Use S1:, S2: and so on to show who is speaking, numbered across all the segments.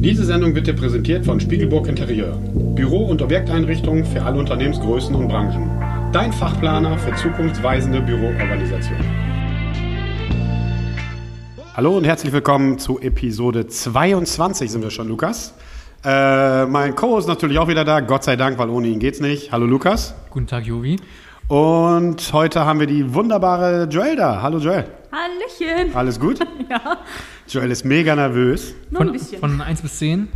S1: Diese Sendung wird dir präsentiert von Spiegelburg Interieur. Büro- und Objekteinrichtungen für alle Unternehmensgrößen und Branchen. Dein Fachplaner für zukunftsweisende Büroorganisationen. Hallo und herzlich willkommen zu Episode 22 sind wir schon, Lukas. Äh, mein Co ist natürlich auch wieder da, Gott sei Dank, weil ohne ihn geht's nicht. Hallo Lukas.
S2: Guten Tag, Jovi.
S1: Und heute haben wir die wunderbare Joel da. Hallo Joel.
S3: Hallöchen.
S1: Alles gut?
S3: Ja,
S1: Joel ist mega nervös.
S3: nur ein
S2: Von,
S3: bisschen. Ähm,
S2: von 1 bis 10.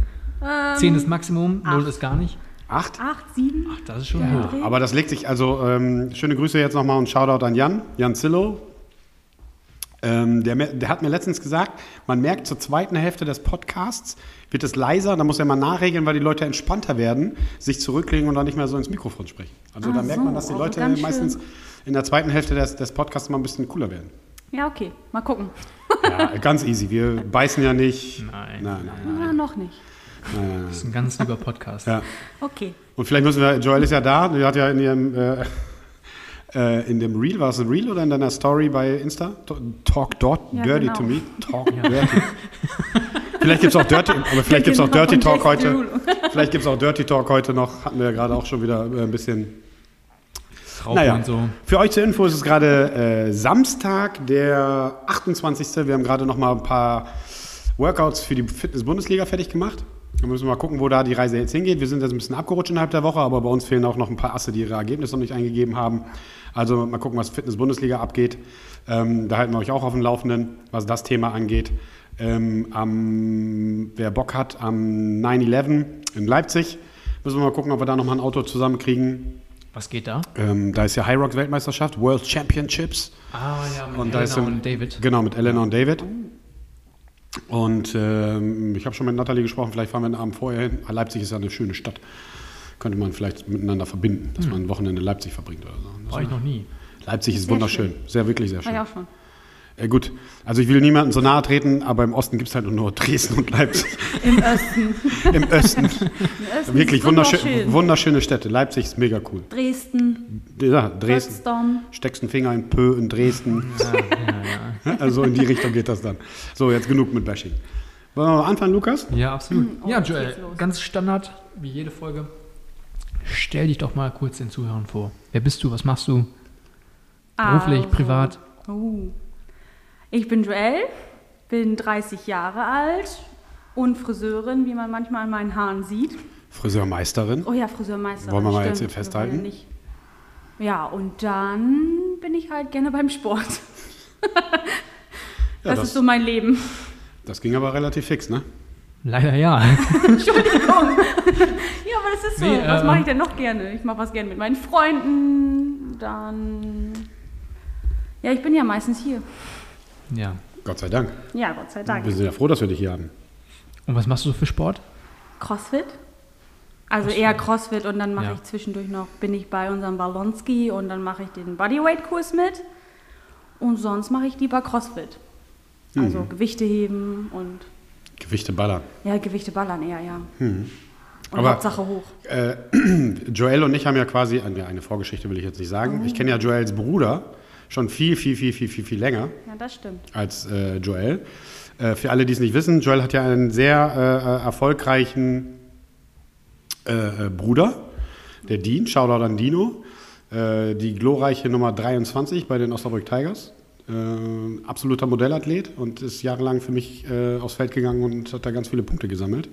S2: 10 ist Maximum, 0 ist gar nicht.
S1: Acht?
S3: Acht, sieben.
S2: Das ist schon hoch.
S1: Aber das legt sich, also ähm, schöne Grüße jetzt nochmal und Shoutout an Jan, Jan Zillow. Ähm, der, mer- der hat mir letztens gesagt, man merkt zur zweiten Hälfte des Podcasts wird es leiser, da muss er mal nachregeln, weil die Leute entspannter werden, sich zurücklegen und dann nicht mehr so ins Mikrofon sprechen. Also da
S3: Ach
S1: merkt
S3: so,
S1: man, dass die
S3: also
S1: Leute
S3: ganz schön.
S1: meistens in der zweiten Hälfte des, des Podcasts mal ein bisschen cooler werden.
S3: Ja, okay. Mal gucken.
S1: Ja, ganz easy, wir beißen ja nicht.
S2: Nein.
S1: nein, nein.
S3: Na, Ah, noch nicht.
S2: Das ist ein ganz lieber Podcast.
S1: Ja.
S3: Okay.
S1: Und vielleicht müssen wir, Joel ist ja da, die hat ja in ihrem, äh, äh, in dem Reel, war es ein Reel oder in deiner Story bei Insta? To- Talk dort,
S3: Ja,
S1: Dirty
S3: genau.
S1: to me, Talk Dirty. vielleicht gibt es auch Dirty, aber vielleicht gibt es auch
S3: Genau,
S1: Dirty
S3: von
S1: Talk
S3: Jason
S1: heute. Vielleicht gibt es auch Dirty Talk heute noch, hatten wir ja gerade auch schon wieder äh, ein bisschen.
S2: Rauchen
S1: naja,
S2: und so.
S1: für euch zur Info ist es gerade äh, Samstag, der 28. Wir haben gerade noch mal ein paar Workouts für die Fitness-Bundesliga fertig gemacht. Da müssen wir mal gucken, wo da die Reise jetzt hingeht. Wir sind jetzt ein bisschen abgerutscht innerhalb der Woche, aber bei uns fehlen auch noch ein paar Asse, die ihre Ergebnisse noch nicht eingegeben haben. Also mal gucken, was Fitness-Bundesliga abgeht. Ähm, da halten wir euch auch auf dem Laufenden, was das Thema angeht. Ähm, am, wer Bock hat, am 9-11 in Leipzig müssen wir mal gucken, ob wir da nochmal ein Auto zusammenkriegen.
S2: Was geht da?
S1: Ähm, da ist ja High Rocks Weltmeisterschaft, World Championships.
S2: Ah ja, mit
S1: Und
S2: und
S1: da ist
S2: Helena
S1: ja-
S2: und David.
S1: Genau, mit Elena und David. Und ähm, ich habe schon mit Nathalie gesprochen, vielleicht fahren wir den Abend vorher hin. Ah, Leipzig ist ja eine schöne Stadt. Könnte man vielleicht miteinander verbinden, dass man ein Wochenende in Leipzig verbringt oder so.
S2: War ich noch nie.
S1: Leipzig ist
S3: Sehr
S1: wunderschön. Sehr, wirklich sehr
S3: War
S1: schön.
S3: ja auch schon.
S1: Äh, gut, also ich will niemandem so nahe treten, aber im Osten gibt es halt nur Dresden und Leipzig.
S3: Im Osten.
S1: Im Östen.
S3: Östen
S1: wirklich
S3: ist
S1: wunderschön, wunderschöne Städte. Leipzig ist mega cool.
S3: Dresden,
S1: Ja, Dresden.
S3: Potsdam.
S1: Steckst einen Finger in Pö in Dresden. Also in die Richtung geht das dann. So, jetzt genug mit Bashing. Wollen wir mal anfangen, Lukas?
S2: Ja, absolut.
S3: oh,
S2: ja,
S3: jetzt geht's
S2: Joel,
S3: los.
S2: ganz Standard, wie jede Folge. Stell dich doch mal kurz den Zuhörern vor. Wer bist du? Was machst du? Beruflich,
S3: Also,
S2: privat?
S3: Oh. Ich bin Joelle, bin 30 Jahre alt und Friseurin, wie man manchmal an meinen Haaren sieht.
S1: Friseurmeisterin.
S3: Oh ja, Friseurmeisterin.
S1: Wollen wir mal
S3: stimmt.
S1: jetzt hier festhalten?
S3: Wir wollen nicht- Ja, und dann bin ich halt gerne beim Sport.
S1: Ja,
S3: das,
S1: das-
S3: ist so mein Leben.
S1: Das ging aber relativ fix, ne?
S2: Leider ja.
S3: Ja, aber das ist so.
S2: Nee,
S3: was
S2: äh,
S1: ähm,
S3: mache ich denn noch gerne? Ich mache was gerne mit meinen Freunden. Dann. Ja, ich bin ja meistens hier.
S2: ja.
S1: Gott sei Dank.
S3: Ja, Gott sei
S1: Wir
S3: Dank.
S1: sind ja froh, dass wir dich hier haben.
S2: Und was machst du für Sport?
S3: Crossfit? Also eher Crossfit und dann mache
S2: Ja.
S3: ich zwischendurch noch, bin ich bei unserem Balonski und dann mache ich den Bodyweight-Kurs mit. Und sonst mache ich lieber Crossfit.
S1: Mhm.
S3: Also Gewichte heben und
S1: Gewichte ballern.
S3: ja, Gewichte ballern eher, ja. Und
S1: Mhm. Aber-
S3: Hauptsache hoch.
S1: Äh, Joel und ich haben ja quasi, äh, nee, eine Vorgeschichte will ich jetzt nicht sagen. Ich kenne ja Joels Bruder schon viel, viel, viel, viel, viel, viel länger.
S3: Ja, das stimmt.
S1: als äh, Joel. Äh, für alle, die es nicht wissen, Joel hat ja einen sehr äh, äh, erfolgreichen äh, äh, Bruder, der Dean, Shoutout an Dino, äh, die glorreiche Nummer 23 bei den Osnabrück Tigers. Äh, absoluter Modellathlet und ist jahrelang für mich äh, aufs Feld gegangen und hat da ganz viele Punkte gesammelt.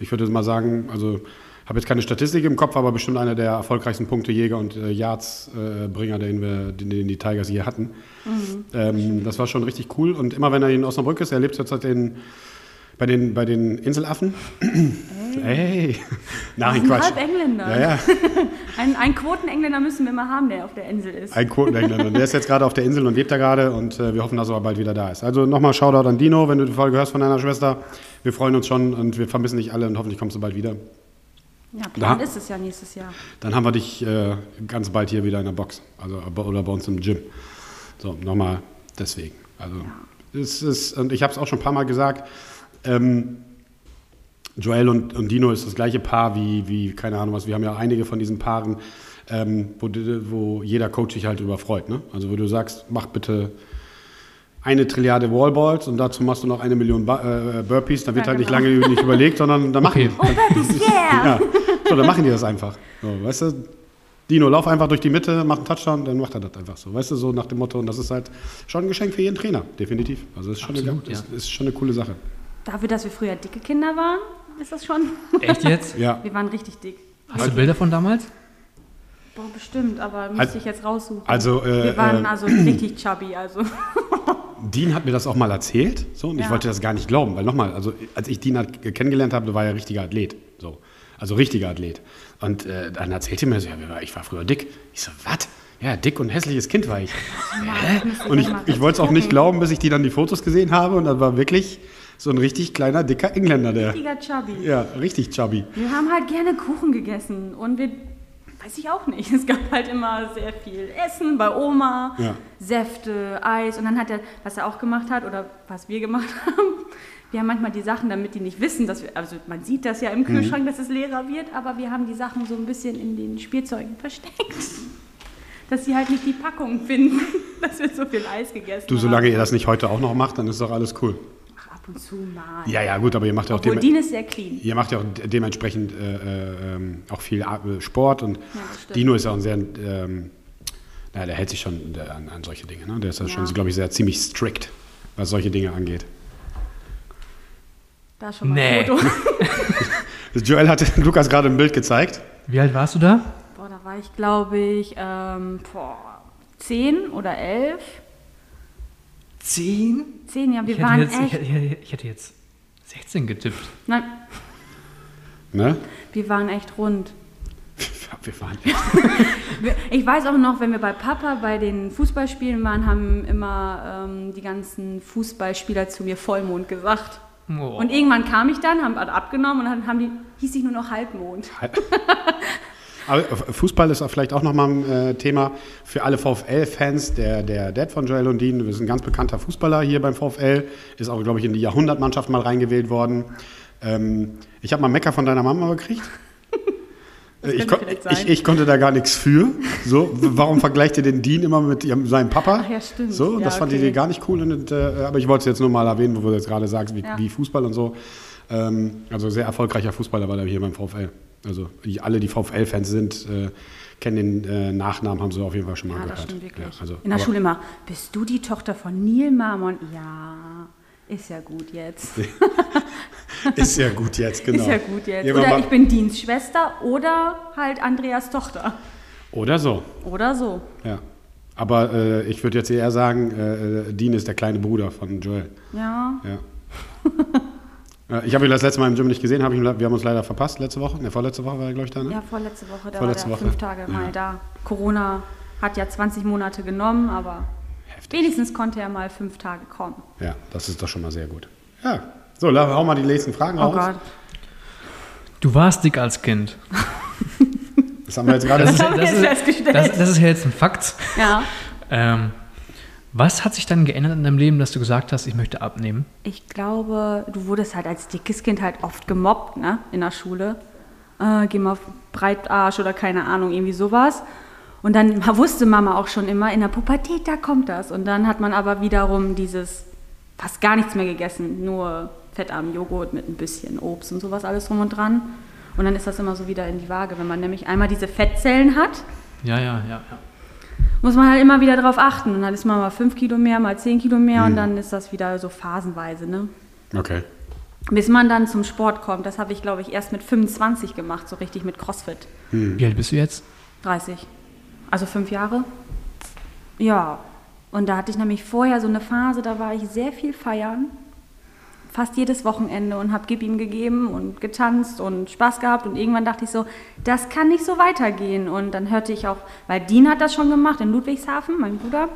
S1: Ich würde mal sagen, also habe jetzt keine Statistik im Kopf, aber bestimmt einer der erfolgreichsten Punktejäger und äh, Yards-Bringer, äh, den, wir- den, den die Tigers je hatten. Ähm, das war schon richtig cool. Und immer wenn er in Osnabrück ist, er lebt zurzeit in, bei, den, bei den Inselaffen. Hey! Nein,
S3: Wir sind
S1: Quatsch.
S3: halb Engländer.
S1: Ja, ja,
S3: Ein, einen Quoten-Engländer müssen wir immer haben, der auf der Insel ist.
S1: ein Quotenengländer. Und Der ist jetzt gerade auf der Insel und lebt da gerade und äh, wir hoffen, dass er bald wieder da ist. Also nochmal Shoutout an Dino, wenn du die Folge hörst von deiner Schwester. Wir freuen uns schon und wir vermissen dich alle und hoffentlich kommst du bald wieder.
S3: Ja, Plan ist es ja nächstes Jahr.
S1: Dann haben wir dich äh, ganz bald hier wieder in der Box. Also, oder bei uns im Gym. So, nochmal deswegen. Also, es ist, und ich habe es auch schon ein paar Mal gesagt, ähm, Joel und, und Dino ist das gleiche Paar wie, wie, keine Ahnung was, wir haben ja einige von diesen Paaren, ähm, wo, du- wo jeder Coach sich halt drüber freut. Ne? Also wo du sagst, mach bitte eine Trilliarde Wallballs und dazu machst du noch eine Million ba äh, Burpees, dann wird
S3: Ja,
S1: halt
S3: genau.
S1: nicht lange nicht überlegt, sondern dann machen
S2: Okay.
S3: Oh, Burpees, yeah!
S1: ja. So, dann machen die das einfach. So, weißt du, Dino, lauf einfach durch die Mitte, mach einen Touchdown, dann macht er das einfach so. Weißt du, so nach dem Motto. Und das ist halt schon ein Geschenk für jeden Trainer, definitiv. Also das ist schon,
S2: Absolut,
S1: eine,
S2: ja.
S1: ist, ist schon eine coole Sache.
S3: Dafür, dass wir früher dicke Kinder waren, ist das schon.
S2: Echt jetzt?
S1: Ja.
S3: Wir waren richtig dick.
S2: Hast du Bilder von damals?
S3: Boah, bestimmt, aber
S1: Also-
S3: müsste ich jetzt raussuchen.
S1: also, äh,
S3: wir waren
S1: äh,
S3: also richtig chubby, also.
S1: Dean hat mir das auch mal erzählt, so, und ich
S3: Ja.
S1: wollte das gar nicht glauben, weil nochmal, also als ich Dean halt kennengelernt habe, war er richtiger Athlet, so, also richtiger Athlet. Und äh, dann erzählte er mir so, ja, wir war- ich war früher dick. Ich so, was? Ja, dick und hässliches Kind war ich. Hä? und ich,
S3: mal
S1: ich wollte es auch
S3: gucken.
S1: nicht glauben, bis ich die dann die Fotos gesehen habe und dann war wirklich so ein richtig kleiner, dicker Engländer, der,
S3: Richtiger chubby.
S1: ja, richtig chubby.
S3: Wir haben halt gerne Kuchen gegessen und wir, weiß ich auch nicht, es gab halt immer sehr viel Essen bei Oma,
S1: Ja.
S3: Säfte, Eis und dann hat er, was er auch gemacht hat oder was wir gemacht haben, wir haben manchmal die Sachen, damit die nicht wissen, dass wir, also man sieht das
S1: Mhm.
S3: ja im Kühlschrank, dass es leerer wird, aber wir haben die Sachen so ein bisschen in den Spielzeugen versteckt. Dass sie halt nicht die Packung finden, dass wir so viel Eis gegessen
S1: Du,
S3: haben.
S1: solange ihr das nicht heute auch noch macht, dann ist doch alles cool.
S3: Ach, ab und zu mal.
S1: Ja, ja, gut, aber ihr macht ja auch
S3: Obwohl,
S1: dem-
S3: Dean ist sehr clean.
S1: Ihr macht ja auch de- dementsprechend äh, äh, ähm, auch viel Ar- äh, Sport und
S3: das stimmt.
S1: Dino ist ja auch ein sehr, ähm, naja, der hält sich schon äh, an, an solche Dinge. Ne? Der ist ja,
S3: Ja.
S1: schon, glaube ich, sehr ziemlich strikt, was solche Dinge angeht.
S3: Da ist schon mal
S2: Nee.
S3: ein Foto.
S1: Joel hat Lukas gerade ein Bild gezeigt.
S2: Wie alt warst du da?
S3: Boah, da war ich, glaube ich, ähm, boah, zehn oder elf.
S2: Zehn?
S3: Zehn, ja, wir
S2: Ich hätte,
S3: waren
S2: jetzt, ich,
S3: echt.
S2: hätte, ich hätte jetzt 16 getippt.
S3: Nein,
S1: Ne?
S3: wir waren echt rund.
S1: Wir waren echt.
S3: Wir- Ich weiß auch noch, wenn wir bei Papa bei den Fußballspielen waren, haben immer ähm, die ganzen Fußballspieler zu mir Vollmond gesagt.
S2: Oh.
S3: Und irgendwann kam ich dann, haben alle abgenommen und dann haben die, hieß ich nur noch Halbmond.
S1: Aber Fußball ist auch vielleicht auch nochmal ein äh, Thema für alle VfL-Fans. Der, der Dad von Joel und Dean ist ein ganz bekannter Fußballer hier beim VfL. Ist auch, glaube ich, in die Jahrhundertmannschaft mal reingewählt worden. Ähm, ich habe mal Mecker von deiner Mama gekriegt. Äh, Ich,
S3: könnte
S1: kon-
S3: vielleicht sein.
S1: ich, ich konnte da gar nichts für. So, w- warum vergleicht ihr den Dean immer mit ihrem- seinem Papa?
S3: Ach ja, stimmt.
S1: So,
S3: Ja,
S1: das fand
S3: okay.
S1: ich gar nicht cool. Und, äh, aber ich wollte es jetzt nur mal erwähnen, wo du jetzt gerade sagst, wie,
S3: Ja.
S1: wie Fußball und so. Ähm, also sehr erfolgreicher Fußballer war der hier beim VfL. Also die, alle, die VfL-Fans sind, äh, kennen den äh, Nachnamen, haben sie auf jeden Fall schon mal
S3: Ja,
S1: gehört.
S3: das stimmt wirklich.
S1: Ja, also,
S3: In der
S1: aber-
S3: Schule immer, bist du die Tochter von Neil Marmon? Ja, ist ja gut jetzt.
S2: Genau.
S1: Ist ja gut jetzt, genau.
S3: Ist ja gut jetzt.
S1: Irgendwann
S3: Oder
S1: mal-
S3: ich bin Dienstschwester oder halt Andreas Tochter.
S1: Oder so,
S3: Oder so.
S1: ja. Aber äh, ich würde jetzt eher sagen, äh, äh, Dean ist der kleine Bruder von Joel.
S3: Ja.
S1: Ja. Äh, ich habe ihn das letzte Mal im Gym nicht gesehen, hab ich, ihn le- wir haben uns leider verpasst, letzte Woche. Ne, vorletzte Woche war er, glaube ich, da, ne?
S3: Ja, vorletzte Woche, da
S1: Vorletzte
S3: war
S1: Woche.
S3: der fünf Tage mal
S1: Ja.
S3: da. Corona hat ja 20 Monate genommen, aber
S1: Heftig.
S3: wenigstens konnte er mal fünf Tage kommen.
S1: Ja, das ist doch schon mal sehr gut. Ja. So, la- hau mal die nächsten Fragen
S3: Oh
S1: raus.
S3: Gott.
S2: Du warst dick als Kind.
S1: Das haben wir jetzt gerade.
S2: Das ist,
S3: haben wir
S2: das,
S3: jetzt
S2: ist,
S3: festgestellt.
S2: das, das ist ja jetzt ein Fakt.
S3: Ja.
S2: Ähm, was hat sich dann geändert in deinem Leben, dass du gesagt hast, ich möchte abnehmen?
S3: Ich glaube, du wurdest halt als dickes Kind halt oft gemobbt, ne? In der Schule. Äh, geh mal auf Breitarsch oder keine Ahnung, irgendwie sowas. Und dann wusste Mama auch schon immer, in der Pubertät, da kommt das. Und dann hat man aber wiederum dieses fast gar nichts mehr gegessen, nur fettarmen Joghurt mit ein bisschen Obst und sowas alles drum und dran. Und dann ist das immer so wieder in die Waage. Wenn man nämlich einmal diese Fettzellen hat,
S2: Ja, ja, ja. ja.
S3: muss man halt immer wieder drauf achten. Und dann ist man mal 5 Kilo mehr, mal 10 Kilo mehr und dann ist das wieder so phasenweise, ne?
S1: Okay.
S3: Bis man dann zum Sport kommt, das habe ich, glaube ich, erst mit 25 gemacht, so richtig mit CrossFit.
S2: Wie alt bist du jetzt?
S3: 30. Also fünf Jahre? Ja. Und da hatte ich nämlich vorher so eine Phase, da war ich sehr viel feiern. Fast jedes Wochenende und habe Gib ihm gegeben und getanzt und Spaß gehabt. Und irgendwann dachte ich so, das kann nicht so weitergehen. Und dann hörte ich auch, weil Dean hat das schon gemacht in Ludwigshafen, mein Bruder.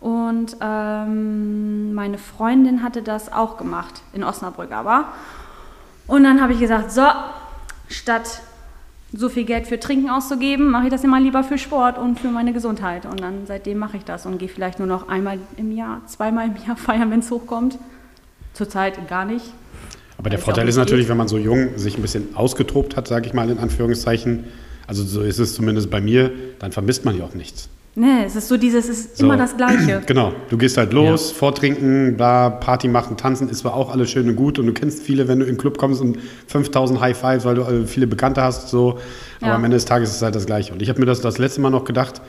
S3: Und ähm, meine Freundin hatte das auch gemacht, in Osnabrück aber. Und dann habe ich gesagt, so, statt so viel Geld für Trinken auszugeben, mache ich das immer lieber für Sport und für meine Gesundheit. Und dann seitdem mache ich das und gehe vielleicht nur noch einmal im Jahr, zweimal im Jahr feiern, wenn es hochkommt. Zurzeit gar nicht.
S1: Aber der
S3: Weiß
S1: Vorteil
S3: auch
S1: ist
S3: nicht.
S1: natürlich, wenn man so jung sich ein bisschen ausgetobt hat, sage ich mal in Anführungszeichen, also so ist es zumindest bei mir, dann vermisst man ja auch nichts.
S3: Nee, Ne, es ist so dieses, es ist
S1: So.
S3: immer das Gleiche.
S1: Genau, du gehst halt los, vortrinken, bla, Party machen, tanzen, ist zwar auch alles schön und gut und du kennst viele, wenn du in den Club kommst und 5000 High Fives, weil du äh, viele Bekannte hast, so, aber
S3: Ja.
S1: am Ende des Tages ist es halt das Gleiche. Und ich habe mir das das letzte Mal noch gedacht,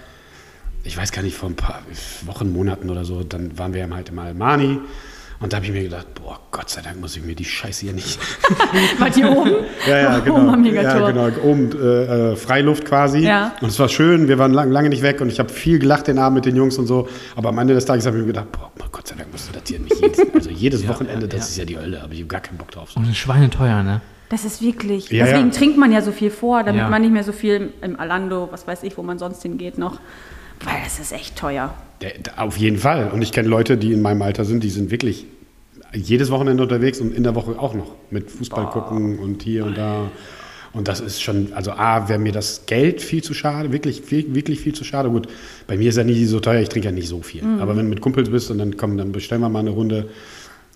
S1: ich weiß gar nicht, vor ein paar Wochen, Monaten oder so, dann waren wir ja halt im Almani und da habe ich mir gedacht, boah, Gott sei Dank muss ich mir die Scheiße hier nicht
S3: Was hier oben?
S1: ja, ja, genau.
S3: Oben am
S1: ja,
S3: Megator.
S1: genau. Oben äh, äh, Freiluft quasi.
S3: Ja.
S1: Und es war schön, wir waren lang, lange nicht weg und ich habe viel gelacht den Abend mit den Jungs und so. Aber am Ende des Tages habe ich mir gedacht, boah, mein Gott sei Dank musst du das hier nicht jedes, also jedes Wochenende, das ist ja die Hölle, aber ich habe gar keinen Bock drauf.
S2: Und es ist schweineteuer, ne?
S3: Das ist wirklich.
S1: Ja,
S3: Deswegen
S1: ja.
S3: trinkt man ja so viel vor, damit
S2: Ja.
S3: man nicht mehr so viel im Alando, was weiß ich, wo man sonst hingeht, noch. Weil das ist echt teuer.
S1: Der, der, auf jeden Fall. Und ich kenne Leute, die in meinem Alter sind, die sind wirklich jedes Wochenende unterwegs und in der Woche auch noch mit Fußball gucken und hier und da. Und das ist schon, also A, wäre mir das Geld viel zu schade, wirklich, viel, wirklich viel zu schade. Gut, bei mir ist ja nie so teuer, ich trinke ja nicht so viel. Aber wenn du mit Kumpels bist und dann kommen, dann bestellen wir mal eine Runde,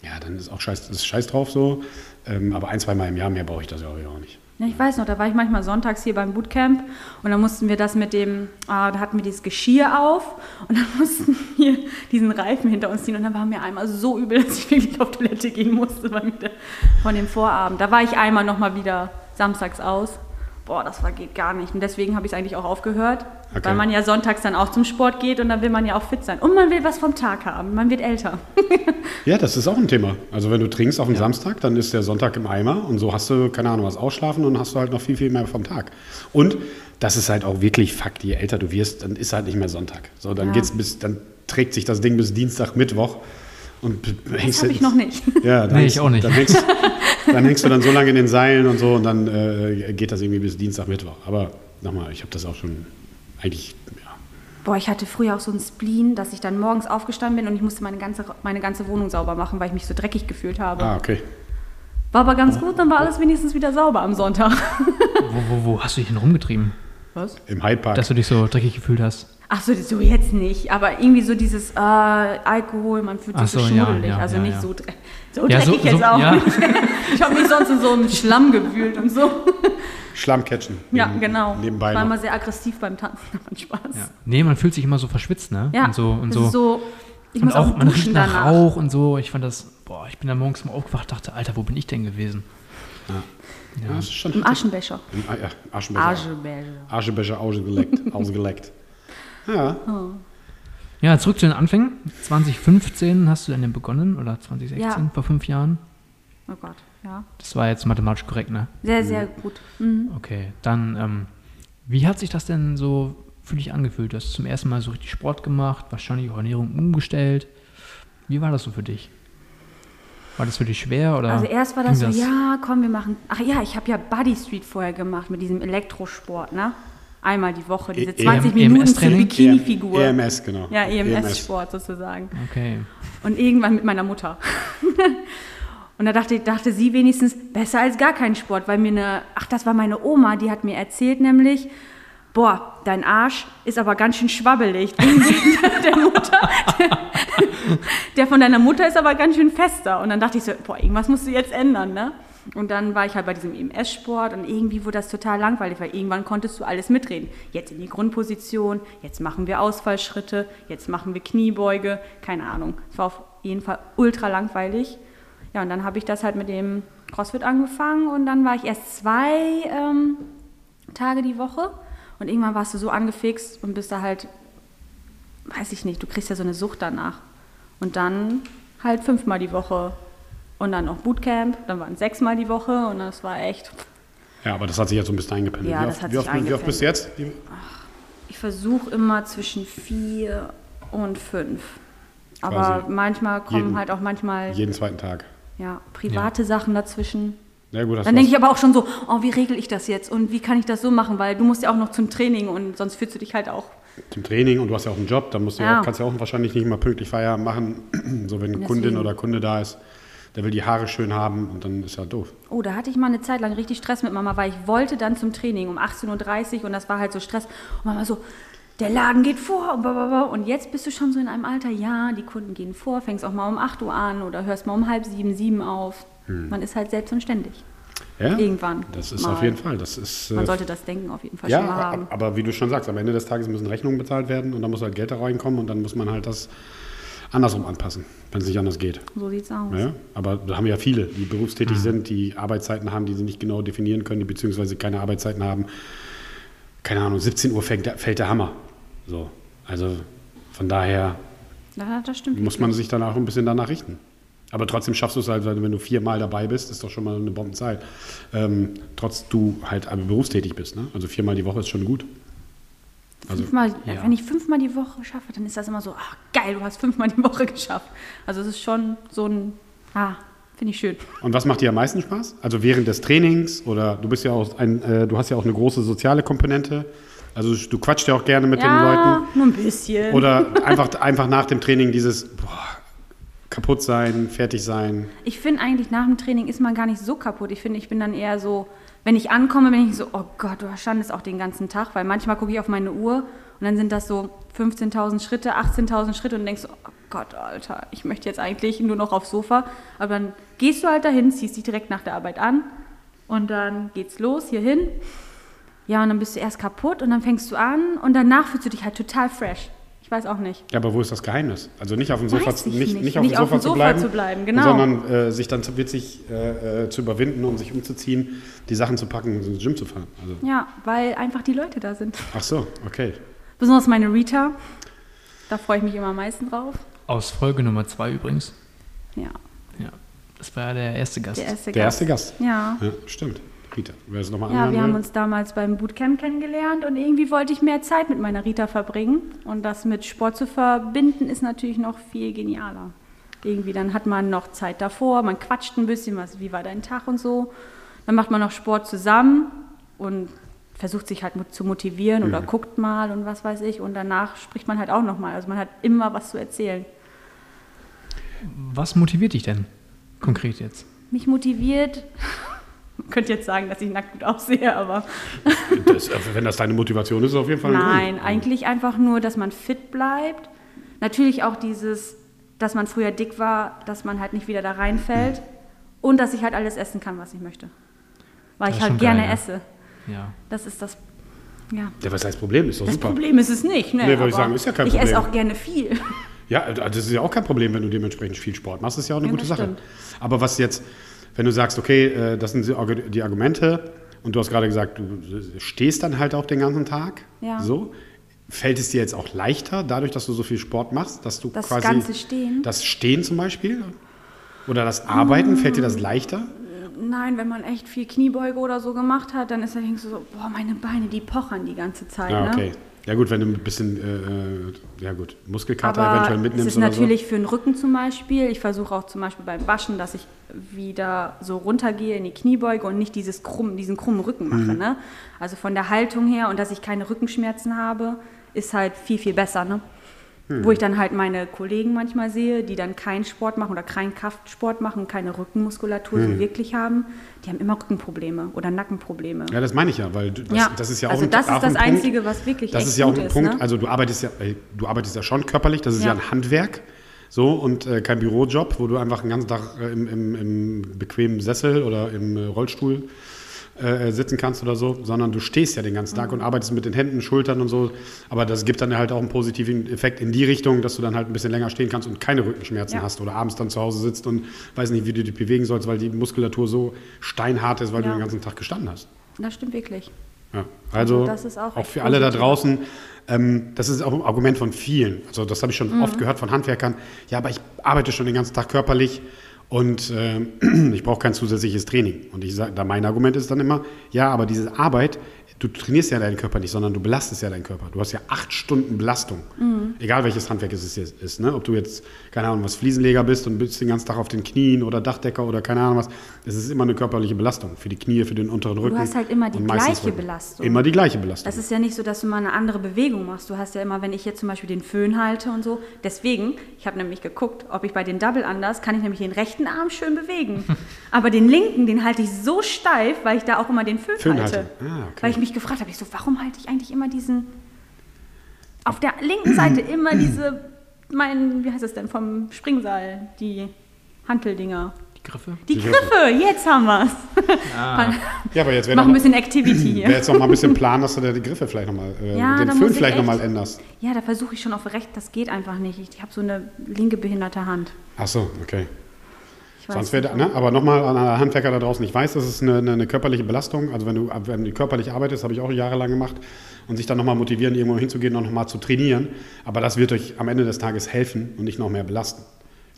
S1: ja, dann ist auch scheiß, ist scheiß drauf so. Ähm, aber ein, zweimal im Jahr mehr brauche ich das ja auch nicht.
S3: Ja, ich weiß noch, da war ich manchmal sonntags hier beim Bootcamp und dann mussten wir das mit dem, ah, da hatten wir dieses Geschirr auf und dann mussten wir diesen Reifen hinter uns ziehen und dann war mir einmal so übel, dass ich wirklich auf Toilette gehen musste bei mir da- von dem Vorabend. Da war ich einmal nochmal wieder samstags aus. Boah, das war, geht gar nicht. Und deswegen habe ich es eigentlich auch aufgehört,
S1: Okay.
S3: weil man ja sonntags dann auch zum Sport geht und dann will man ja auch fit sein. Und man will was vom Tag haben. Man wird älter.
S1: Ja, das ist auch ein Thema. Also wenn du trinkst auf den Samstag, dann ist der Sonntag im Eimer und so hast du, keine Ahnung, was ausschlafen und hast du halt noch viel, viel mehr vom Tag. Und das ist halt auch wirklich Fakt, je älter du wirst, dann ist halt nicht mehr Sonntag. So, dann
S3: Ja.
S1: geht's bis, dann trägt sich das Ding bis Dienstag, Mittwoch und b- hängst
S3: Das habe
S1: du-
S3: ich noch nicht.
S1: Ja, dann
S2: Nee,
S1: hängst-
S2: ich auch nicht.
S1: Dann hängst, dann hängst du dann so lange in den Seilen und so und dann äh, geht das irgendwie bis Dienstag, Mittwoch. Aber nochmal, ich habe das auch schon eigentlich, ja,
S3: Boah, ich hatte früher auch so einen Spleen, dass ich dann morgens aufgestanden bin und ich musste meine ganze, meine ganze Wohnung sauber machen, weil ich mich so dreckig gefühlt habe.
S1: ah, okay.
S3: War aber ganz gut, dann war alles wenigstens wieder sauber am Sonntag.
S2: Wo, wo, wo hast du dich denn rumgetrieben,
S3: Was?
S1: Im Hyde Park.
S2: dass du dich so dreckig gefühlt hast?
S3: Ach so, so jetzt nicht, aber irgendwie so dieses äh, Alkohol, man fühlt sich
S2: Ach
S3: so,
S2: so, ja,
S3: schmuddelig.
S2: ja,
S3: also
S2: ja,
S3: nicht
S2: ja.
S3: so, dre so
S2: Ja, so-
S3: dreckig jetzt
S2: so-
S3: auch
S2: ja.
S3: nicht. Ich habe mich sonst in so einem Schlamm gewühlt und so.
S1: Schlamm catchen.
S3: Ja,
S1: Neben-
S3: genau.
S1: Nebenbei.
S3: war
S1: noch.
S3: immer sehr aggressiv beim Tanzen, hat Spaß.
S2: Ja. Nee, man fühlt sich immer so verschwitzt, ne?
S3: Ja,
S2: und so. Und
S3: das
S2: so.
S3: ist so. Ich
S2: und
S3: muss auch,
S2: auch, man riecht
S3: duschen
S2: nach
S3: danach.
S2: Rauch und so. Ich fand das, boah, ich bin da morgens mal aufgewacht, dachte, Alter, wo bin ich denn gewesen?
S1: Ja, das ist schon
S3: Im Aschenbecher.
S1: Im A- ja, Aschenbecher.
S3: Aschenbecher.
S1: Aschenbecher ausgeleckt. ausgeleckt. Ja,
S2: Ja, zurück zu den Anfängen. 2015 hast du dann denn begonnen oder 2016,
S3: Ja.
S2: vor fünf Jahren?
S3: Oh Gott, ja.
S2: Das war jetzt mathematisch korrekt, ne?
S3: Sehr, sehr gut. Mhm.
S2: Okay, dann, ähm, wie hat sich das denn so für dich angefühlt? Du hast zum ersten Mal so richtig Sport gemacht, wahrscheinlich auch Ernährung umgestellt. Wie war das so für dich? War das für dich schwer oder?
S3: Also erst war das so,
S2: ging
S3: ja, komm, wir machen. Ach ja, ich habe ja Body Street vorher gemacht mit diesem Elektrosport, ne? Einmal die Woche, diese
S1: E- E-
S3: 20 Minuten für
S2: EMS-Training?
S3: Bikini-Figur.
S1: EM EMS, genau.
S3: Ja, E EMS-Sport sozusagen.
S2: Okay.
S3: Und irgendwann mit meiner Mutter. Und da dachte, dachte sie wenigstens, besser als gar kein Sport, weil mir eine, ach, das war meine Oma, die hat mir erzählt nämlich, boah, dein Arsch ist aber ganz schön schwabbelig. der, Mutter, der, der von deiner Mutter ist aber ganz schön fester. Und dann dachte ich so, boah, irgendwas musst du jetzt ändern, ne? Und dann war ich halt bei diesem EMS-Sport und irgendwie wurde das total langweilig, weil irgendwann konntest du alles mitreden. Jetzt in die Grundposition, jetzt machen wir Ausfallschritte, jetzt machen wir Kniebeuge, keine Ahnung. Es war auf jeden Fall ultra langweilig. Ja, und dann habe ich das halt mit dem CrossFit angefangen und dann war ich erst zwei ähm, Tage die Woche und irgendwann warst du so angefixt und bist da halt, weiß ich nicht, du kriegst ja so eine Sucht danach. Und dann halt fünfmal die Woche und dann noch Bootcamp, dann waren es sechsmal die Woche und das war echt,
S1: Ja, aber das hat sich jetzt so ein bisschen eingependelt.
S3: Ja,
S1: wie,
S3: das
S1: oft,
S3: hat
S1: wie,
S3: sich
S1: oft, wie oft bist du jetzt?
S3: ich versuche immer zwischen vier und fünf. Aber
S1: Quasi
S3: manchmal kommen
S1: jeden-
S3: halt auch manchmal
S1: Jeden zweiten Tag.
S3: ja, private Sachen dazwischen.
S1: Na gut, das
S3: Dann
S1: war's.
S3: denke ich aber auch schon so, oh, wie regel ich das jetzt und wie kann ich das so machen, weil du musst ja auch noch zum Training und sonst fühlst du dich halt auch.
S1: zum Training und du hast ja auch einen Job, dann musst du ja.
S3: Ja.
S1: auch, kannst ja auch wahrscheinlich nicht mal pünktlich Feierabend machen, so wenn ein
S3: Deswegen.
S1: Kundin oder Kunde da ist. der will die Haare schön haben und dann ist er doof.
S3: Oh, da hatte ich mal eine Zeit lang richtig Stress mit Mama, weil ich wollte dann zum Training um 18.30 Uhr und das war halt so Stress. Und Mama so, der Laden geht vor und blablabla. Und jetzt bist du schon so in einem Alter, ja, die Kunden gehen vor, fängst auch mal um 8 Uhr an oder hörst mal um halb sieben, sieben auf.
S1: Hm.
S3: Man ist halt selbstständig.
S1: Ja?
S3: Irgendwann
S1: Das ist
S3: mal.
S1: auf jeden Fall. Das ist,
S3: Man
S1: äh,
S3: sollte das Denken auf jeden Fall
S1: ja, äh,
S3: schon mal
S1: aber,
S3: haben.
S1: aber wie du schon sagst, am Ende des Tages müssen Rechnungen bezahlt werden und dann muss halt Geld da reinkommen und dann muss man halt das andersrum anpassen, wenn es nicht anders geht.
S3: So sieht's aus.
S1: Ja, aber da haben wir ja viele, die berufstätig sind, die Arbeitszeiten haben, die sie nicht genau definieren können, die beziehungsweise keine Arbeitszeiten haben. Keine Ahnung, 17 Uhr fängt, der- fällt der Hammer. So, also von daher
S3: Ja, das stimmt.
S1: muss man sich dann auch ein bisschen danach richten. Aber trotzdem schaffst du es halt, weil wenn du viermal dabei bist, ist doch schon mal eine Bombenzeit. Ähm, trotz du halt aber berufstätig bist. Ne? Also viermal die Woche ist schon gut. Also,
S3: fünfmal,
S2: ja.
S3: Wenn ich fünfmal die Woche schaffe, dann ist das immer so, ach geil, du hast fünfmal die Woche geschafft. Also es ist schon so ein, ah, finde ich schön.
S1: und was macht dir am meisten Spaß? Also während des Trainings oder du bist ja auch ein, äh, du hast ja auch eine große soziale Komponente. Also du quatschst ja auch gerne mit den Leuten.
S3: Ja, nur ein bisschen.
S1: Oder einfach, einfach nach dem Training dieses boah, kaputt sein, fertig sein.
S3: Ich finde eigentlich, nach dem Training ist man gar nicht so kaputt. Ich finde, ich bin dann eher so, wenn ich ankomme, bin ich so, oh Gott, du standest auch den ganzen Tag, weil manchmal gucke ich auf meine Uhr und dann sind das so 15.000 Schritte, 18.000 Schritte und denkst so, oh Gott, Alter, ich möchte jetzt eigentlich nur noch aufs Sofa. Aber dann gehst du halt dahin, ziehst dich direkt nach der Arbeit an und dann geht's los, hierhin. Ja, und dann bist du erst kaputt und dann fängst du an und danach fühlst du dich halt total fresh. Ich weiß auch nicht.
S1: Ja, aber wo ist das Geheimnis? Also nicht auf dem Sofa,
S3: Weiß
S1: zu-
S3: ich
S1: nicht,
S3: nicht.
S1: nicht auf dem Sofa, zu, bleiben,
S3: zu bleiben, genau.
S1: sondern äh, sich dann zu witzig äh, äh, zu überwinden, um sich umzuziehen, die Sachen zu packen und ins Gym zu fahren. Also,
S3: Ja, weil einfach die Leute da sind.
S1: ach so, okay.
S3: Besonders meine Rita. Da freue ich mich immer am meisten drauf.
S2: Aus Folge Nummer zwei übrigens.
S3: Ja,
S2: Ja. Das war ja der erste Gast.
S3: der erste
S1: Der
S3: Gast.
S1: erste Gast.
S3: Ja.
S1: Ja, stimmt. Rita, wer es nochmal
S3: Ja, wir haben
S1: anhören will.
S3: uns damals beim Bootcamp kennengelernt und irgendwie wollte ich mehr Zeit mit meiner Rita verbringen. Und das mit Sport zu verbinden ist natürlich noch viel genialer. Irgendwie, dann hat man noch Zeit davor, man quatscht ein bisschen, was, wie war dein Tag und so. Dann macht man noch Sport zusammen und versucht sich halt mo- zu motivieren oder guckt mal und was weiß ich. Und danach spricht man halt auch nochmal. Also man hat immer was zu erzählen.
S2: Was motiviert dich denn konkret jetzt?
S3: mich motiviert. Man könnte jetzt sagen, dass ich nackt gut aussehe, aber
S1: Das, äh, wenn das deine Motivation ist, ist auf jeden Fall ein
S3: nein,
S1: Grund.
S3: eigentlich einfach nur, dass man fit bleibt. Natürlich auch dieses, dass man früher dick war, dass man halt nicht wieder da reinfällt und dass ich halt alles essen kann, was ich möchte. Weil
S2: Das
S3: ich
S2: ist
S3: halt
S2: schon geil,
S3: gerne
S2: ja.
S3: esse.
S2: Ja.
S3: Das ist das. Ja.
S1: Ja, was heißt Problem? Ist doch
S3: Das
S1: super.
S3: Problem ist es nicht, ne?
S1: Nee, wollte ich
S3: aber
S1: sagen, ist ja kein
S3: Ich esse
S1: Problem.
S3: auch gerne viel.
S1: Ja, also das ist ja auch kein Problem, wenn du dementsprechend viel Sport machst. Das ist ja auch eine
S3: Ja,
S1: gute
S3: das
S1: Sache.
S3: stimmt.
S1: Aber was jetzt, wenn du sagst, okay, äh, das sind die Argu- die Argumente und du hast gerade gesagt, du stehst dann halt auch den ganzen Tag.
S3: Ja.
S1: So. Fällt es dir jetzt auch leichter, dadurch, dass du so viel Sport machst, dass du
S3: Das
S1: quasi
S3: ganze Stehen? Mm.
S1: das Stehen zum Beispiel oder das Arbeiten, fällt dir das leichter?
S3: Nein, wenn man echt viel Kniebeuge oder so gemacht hat, dann ist dann denkst du so, boah, meine Beine, die pochern die ganze Zeit.
S1: Ja,
S3: Ne?
S1: Ah, okay. Ja gut, wenn du ein bisschen, äh, ja gut, Muskelkater
S3: Aber
S1: eventuell mitnimmst
S3: es ist
S1: oder
S3: natürlich für den Rücken zum Beispiel. Ich versuche auch zum Beispiel beim Waschen, dass ich wieder so runtergehe in die Kniebeuge und nicht dieses krumm, diesen krummen Rücken mache.
S1: Mhm.
S3: Ne? Also von der Haltung her und dass ich keine Rückenschmerzen habe, ist halt viel, viel besser. Ne?
S1: Mhm.
S3: Wo ich dann halt meine Kollegen manchmal sehe, die dann keinen Sport machen oder keinen Kraftsport machen, keine Rückenmuskulatur so
S1: Mhm.
S3: wirklich haben. Die haben immer Rückenprobleme oder Nackenprobleme.
S1: so. Ja, das meine ich ja, weil du- das,
S3: Ja.
S1: das ist ja auch
S3: Also
S1: ein,
S3: das ist
S1: auch
S3: das
S1: ein Punkt,
S3: Einzige, was wirklich
S1: Das
S3: echt
S1: ist ja auch
S3: gut
S1: ein
S3: ist,
S1: Punkt.
S3: ne?
S1: Also du arbeitest ja, äh, du arbeitest ja schon körperlich. Das ist ja,
S3: Ja.
S1: ein Handwerk, so und äh, kein Bürojob, wo du einfach den ganzen Tag äh, im, im, im bequemen Sessel oder im äh, Rollstuhl äh, sitzen kannst oder so, sondern du stehst ja den ganzen
S3: Mhm.
S1: Tag und arbeitest mit den Händen, Schultern und so. Aber das gibt dann halt auch einen positiven Effekt in die Richtung, dass du dann halt ein bisschen länger stehen kannst und keine Rückenschmerzen
S3: Ja.
S1: hast oder abends dann zu Hause sitzt und weiß nicht, wie du dich bewegen sollst, weil die Muskulatur so steinhart ist, weil du
S3: Ja.
S1: den ganzen Tag gestanden hast.
S3: Das stimmt wirklich.
S1: Ja, also
S3: Also das ist auch
S1: auch
S3: echt
S1: für alle da
S3: positiv.
S1: draußen, ähm, das ist auch ein Argument von vielen. Also das habe ich
S3: Mhm.
S1: schon oft gehört von Handwerkern. Ja, aber ich arbeite schon den ganzen Tag körperlich und ähm, ich brauche kein zusätzliches Training. Und ich sage, da mein Argument ist dann immer, ja, aber diese Arbeit, du trainierst ja deinen Körper nicht, sondern du belastest ja deinen Körper. Du hast ja acht Stunden Belastung,
S3: Mhm.
S1: egal welches Handwerk es ist, ist ne? ob du jetzt keine Ahnung was Fliesenleger bist und bist den ganzen Tag auf den Knien oder Dachdecker oder keine Ahnung was. Es ist immer eine körperliche Belastung für die Knie, für den unteren Rücken.
S3: hast halt immer die
S1: und meistens
S3: gleiche
S1: Rücken.
S3: Belastung.
S1: Immer die gleiche Belastung.
S3: Das ist ja nicht so, dass du mal eine andere Bewegung machst. Du hast ja immer, wenn ich jetzt zum Beispiel den Föhn halte und so. Deswegen, ich habe nämlich geguckt, ob ich bei den Double Unders, kann ich nämlich den rechten rechten Arm schön bewegen. Aber den linken, den halte ich so steif, weil ich da auch immer den Föhn,
S1: Föhn
S3: halte.
S1: halte. Ah, okay.
S3: Weil ich mich gefragt habe, ich so, warum halte ich eigentlich immer diesen, auf der linken Seite immer diese, mein, wie heißt das denn, vom Springseil, die Hanteldinger.
S2: Die Griffe?
S3: Die
S1: Die
S3: Griffe, jetzt haben wir's.
S2: Ah,
S1: Ja, aber jetzt wäre
S3: Mach
S1: noch,
S3: ein
S1: mal-
S3: bisschen Activity
S1: wär
S3: hier.
S1: jetzt noch mal ein bisschen Plan, dass du da die Griffe vielleicht nochmal, äh,
S3: Ja,
S1: den
S3: da
S1: Föhn
S3: muss ich
S1: vielleicht nochmal
S3: echt-
S1: änderst.
S3: Ja, da versuche ich schon auf recht, das geht einfach nicht. Ich habe so eine linke behinderte Hand.
S1: Ach so, okay.
S3: Ich weiß
S1: Sonst wäre,
S3: nicht.
S1: ne, aber nochmal an alle Handwerker da draußen, ich weiß, das ist eine, eine, eine körperliche Belastung, also wenn du, wenn du körperlich arbeitest, habe ich auch jahrelang gemacht, und sich dann nochmal motivieren, irgendwo hinzugehen und nochmal zu trainieren, aber das wird euch am Ende des Tages helfen und nicht noch mehr belasten.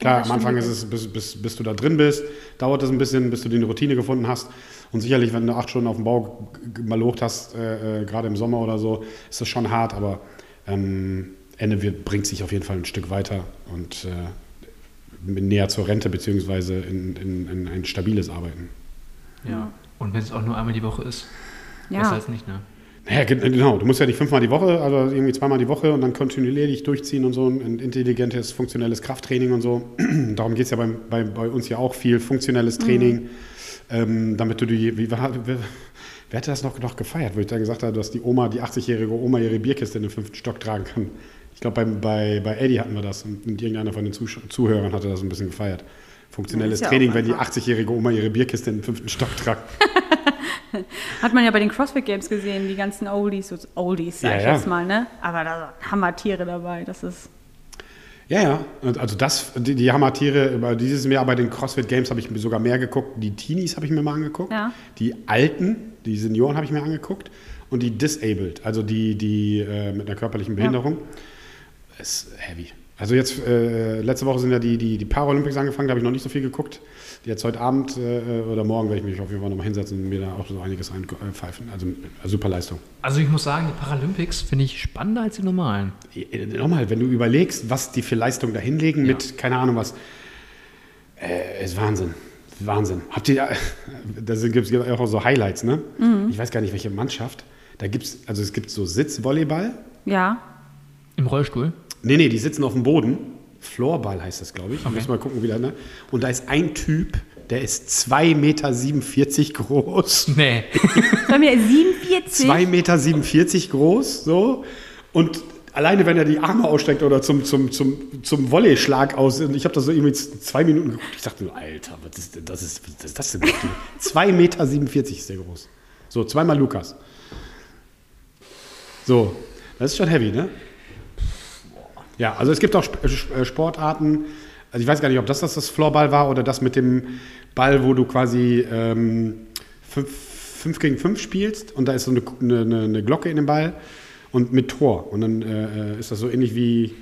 S1: Klar,
S3: Ja, das
S1: am Anfang ist
S3: stimmt.
S1: es, bis, bis, bis du da drin bist, dauert es ein bisschen, bis du die Routine gefunden hast. Und sicherlich, wenn du acht Stunden auf dem Bau g- g- malocht hast, äh, äh, gerade im Sommer oder so, ist das schon hart, aber ähm, Ende wird, bringt sich auf jeden Fall ein Stück weiter und äh, näher zur Rente beziehungsweise in, in, in ein stabiles Arbeiten.
S2: ja. Und wenn es auch nur einmal die Woche ist,
S3: Ja.
S2: besser als nicht, ne?
S1: Naja, gen- genau. Du musst ja nicht fünfmal die Woche, also irgendwie zweimal die Woche und dann kontinuierlich durchziehen und so ein intelligentes, funktionelles Krafttraining und so. Darum geht es ja beim, bei, bei uns ja auch viel, funktionelles
S3: Mhm.
S1: Training, ähm, damit du die, wie war, wer, wer hätte das noch, noch gefeiert, wo ich da gesagt habe, dass die Oma, die 80-jährige Oma ihre Bierkiste in den fünften Stock tragen kann. Ich glaube, bei, bei, bei Eddie hatten wir das und irgendeiner von den Zusch Zuhörern hatte das ein bisschen gefeiert. Funktionelles
S3: Ja, ist ja
S1: Training,
S3: auch
S1: wenn die
S3: einfach.
S1: 80-jährige Oma ihre Bierkiste in den fünften Stock tragt.
S3: Hat man ja bei den CrossFit Games gesehen, die ganzen Oldies, so Oldies sag
S1: Ja,
S3: ich
S1: ja.
S3: jetzt mal, ne? Aber da sind Hammertiere dabei, das ist...
S1: Ja, ja. Und Also das, die, die Hammertiere, über dieses Jahr bei den CrossFit Games habe ich mir sogar mehr geguckt. Die Teenies habe ich mir mal angeguckt.
S3: Ja.
S1: Die Alten, die Senioren habe ich mir angeguckt. Und die Disabled, also die, die äh, mit einer körperlichen Behinderung. Ist heavy. Also jetzt, äh, letzte Woche sind ja die, die, die Paralympics angefangen, da habe ich noch nicht so viel geguckt. Jetzt heute Abend äh, oder morgen werde ich mich auf jeden Fall nochmal hinsetzen und mir da auch so einiges einpfeifen. Also äh, super Leistung.
S2: Also ich muss sagen, die Paralympics finde ich spannender als die normalen.
S1: Äh, Nochmal, wenn du überlegst, was die für Leistung da hinlegen
S2: Ja.
S1: mit, keine Ahnung was, äh, ist Wahnsinn. Wahnsinn. Habt ihr, da gibt es auch so Highlights, ne?
S2: Mhm.
S1: Ich weiß gar nicht, welche Mannschaft. Da gibt's, also es gibt so Sitzvolleyball.
S3: Ja,
S2: Im Rollstuhl?
S1: Nee, nee, die sitzen auf dem Boden. Floorball heißt das, glaube ich.
S2: Okay.
S1: Ich muss mal gucken, wie der, ne? Und da ist ein Typ, der ist 2,47 Meter groß.
S2: Nee.
S3: bei mir ist 47.
S1: 2,47 Meter groß, so. Und alleine, wenn er die Arme ausstreckt oder zum, zum, zum, zum Volleyschlag aus, und ich habe das so irgendwie z- zwei Minuten geguckt, ich dachte nur, Alter, was ist, denn- das ist, was ist das denn? 2,47 Meter ist der groß. So, zweimal Lukas. So, das ist schon heavy, ne? Ja, also es gibt auch Sp- äh, Sportarten, also ich weiß gar nicht, ob das das, das Floorball war oder das mit dem Ball, wo du quasi 5 gegen 5 spielst und da ist so eine, eine, eine- eine Glocke in dem Ball und mit Tor. Und dann äh, äh, ist das so ähnlich wie,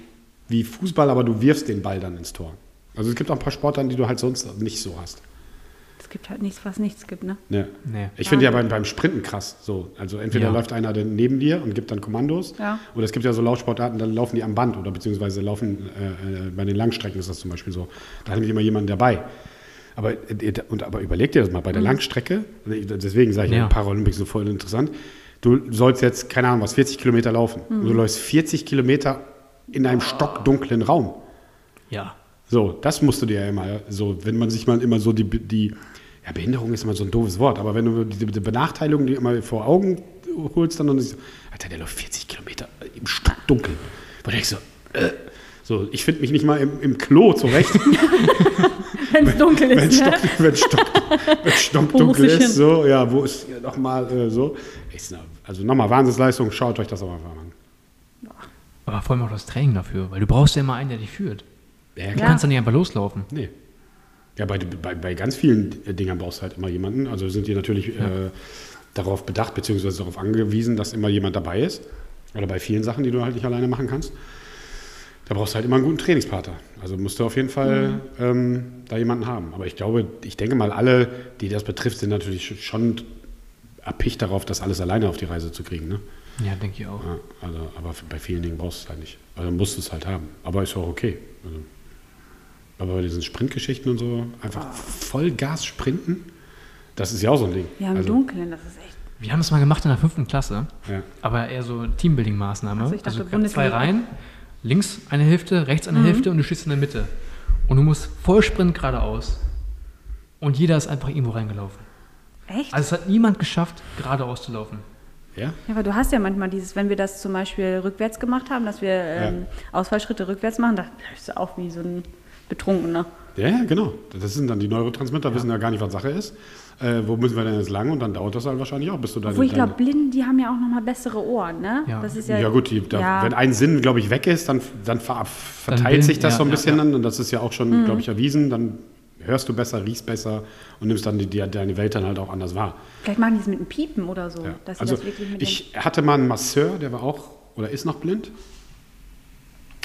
S1: wie Fußball, aber du wirfst den Ball dann ins Tor. Also es gibt auch ein paar Sportarten, die du halt sonst nicht so hast.
S3: Es gibt halt nichts, was nichts gibt, ne?
S1: Ne.
S2: Nee.
S1: Ich finde ja beim, beim Sprinten krass. So. Also entweder
S2: Ja.
S1: läuft einer dann neben dir und gibt dann Kommandos,
S3: Ja.
S1: oder es gibt ja so Laufsportarten, dann laufen die am Band oder beziehungsweise laufen äh, äh, bei den Langstrecken ist das zum Beispiel so. Da hat nämlich immer jemand dabei. Aber, äh, und, aber überleg dir das mal, bei der Langstrecke, deswegen sage ich
S2: Ja.
S1: ja. Paralympics so voll interessant, du sollst jetzt, keine Ahnung was, 40 Kilometer laufen. Und du läufst 40 Kilometer in einem stockdunklen Raum.
S2: Ja.
S1: So, das musst du dir ja immer so, wenn man sich mal immer so die, die ja, Behinderung ist immer so ein doofes Wort, aber wenn du diese die Benachteiligung dir immer vor Augen holst, dann und so, Alter, der läuft 40 Kilometer im Stockdunkeln. Wo denkst du, äh, so, ich finde mich nicht mal im, im Klo zurecht,
S3: Wenn es dunkel
S1: wenn
S3: ist,
S1: Stock,
S3: ne?
S1: wenn Stock, wenn
S3: Wo muss
S1: Stockdunkel
S3: ich hin?
S1: ist. So, ja, wo ist ja, nochmal äh, so. Ist, na- also nochmal Wahnsinnsleistung, schaut euch das auch einfach an.
S2: Aber vor allem auch das Training dafür, weil du brauchst ja immer einen, der dich führt.
S1: Ja,
S2: Du
S3: Ja.
S2: kannst dann nicht einfach loslaufen.
S1: Nee. Ja, bei, bei, bei ganz vielen äh, Dingern brauchst du halt immer jemanden. Also sind die natürlich äh, darauf bedacht, beziehungsweise darauf angewiesen, dass immer jemand dabei ist. Oder bei vielen Sachen, die du halt nicht alleine machen kannst. Da brauchst du halt immer einen guten Trainingspartner. Also musst du auf jeden Fall ähm, da jemanden haben. Aber ich glaube, ich denke mal, alle, die das betrifft, sind natürlich schon erpicht darauf, das alles alleine auf die Reise zu kriegen. Ne?
S2: Ja, denke ich auch.
S1: Ja, also, aber f- bei vielen Dingen brauchst du es halt nicht. Also musst du es halt haben. Aber ist auch okay. Also, aber bei diesen Sprintgeschichten und so, einfach Vollgas sprinten, das ist ja auch so ein Ding.
S3: Ja, im
S1: also,
S3: Dunkeln, das ist echt...
S2: Wir haben das mal gemacht in der fünften Klasse,
S1: Ja.
S2: aber eher so Teambuilding-Maßnahme. Also,
S3: Also ich dachte,
S2: zwei
S3: Bundesliga. Mhm.
S2: Reihen, links eine Hälfte, rechts eine Hälfte und du stehst in der Mitte. Und du musst Vollsprint geradeaus. Und jeder ist einfach irgendwo reingelaufen.
S3: Echt?
S2: Also es hat niemand geschafft, geradeaus zu laufen.
S1: Ja?
S3: Ja, aber du hast ja manchmal dieses, wenn wir das zum Beispiel rückwärts gemacht haben, dass wir ähm, Ausfallschritte rückwärts machen, da läufst du auch wie so ein Betrunkener.
S1: Ja, ja, genau. Das sind dann die Neurotransmitter, wissen ja gar nicht, was Sache ist. Äh, wo müssen wir denn jetzt lang? Und dann dauert das halt wahrscheinlich auch, bis du deine...
S3: Obwohl ich glaube,
S1: deine
S3: Blinden, die haben ja auch nochmal bessere Ohren, ne?
S2: Ja.
S3: Das ist ja,
S1: ja, gut, die, da,
S3: ja.
S1: wenn ein Sinn, glaube ich, weg ist, dann, dann ver, verteilt
S2: bilden-
S1: sich das
S2: ja,
S1: so ein
S2: ja,
S1: bisschen
S2: ja.
S1: dann. Und das ist ja auch schon,
S3: Mhm.
S1: glaube ich, erwiesen. Dann hörst du besser, riechst besser und nimmst dann die, die, deine Welt dann halt auch anders wahr.
S3: Vielleicht machen die es mit einem Piepen oder so.
S1: Ja.
S3: Dass sie
S1: Also
S3: das wirklich mit
S1: ich hatte mal einen Masseur, der war auch oder ist noch blind.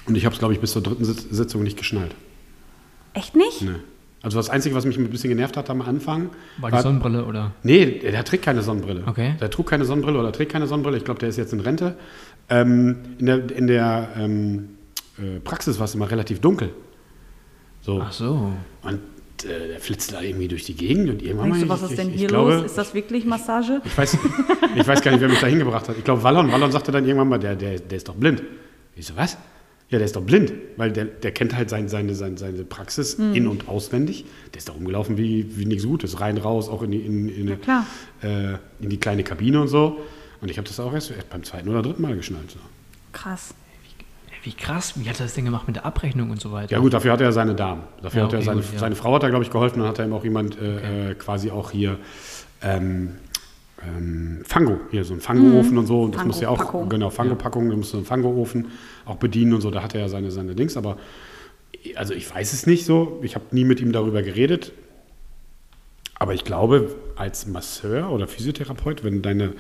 S1: Und ich habe es, glaube ich, bis zur dritten Sitz- Sitzung nicht geschnallt.
S3: dem, echt nicht?
S1: Nee. Also das Einzige, was mich ein bisschen genervt hat am Anfang,
S2: War die Sonnenbrille oder?
S1: Nee, der, der trägt keine Sonnenbrille.
S2: Okay.
S1: Der trug keine Sonnenbrille oder trägt keine Sonnenbrille. Ich glaube, der ist jetzt in Rente. Ähm, in der, in der ähm, äh, Praxis war es immer relativ dunkel. So.
S2: Ach so.
S1: Und äh, der flitzt da irgendwie durch die Gegend und irgendwann
S3: Denkst
S1: mal.
S3: du, was
S1: ich,
S3: ist denn
S1: ich,
S3: hier
S1: ich glaube,
S3: los? Ist das wirklich Massage?
S1: ich weiß, ich weiß gar nicht, wer mich da hingebracht hat. Ich glaube, Wallon. Wallon sagte dann irgendwann mal, der, der, der ist doch blind. Ich so, was? Ja, der ist doch blind, weil der, der kennt halt sein, seine, seine, seine Praxis in- und auswendig. Der ist da rumgelaufen wie, wie nichts Gutes, rein, raus, auch in die, in, in,
S3: Na klar.
S1: äh, in die kleine Kabine und so. Und ich habe das auch erst beim zweiten oder dritten Mal geschnallt. So.
S3: Krass.
S2: Wie krass, wie hat er das denn gemacht mit der Abrechnung und so weiter?
S1: Ja gut, dafür hat er seine Damen. Dafür
S2: Ja,
S1: hat er
S2: okay,
S1: seine,
S2: gut, ja.
S1: seine Frau hat er, glaube ich, geholfen. Dann hat er ihm auch jemand äh, äh, quasi auch hier ähm, ähm, Fango, hier so ein Fangoofen und so. Und das
S3: Fango,
S1: muss ja auch,
S3: Packung.
S1: genau, Fangopackungen, da musst du einen Fangoofen auch bedienen und so. Da hat er ja seine, seine Dings. Aber also ich weiß es nicht so. Ich habe nie mit ihm darüber geredet. Aber ich glaube, als Masseur oder Physiotherapeut, wenn deine,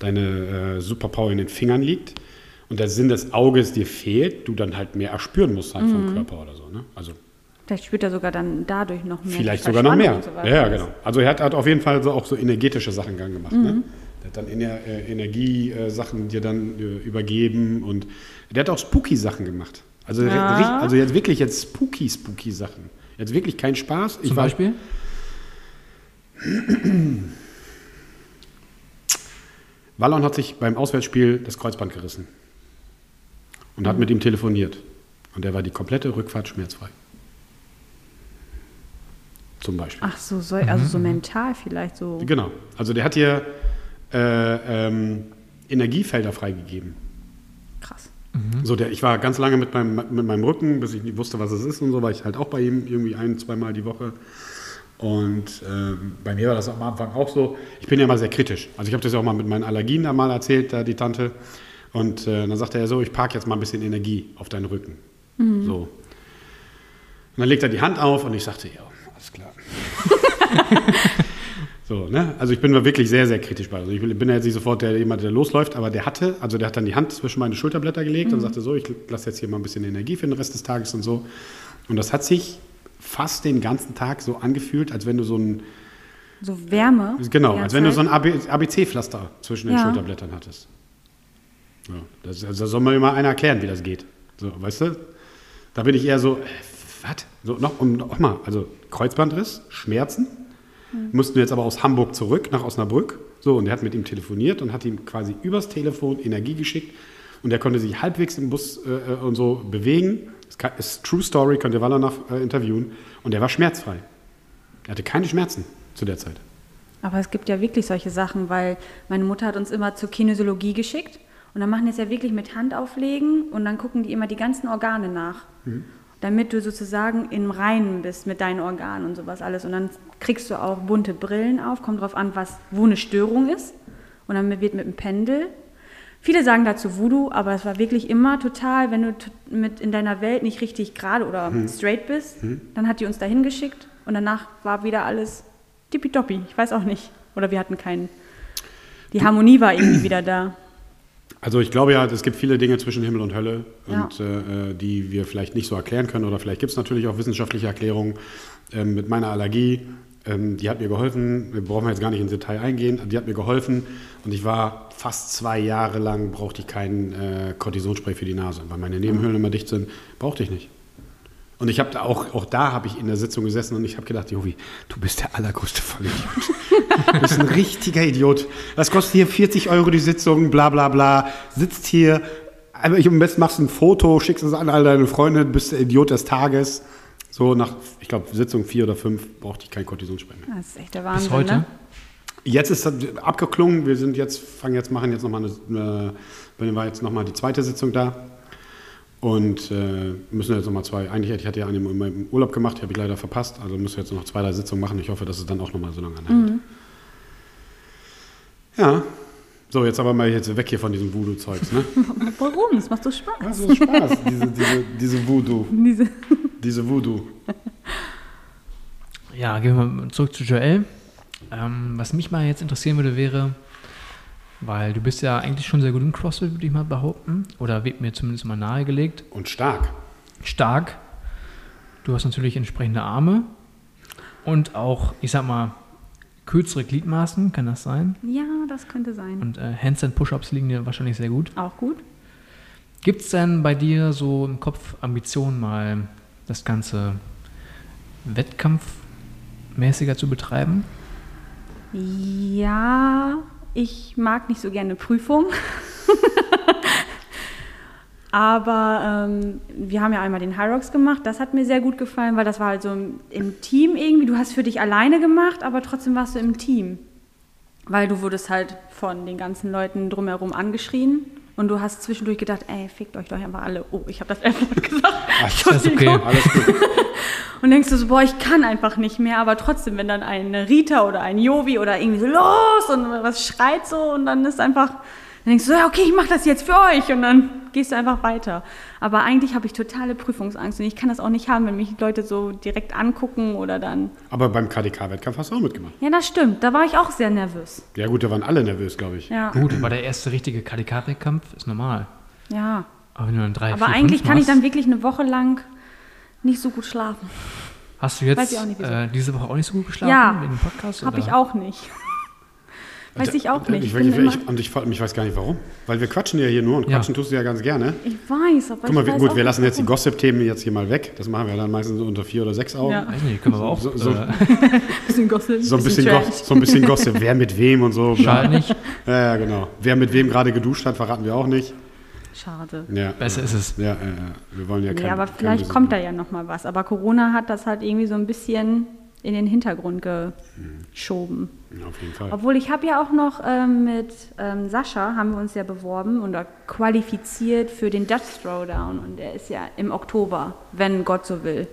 S1: deine äh, Superpower in den Fingern liegt und der Sinn des Auges dir fehlt, du dann halt mehr erspüren musst halt vom Körper oder so. Ne? Also
S3: Vielleicht spürt er sogar dann dadurch noch mehr.
S1: vielleicht
S3: die
S1: sogar noch mehr.
S3: Verspannung und so
S1: ja,
S3: weiter.
S1: ja, genau. Also er hat, hat auf jeden Fall so auch so energetische Sachen gern gemacht.
S3: Mhm.
S1: Ne? Der hat dann Ener äh, Energiesachen dir dann äh, übergeben und der hat auch spooky Sachen gemacht. Also, ri-
S3: Ja.
S1: ri- also jetzt wirklich jetzt spooky, spooky Sachen. Jetzt wirklich kein Spaß.
S2: Zum
S1: war-
S2: Beispiel?
S1: Wallon hat sich beim Auswärtsspiel das Kreuzband gerissen und
S3: Mhm.
S1: hat mit ihm telefoniert. Und er war die komplette Rückfahrt schmerzfrei. Zum Beispiel.
S3: Ach so, soll, also
S1: Mhm.
S3: so mental vielleicht so.
S1: Genau. Also der hat hier äh, ähm, Energiefelder freigegeben.
S3: Krass.
S1: So, der, ich war ganz lange mit meinem, mit meinem Rücken, bis ich nicht wusste, was es ist und so, war ich halt auch bei ihm irgendwie ein, zweimal die Woche. Und ähm, bei mir war das am Anfang auch so. Ich bin ja mal sehr kritisch. Also ich habe das ja auch mal mit meinen Allergien da mal erzählt, da die Tante. Und äh, dann sagte er so, ich park jetzt mal ein bisschen Energie auf deinen Rücken. So. Und dann legt er die Hand auf und ich sagte, ja, alles klar. So, ne? Also ich bin da wirklich sehr, sehr kritisch bei. Also ich bin ja jetzt nicht sofort der, jemand, der losläuft, aber der hatte, also der hat dann die Hand zwischen meine Schulterblätter gelegt und sagte so, ich lasse jetzt hier mal ein bisschen Energie für den Rest des Tages und so. Und das hat sich fast den ganzen Tag so angefühlt, als wenn du so ein,
S3: So Wärme.
S1: genau,
S3: die
S1: als
S3: ganze
S1: wenn du so
S3: Zeit.
S1: ein ABC-Pflaster zwischen den
S3: Ja.
S1: Schulterblättern hattest. Ja, das, also da soll mir mal einer erklären, wie das geht. So, weißt du? Da bin ich eher so, äh, was? So, noch, und noch mal, also Kreuzbandriss, Schmerzen,
S3: Hm.
S1: mussten wir jetzt aber aus Hamburg zurück nach Osnabrück. So, und er hat mit ihm telefoniert und hat ihm quasi übers Telefon Energie geschickt. Und er konnte sich halbwegs im Bus äh, und so bewegen. Es ka- ist True Story, könnt ihr Waller nach äh, interviewen. Und er war schmerzfrei. Er hatte keine Schmerzen zu der Zeit.
S3: Aber es gibt ja wirklich solche Sachen, weil meine Mutter hat uns immer zur Kinesiologie geschickt und dann machen die es ja wirklich mit Hand auflegen und dann gucken die immer die ganzen Organe nach, damit du sozusagen im Reinen bist mit deinen Organen und sowas alles. Und dann kriegst du auch bunte Brillen auf, kommt drauf an, was, wo eine Störung ist und dann wird mit dem Pendel. Viele sagen dazu Voodoo, aber es war wirklich immer total, wenn du t- mit in deiner Welt nicht richtig gerade oder
S2: Hm.
S3: straight bist, dann hat die uns dahin geschickt und danach war wieder alles Tippitoppi, ich weiß auch nicht. Oder wir hatten keinen. Die Harmonie war irgendwie wieder da.
S1: Also ich glaube ja, es gibt viele Dinge zwischen Himmel und Hölle,
S3: Ja.
S1: und, äh, äh, die wir vielleicht nicht so erklären können. Oder vielleicht gibt es natürlich auch wissenschaftliche Erklärungen. Ähm, mit meiner Allergie, ähm, die hat mir geholfen, wir brauchen jetzt gar nicht ins Detail eingehen, die hat mir geholfen und ich war fast zwei Jahre lang, brauchte ich keinen äh, Cortisonspray für die Nase, weil meine Nebenhöhlen immer dicht sind, brauchte ich nicht. Und ich habe da auch, auch da habe ich in der Sitzung gesessen und ich habe gedacht, Jovi, du bist der allergrößte Vollidiot. Du bist ein richtiger Idiot. Das kostet hier 40 Euro die Sitzung, bla bla bla. Sitzt hier, also aber ich am besten machst du ein Foto, schickst es an all deine Freunde, bist der Idiot des Tages. So nach, ich glaube, Sitzung vier oder fünf brauchte ich kein Cortisonspray mehr.
S3: Das ist echt der
S2: Bis
S3: Wahnsinn.
S2: heute.
S3: Ne?
S1: Jetzt ist das abgeklungen. Wir sind jetzt, fangen jetzt, machen jetzt nochmal eine, eine, war jetzt nochmal die zweite Sitzung da. Und äh, müssen jetzt nochmal zwei, eigentlich hätte ich hatte ja eine im- im Urlaub gemacht, die habe ich leider verpasst. Also müssen wir jetzt noch zwei, drei Sitzungen machen. Ich hoffe, dass es dann auch nochmal so lange anhält. Ja. So, jetzt aber mal jetzt weg hier von diesem Voodoo-Zeugs, ne?
S3: Warum? Das macht so Spaß.
S1: Das ist Spaß, diese, diese, diese Voodoo.
S3: Diese,
S1: Diese Voodoo.
S2: Ja, gehen wir mal zurück zu Joel. Ähm, was mich mal jetzt interessieren würde, wäre, weil du bist ja eigentlich schon sehr gut im CrossFit, würde ich mal behaupten. Oder wird mir zumindest mal nahegelegt.
S1: Und stark.
S2: Stark. Du hast natürlich entsprechende Arme. Und auch, ich sag mal, kürzere Gliedmaßen, kann das sein?
S3: ja, das könnte sein.
S2: Und äh, Handstand-Push-Ups liegen dir wahrscheinlich sehr gut.
S3: Auch gut.
S2: Gibt es denn bei dir so im Kopf Ambitionen, mal das Ganze wettkampfmäßiger zu betreiben?
S3: Ja, ich mag nicht so gerne Prüfungen. Aber ähm, wir haben ja einmal den High Rocks gemacht. Das hat mir sehr gut gefallen, weil das war halt so im, im Team irgendwie. Du hast für dich alleine gemacht, aber trotzdem warst du im Team. Weil du wurdest halt von den ganzen Leuten drumherum angeschrien. Und du hast zwischendurch gedacht, ey, fickt euch doch einfach alle. Oh, ich habe das F-Wort gesagt.
S1: Ach,
S2: das ist okay.
S1: Alles gut.
S3: Und denkst du so, boah, ich kann einfach nicht mehr, aber trotzdem, wenn dann eine Rita oder ein Jovi oder irgendwie so los und was schreit so und dann ist einfach, dann denkst du, so, ja, okay, ich mache das jetzt für euch und dann gehst du einfach weiter. Aber eigentlich habe ich totale Prüfungsangst und ich kann das auch nicht haben, wenn mich Leute so direkt angucken oder dann.
S1: Aber beim KDK-Wettkampf hast du auch mitgemacht.
S3: Ja, das stimmt, da war ich auch sehr nervös.
S1: Ja gut, da waren alle nervös, glaube ich.
S3: Ja,
S2: Gut, war der erste richtige KDK-Wettkampf, ist normal.
S3: ja.
S2: Aber wenn du dann drei,
S3: Aber
S2: vier,
S3: eigentlich
S2: fünf
S3: kann ich
S2: machst,
S3: dann wirklich eine Woche lang nicht so gut schlafen.
S2: Hast du jetzt
S3: weiß ich auch nicht, wieso.
S2: äh, diese Woche auch nicht so gut geschlafen
S3: Ja,
S2: wegen dem Podcast?
S3: Habe
S2: oder?
S3: ich auch nicht. Weiß ich auch nicht.
S1: Ich,
S3: bin
S1: ich,
S3: immer-
S1: ich, und ich, und ich weiß gar nicht warum. Weil wir quatschen ja hier nur und
S2: Ja.
S1: quatschen tust du ja ganz gerne.
S3: ich weiß, aber
S1: Guck mal,
S3: ich
S1: wir,
S3: weiß
S1: gut, wir
S3: auch nicht,
S1: lassen jetzt die
S3: warum.
S1: Gossip-Themen jetzt hier mal weg. Das machen wir dann meistens so unter vier oder sechs Augen.
S3: Ja.
S2: Weiß nicht, können wir aber auch.
S1: So- so-
S2: äh,
S3: bisschen Gossip.
S1: So, ein bisschen Go-
S3: Trash.
S1: so ein bisschen Gossip, wer mit wem und so.
S2: schade nicht.
S1: Ja, ja, genau. Wer mit wem gerade geduscht hat, verraten wir auch nicht.
S3: Schade.
S1: Ja,
S2: Besser ist es.
S1: Ja, ja, ja. wir wollen ja kein,
S3: Nee, aber
S1: kein
S3: vielleicht
S1: Business
S3: kommt da
S1: machen.
S3: ja noch mal was. Aber Corona hat das halt irgendwie so ein bisschen in den Hintergrund geschoben.
S1: Ja, auf jeden Fall.
S3: Obwohl ich habe ja auch noch ähm, mit ähm, Sascha, haben wir uns ja beworben oder qualifiziert für den Dutch Throwdown. Und der ist ja im Oktober, wenn Gott so will.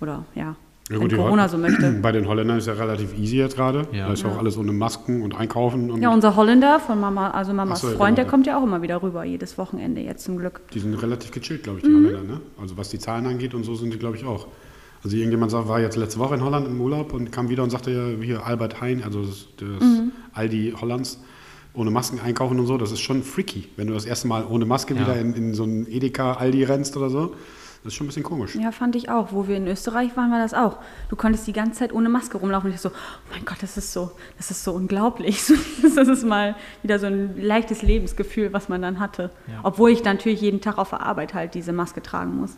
S3: Oder ja,
S1: Mhm. Ja,
S3: wenn
S1: die
S3: Corona
S1: Hol-
S3: so möchte.
S1: Bei den Holländern ist ja relativ easy jetzt gerade.
S2: Ja.
S1: Da ist ja auch alles ohne Masken und Einkaufen. Und
S3: Ja, unser Holländer von Mama, also Mamas
S1: Ach so, ja,
S3: Freund, der
S1: genau.
S3: kommt ja auch immer wieder rüber, jedes Wochenende jetzt zum Glück.
S1: Die sind relativ gechillt, glaube ich, die
S3: Mhm.
S1: Holländer. Ne? Also was die Zahlen angeht und so sind die, glaube ich, auch. Also irgendjemand sagt, war jetzt letzte Woche in Holland im Urlaub und kam wieder und sagte, ja, hier Albert Heijn, also das, das
S3: Mhm.
S1: Aldi Hollands, ohne Masken einkaufen und so, das ist schon freaky, wenn du das erste Mal ohne Maske
S2: Ja.
S1: wieder in, in so einen Edeka-Aldi rennst oder so. Das ist schon ein bisschen komisch.
S3: Ja, fand ich auch. Wo wir in Österreich waren, war das auch. Du konntest die ganze Zeit ohne Maske rumlaufen. Und ich so, oh mein Gott, das ist so, das ist so unglaublich. So, Das ist mal wieder so ein leichtes Lebensgefühl, was man dann hatte.
S2: Ja.
S3: Obwohl ich natürlich jeden Tag auf der Arbeit halt diese Maske tragen muss.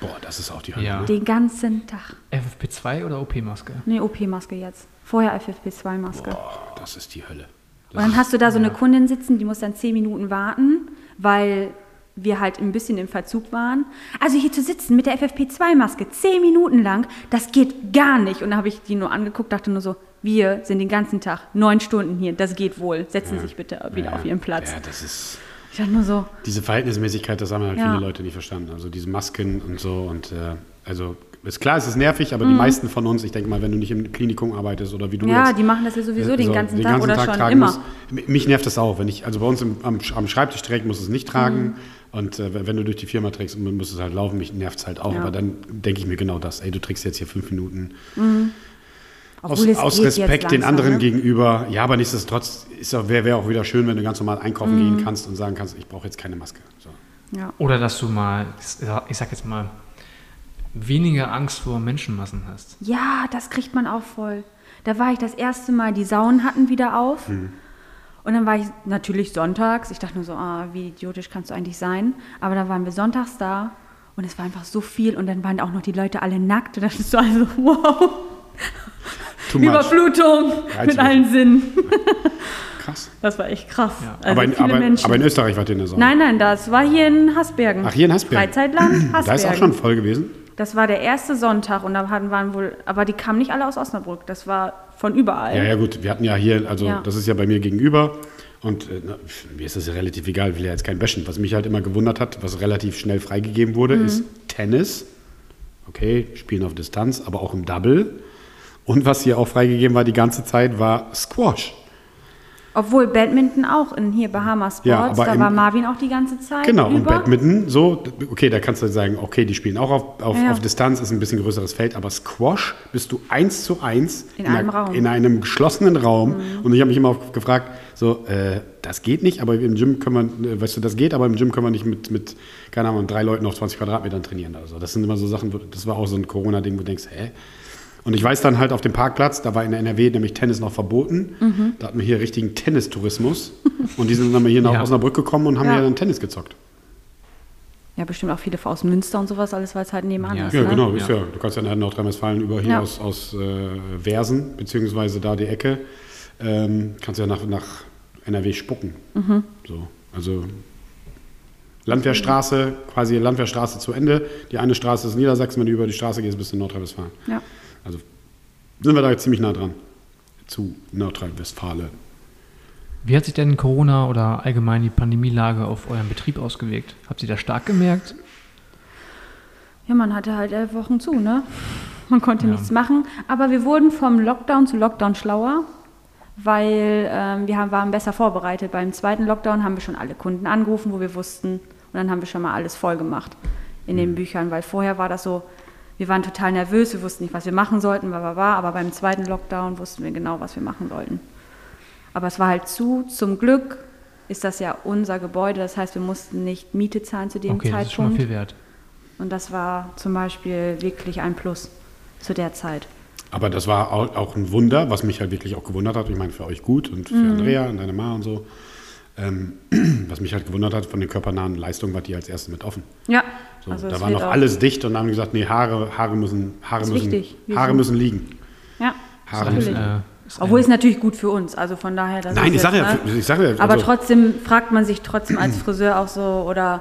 S1: Boah, das ist auch die Hölle.
S2: Ja.
S1: Ne?
S3: Den ganzen Tag.
S2: FFP2 oder OP-Maske?
S3: Nee, OP-Maske jetzt. Vorher FFP2-Maske.
S1: Boah, das ist die Hölle.
S3: Und dann hast du da so eine Kundin sitzen, die muss dann zehn Minuten warten, weil wir halt ein bisschen im Verzug waren. Also hier zu sitzen mit der FFP2-Maske zehn Minuten lang, das geht gar nicht. Und da habe ich die nur angeguckt, dachte nur so, wir sind den ganzen Tag neun Stunden hier, das geht wohl. Setzen Sie sich bitte wieder
S1: Ja.
S3: auf Ihren Platz.
S1: Ja, das ist...
S3: Ich dachte nur so,
S1: Diese Verhältnismäßigkeit, das haben halt
S3: Ja.
S1: viele Leute nicht verstanden. Also diese Masken und so. Und äh, also ist klar, es ist nervig, aber die meisten von uns, ich denke mal, wenn du nicht im Klinikum arbeitest oder wie du
S3: Mhm. ja,
S1: jetzt,
S3: die machen das ja sowieso
S1: äh,
S3: den
S1: so
S3: ganzen Tag oder schon
S1: tragen
S3: immer.
S1: Musst, mich nervt das auch, wenn ich also bei uns im, am, am Schreibtisch direkt muss es nicht
S3: Mhm.
S1: tragen und äh, wenn du durch die Firma trägst, muss es halt laufen. Mich nervt es halt auch,
S3: Ja.
S1: aber dann denke ich mir genau das. Ey, du trägst jetzt hier fünf Minuten aus,
S3: Obwohl, es
S1: aus
S3: geht jetzt
S1: Respekt den
S3: langsam,
S1: anderen
S3: ne?
S1: gegenüber. Ja, aber nichtsdestotrotz wäre wär auch wieder schön, wenn du ganz normal einkaufen
S3: Mhm.
S1: gehen kannst und sagen kannst, ich brauche jetzt keine Maske. So.
S3: Ja.
S2: Oder dass du mal, ich sag ich sag jetzt mal, weniger Angst vor Menschenmassen hast.
S3: Ja, das kriegt man auch voll. Da war ich das erste Mal, die Saunen hatten wieder auf.
S1: Hm.
S3: Und dann war ich natürlich sonntags. Ich dachte nur so, ah, wie idiotisch kannst du eigentlich sein? Aber dann waren wir sonntags da und es war einfach so viel. Und dann waren auch noch die Leute alle nackt. Und das ist so, also, wow,
S1: Too much.
S3: Überflutung mit
S1: Reizüberflutung.
S3: allen Sinnen.
S1: Krass.
S3: Das war echt krass.
S2: Ja.
S3: Also
S1: aber, in,
S3: viele
S1: aber,
S3: Menschen.
S1: aber in Österreich war der in der Sonne.
S3: nein, nein, das war hier in Hasbergen.
S1: Ach, hier in Hasbergen.
S3: Freizeitland, Hasbergen.
S1: Da ist auch schon voll gewesen.
S3: Das war der erste Sonntag und da hatten- waren wohl, aber die kamen nicht alle aus Osnabrück. Das war von überall.
S1: Ja, ja, gut, wir hatten ja hier, also
S3: Äh. Ja.
S1: das ist ja bei mir gegenüber und äh, na, pf, mir ist das ja relativ egal, ich will ja jetzt kein Bashen. Was mich halt immer gewundert hat, was relativ schnell freigegeben wurde,
S3: Mhm.
S1: ist Tennis. Okay, Spielen auf Distanz, aber auch im Double. Und was hier auch freigegeben war die ganze Zeit, war Squash.
S3: Obwohl Badminton auch in hier Bahamas Sports,
S1: Ja, aber
S3: da
S1: im-
S3: war Marvin auch die ganze Zeit.
S1: Genau,
S3: über.
S1: und Badminton, so, d- okay, da kannst du sagen, okay, die spielen auch auf, auf,
S3: Ja, ja.
S1: auf Distanz, ist ein bisschen größeres Feld, aber Squash bist du eins zu eins
S3: In einem
S1: einer-
S3: Raum. Mhm.
S1: in einem geschlossenen Raum. Und ich habe mich immer auch gefragt, so, äh, das geht nicht, aber im Gym können wir, äh, weißt du, das geht, aber im Gym können wir nicht mit, mit keine Ahnung, drei Leuten auf 20 Quadratmetern trainieren. Also, das sind immer so Sachen, wo- das war auch so ein Corona-Ding, wo du denkst, hä? Und ich weiß dann halt auf dem Parkplatz, da war in der NRW nämlich Tennis noch verboten.
S3: Mhm.
S1: Da hatten wir hier richtigen Tennistourismus. und die sind dann mal hier nach
S2: Ja.
S1: Osnabrück gekommen und haben
S3: Ja.
S1: hier dann Tennis gezockt.
S3: Ja, bestimmt auch viele aus Münster und sowas, alles weil es halt nebenan
S2: Ja.
S3: ist.
S1: Ja,
S3: ne?
S1: genau, ist
S2: Ja.
S1: ja. Du kannst ja in Nordrhein-Westfalen über hier
S3: Ja.
S1: aus, aus äh, Versen, beziehungsweise da die Ecke, ähm, kannst ja nach, nach NRW spucken.
S3: Mhm.
S1: So, also Landwehrstraße, quasi Landwehrstraße zu Ende. Die eine Straße ist Niedersachsen, wenn du über die Straße gehst, bist du in Nordrhein-Westfalen.
S3: Ja.
S1: Also sind wir da ziemlich nah dran. Zu Nordrhein-Westfalen.
S2: Wie hat sich denn Corona oder allgemein die Pandemielage auf euren Betrieb ausgewirkt? Habt ihr das stark gemerkt?
S3: ja, man hatte halt elf Wochen zu, ne? Man konnte
S2: Ja.
S3: nichts machen. Aber wir wurden vom Lockdown zu Lockdown schlauer, weil ähm, wir haben, waren besser vorbereitet. Beim zweiten Lockdown haben wir schon alle Kunden angerufen, wo wir wussten. Und dann haben wir schon mal alles voll gemacht in
S2: Mhm.
S3: den Büchern, weil vorher war das so, wir waren total nervös, wir wussten nicht, was wir machen sollten, bla, bla, bla. aber beim zweiten Lockdown wussten wir genau, was wir machen sollten. Aber es war halt zu. Zum Glück ist das ja unser Gebäude, das heißt, wir mussten nicht Miete zahlen zu dem
S2: okay, das ist schon mal viel
S3: Zeitpunkt.
S2: wert.
S3: Und das war zum Beispiel wirklich ein Plus zu der Zeit.
S1: Aber das war au- auch ein Wunder, was mich halt wirklich auch gewundert hat. Ich meine, für euch gut und für
S3: Mhm.
S1: Andrea und deine Ma und so. Ähm, was mich halt gewundert hat, von den körpernahen Leistungen war die als erste mit offen.
S3: Ja, Also
S1: So,
S3: es
S1: da war
S3: wird
S1: noch
S3: auch-
S1: alles dicht und dann haben die gesagt, nee, Haare, Haare müssen, Haare
S3: Ist
S1: müssen,
S3: wichtig. Wir
S1: Haare
S3: sind-
S1: müssen liegen.
S3: Ja,
S1: Haare
S2: Ist
S1: müssen.
S2: ein,
S3: natürlich.
S2: äh, ist
S3: Obwohl
S2: ein-
S3: es natürlich gut für uns, also von daher. Das
S1: Nein,
S3: ist
S1: ich sage
S3: jetzt,
S1: ja,
S3: ne?
S1: ich sage ja.
S3: Aber
S1: also-
S3: trotzdem fragt man sich trotzdem als Friseur auch so, oder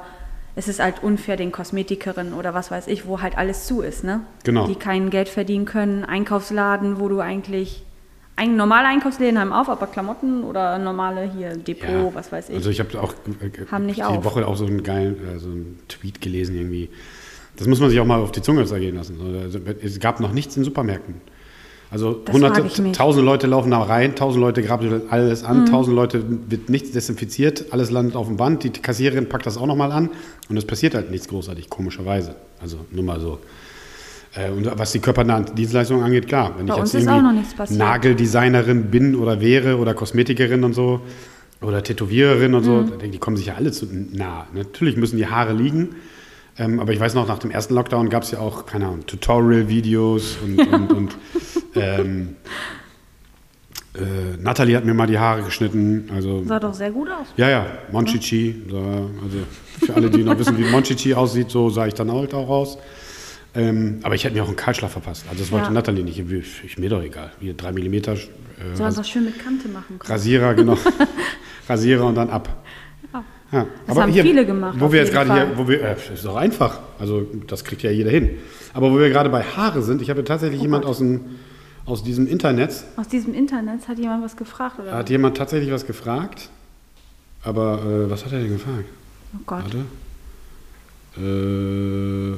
S3: es ist halt unfair den Kosmetikerinnen oder was weiß ich, wo halt alles zu ist, ne?
S1: Genau.
S3: Die kein Geld verdienen können, Einkaufsladen, wo du eigentlich. Ein, normale Einkaufsläden haben auf, aber Klamotten oder normale hier Depot,
S1: Ja.
S3: was weiß ich.
S1: Also ich habe auch äh,
S3: Haben nicht
S1: die
S3: auf.
S1: Woche auch so einen geilen äh, so einen Tweet gelesen irgendwie. Das muss man sich auch mal auf die Zunge zergehen lassen. Also, Es gab noch nichts in Supermärkten. Also
S3: Das
S1: hunderte,
S3: frag ich mich. Mhm.
S1: tausend Leute laufen da rein, tausend Leute graben alles an, tausend Leute wird nichts desinfiziert, alles landet auf dem Band, die Kassiererin packt das auch nochmal an und es passiert halt nichts großartig, komischerweise. Also nur mal so. Äh, Und was die körpernahen Dienstleistungen angeht, klar. Wenn
S3: Bei
S1: ich
S3: uns
S1: jetzt
S3: ist
S1: irgendwie
S3: auch noch nichts passiert.
S1: Nageldesignerin bin oder wäre oder Kosmetikerin und so oder Tätowiererin und so, da
S3: Mhm.
S1: denke ich, die kommen sich ja alle zu nah. Natürlich müssen die Haare liegen. Ähm, aber ich weiß noch, nach dem ersten Lockdown gab es ja auch, keine Ahnung, Tutorial-Videos und, und, und ähm, äh, Nathalie hat mir mal die Haare geschnitten. Also,
S3: Sah doch sehr gut aus.
S1: ja, ja, Monchichi. da- Also für alle, die noch wissen, wie Monchichi aussieht, so sah ich dann halt auch aus. Ähm, aber ich hätte mir auch einen Kahlschlag verpasst. Also das wollte
S3: Ja.
S1: Nathalie nicht. Ich, ich, mir doch egal. Hier drei Millimeter äh,
S3: Soll das auch schön mit Kante machen können.
S1: Rasierer, genau. Rasierer und dann ab. Ja.
S3: Das haben viele gemacht,
S1: Wo
S3: auf
S1: wir jetzt
S3: jeden
S1: gerade hier,
S3: Fall.
S1: wo wir, äh, ist doch einfach. Also das kriegt ja jeder hin. Aber wo wir gerade bei Haare sind, ich habe tatsächlich
S3: Oh
S1: jemand aus, dem, aus diesem Internet,
S3: Aus diesem Internet hat jemand was gefragt, oder?
S1: da hat jemand tatsächlich was gefragt. Aber äh, was hat er denn gefragt?
S3: oh Gott.
S1: Warte. Äh,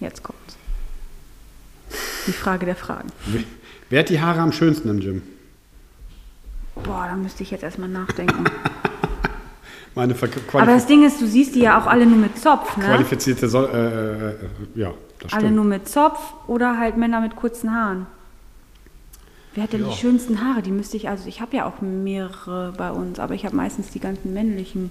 S3: Jetzt kommt's. Die Frage der Fragen.
S1: wer- wer hat die Haare am schönsten im Gym?
S3: Boah, da müsste ich jetzt erstmal nachdenken.
S1: Meine ver- qualif
S3: Aber das Ding ist, du siehst die ja auch alle nur mit Zopf, ne?
S1: qualifizierte Sol äh, äh, äh, ja, das
S3: Alle
S1: stimmt.
S3: nur mit Zopf oder halt Männer mit kurzen Haaren. Wer hat denn
S1: Ja.
S3: die schönsten Haare? Die müsste ich, also ich habe ja auch mehrere bei uns, aber ich habe meistens die ganzen männlichen.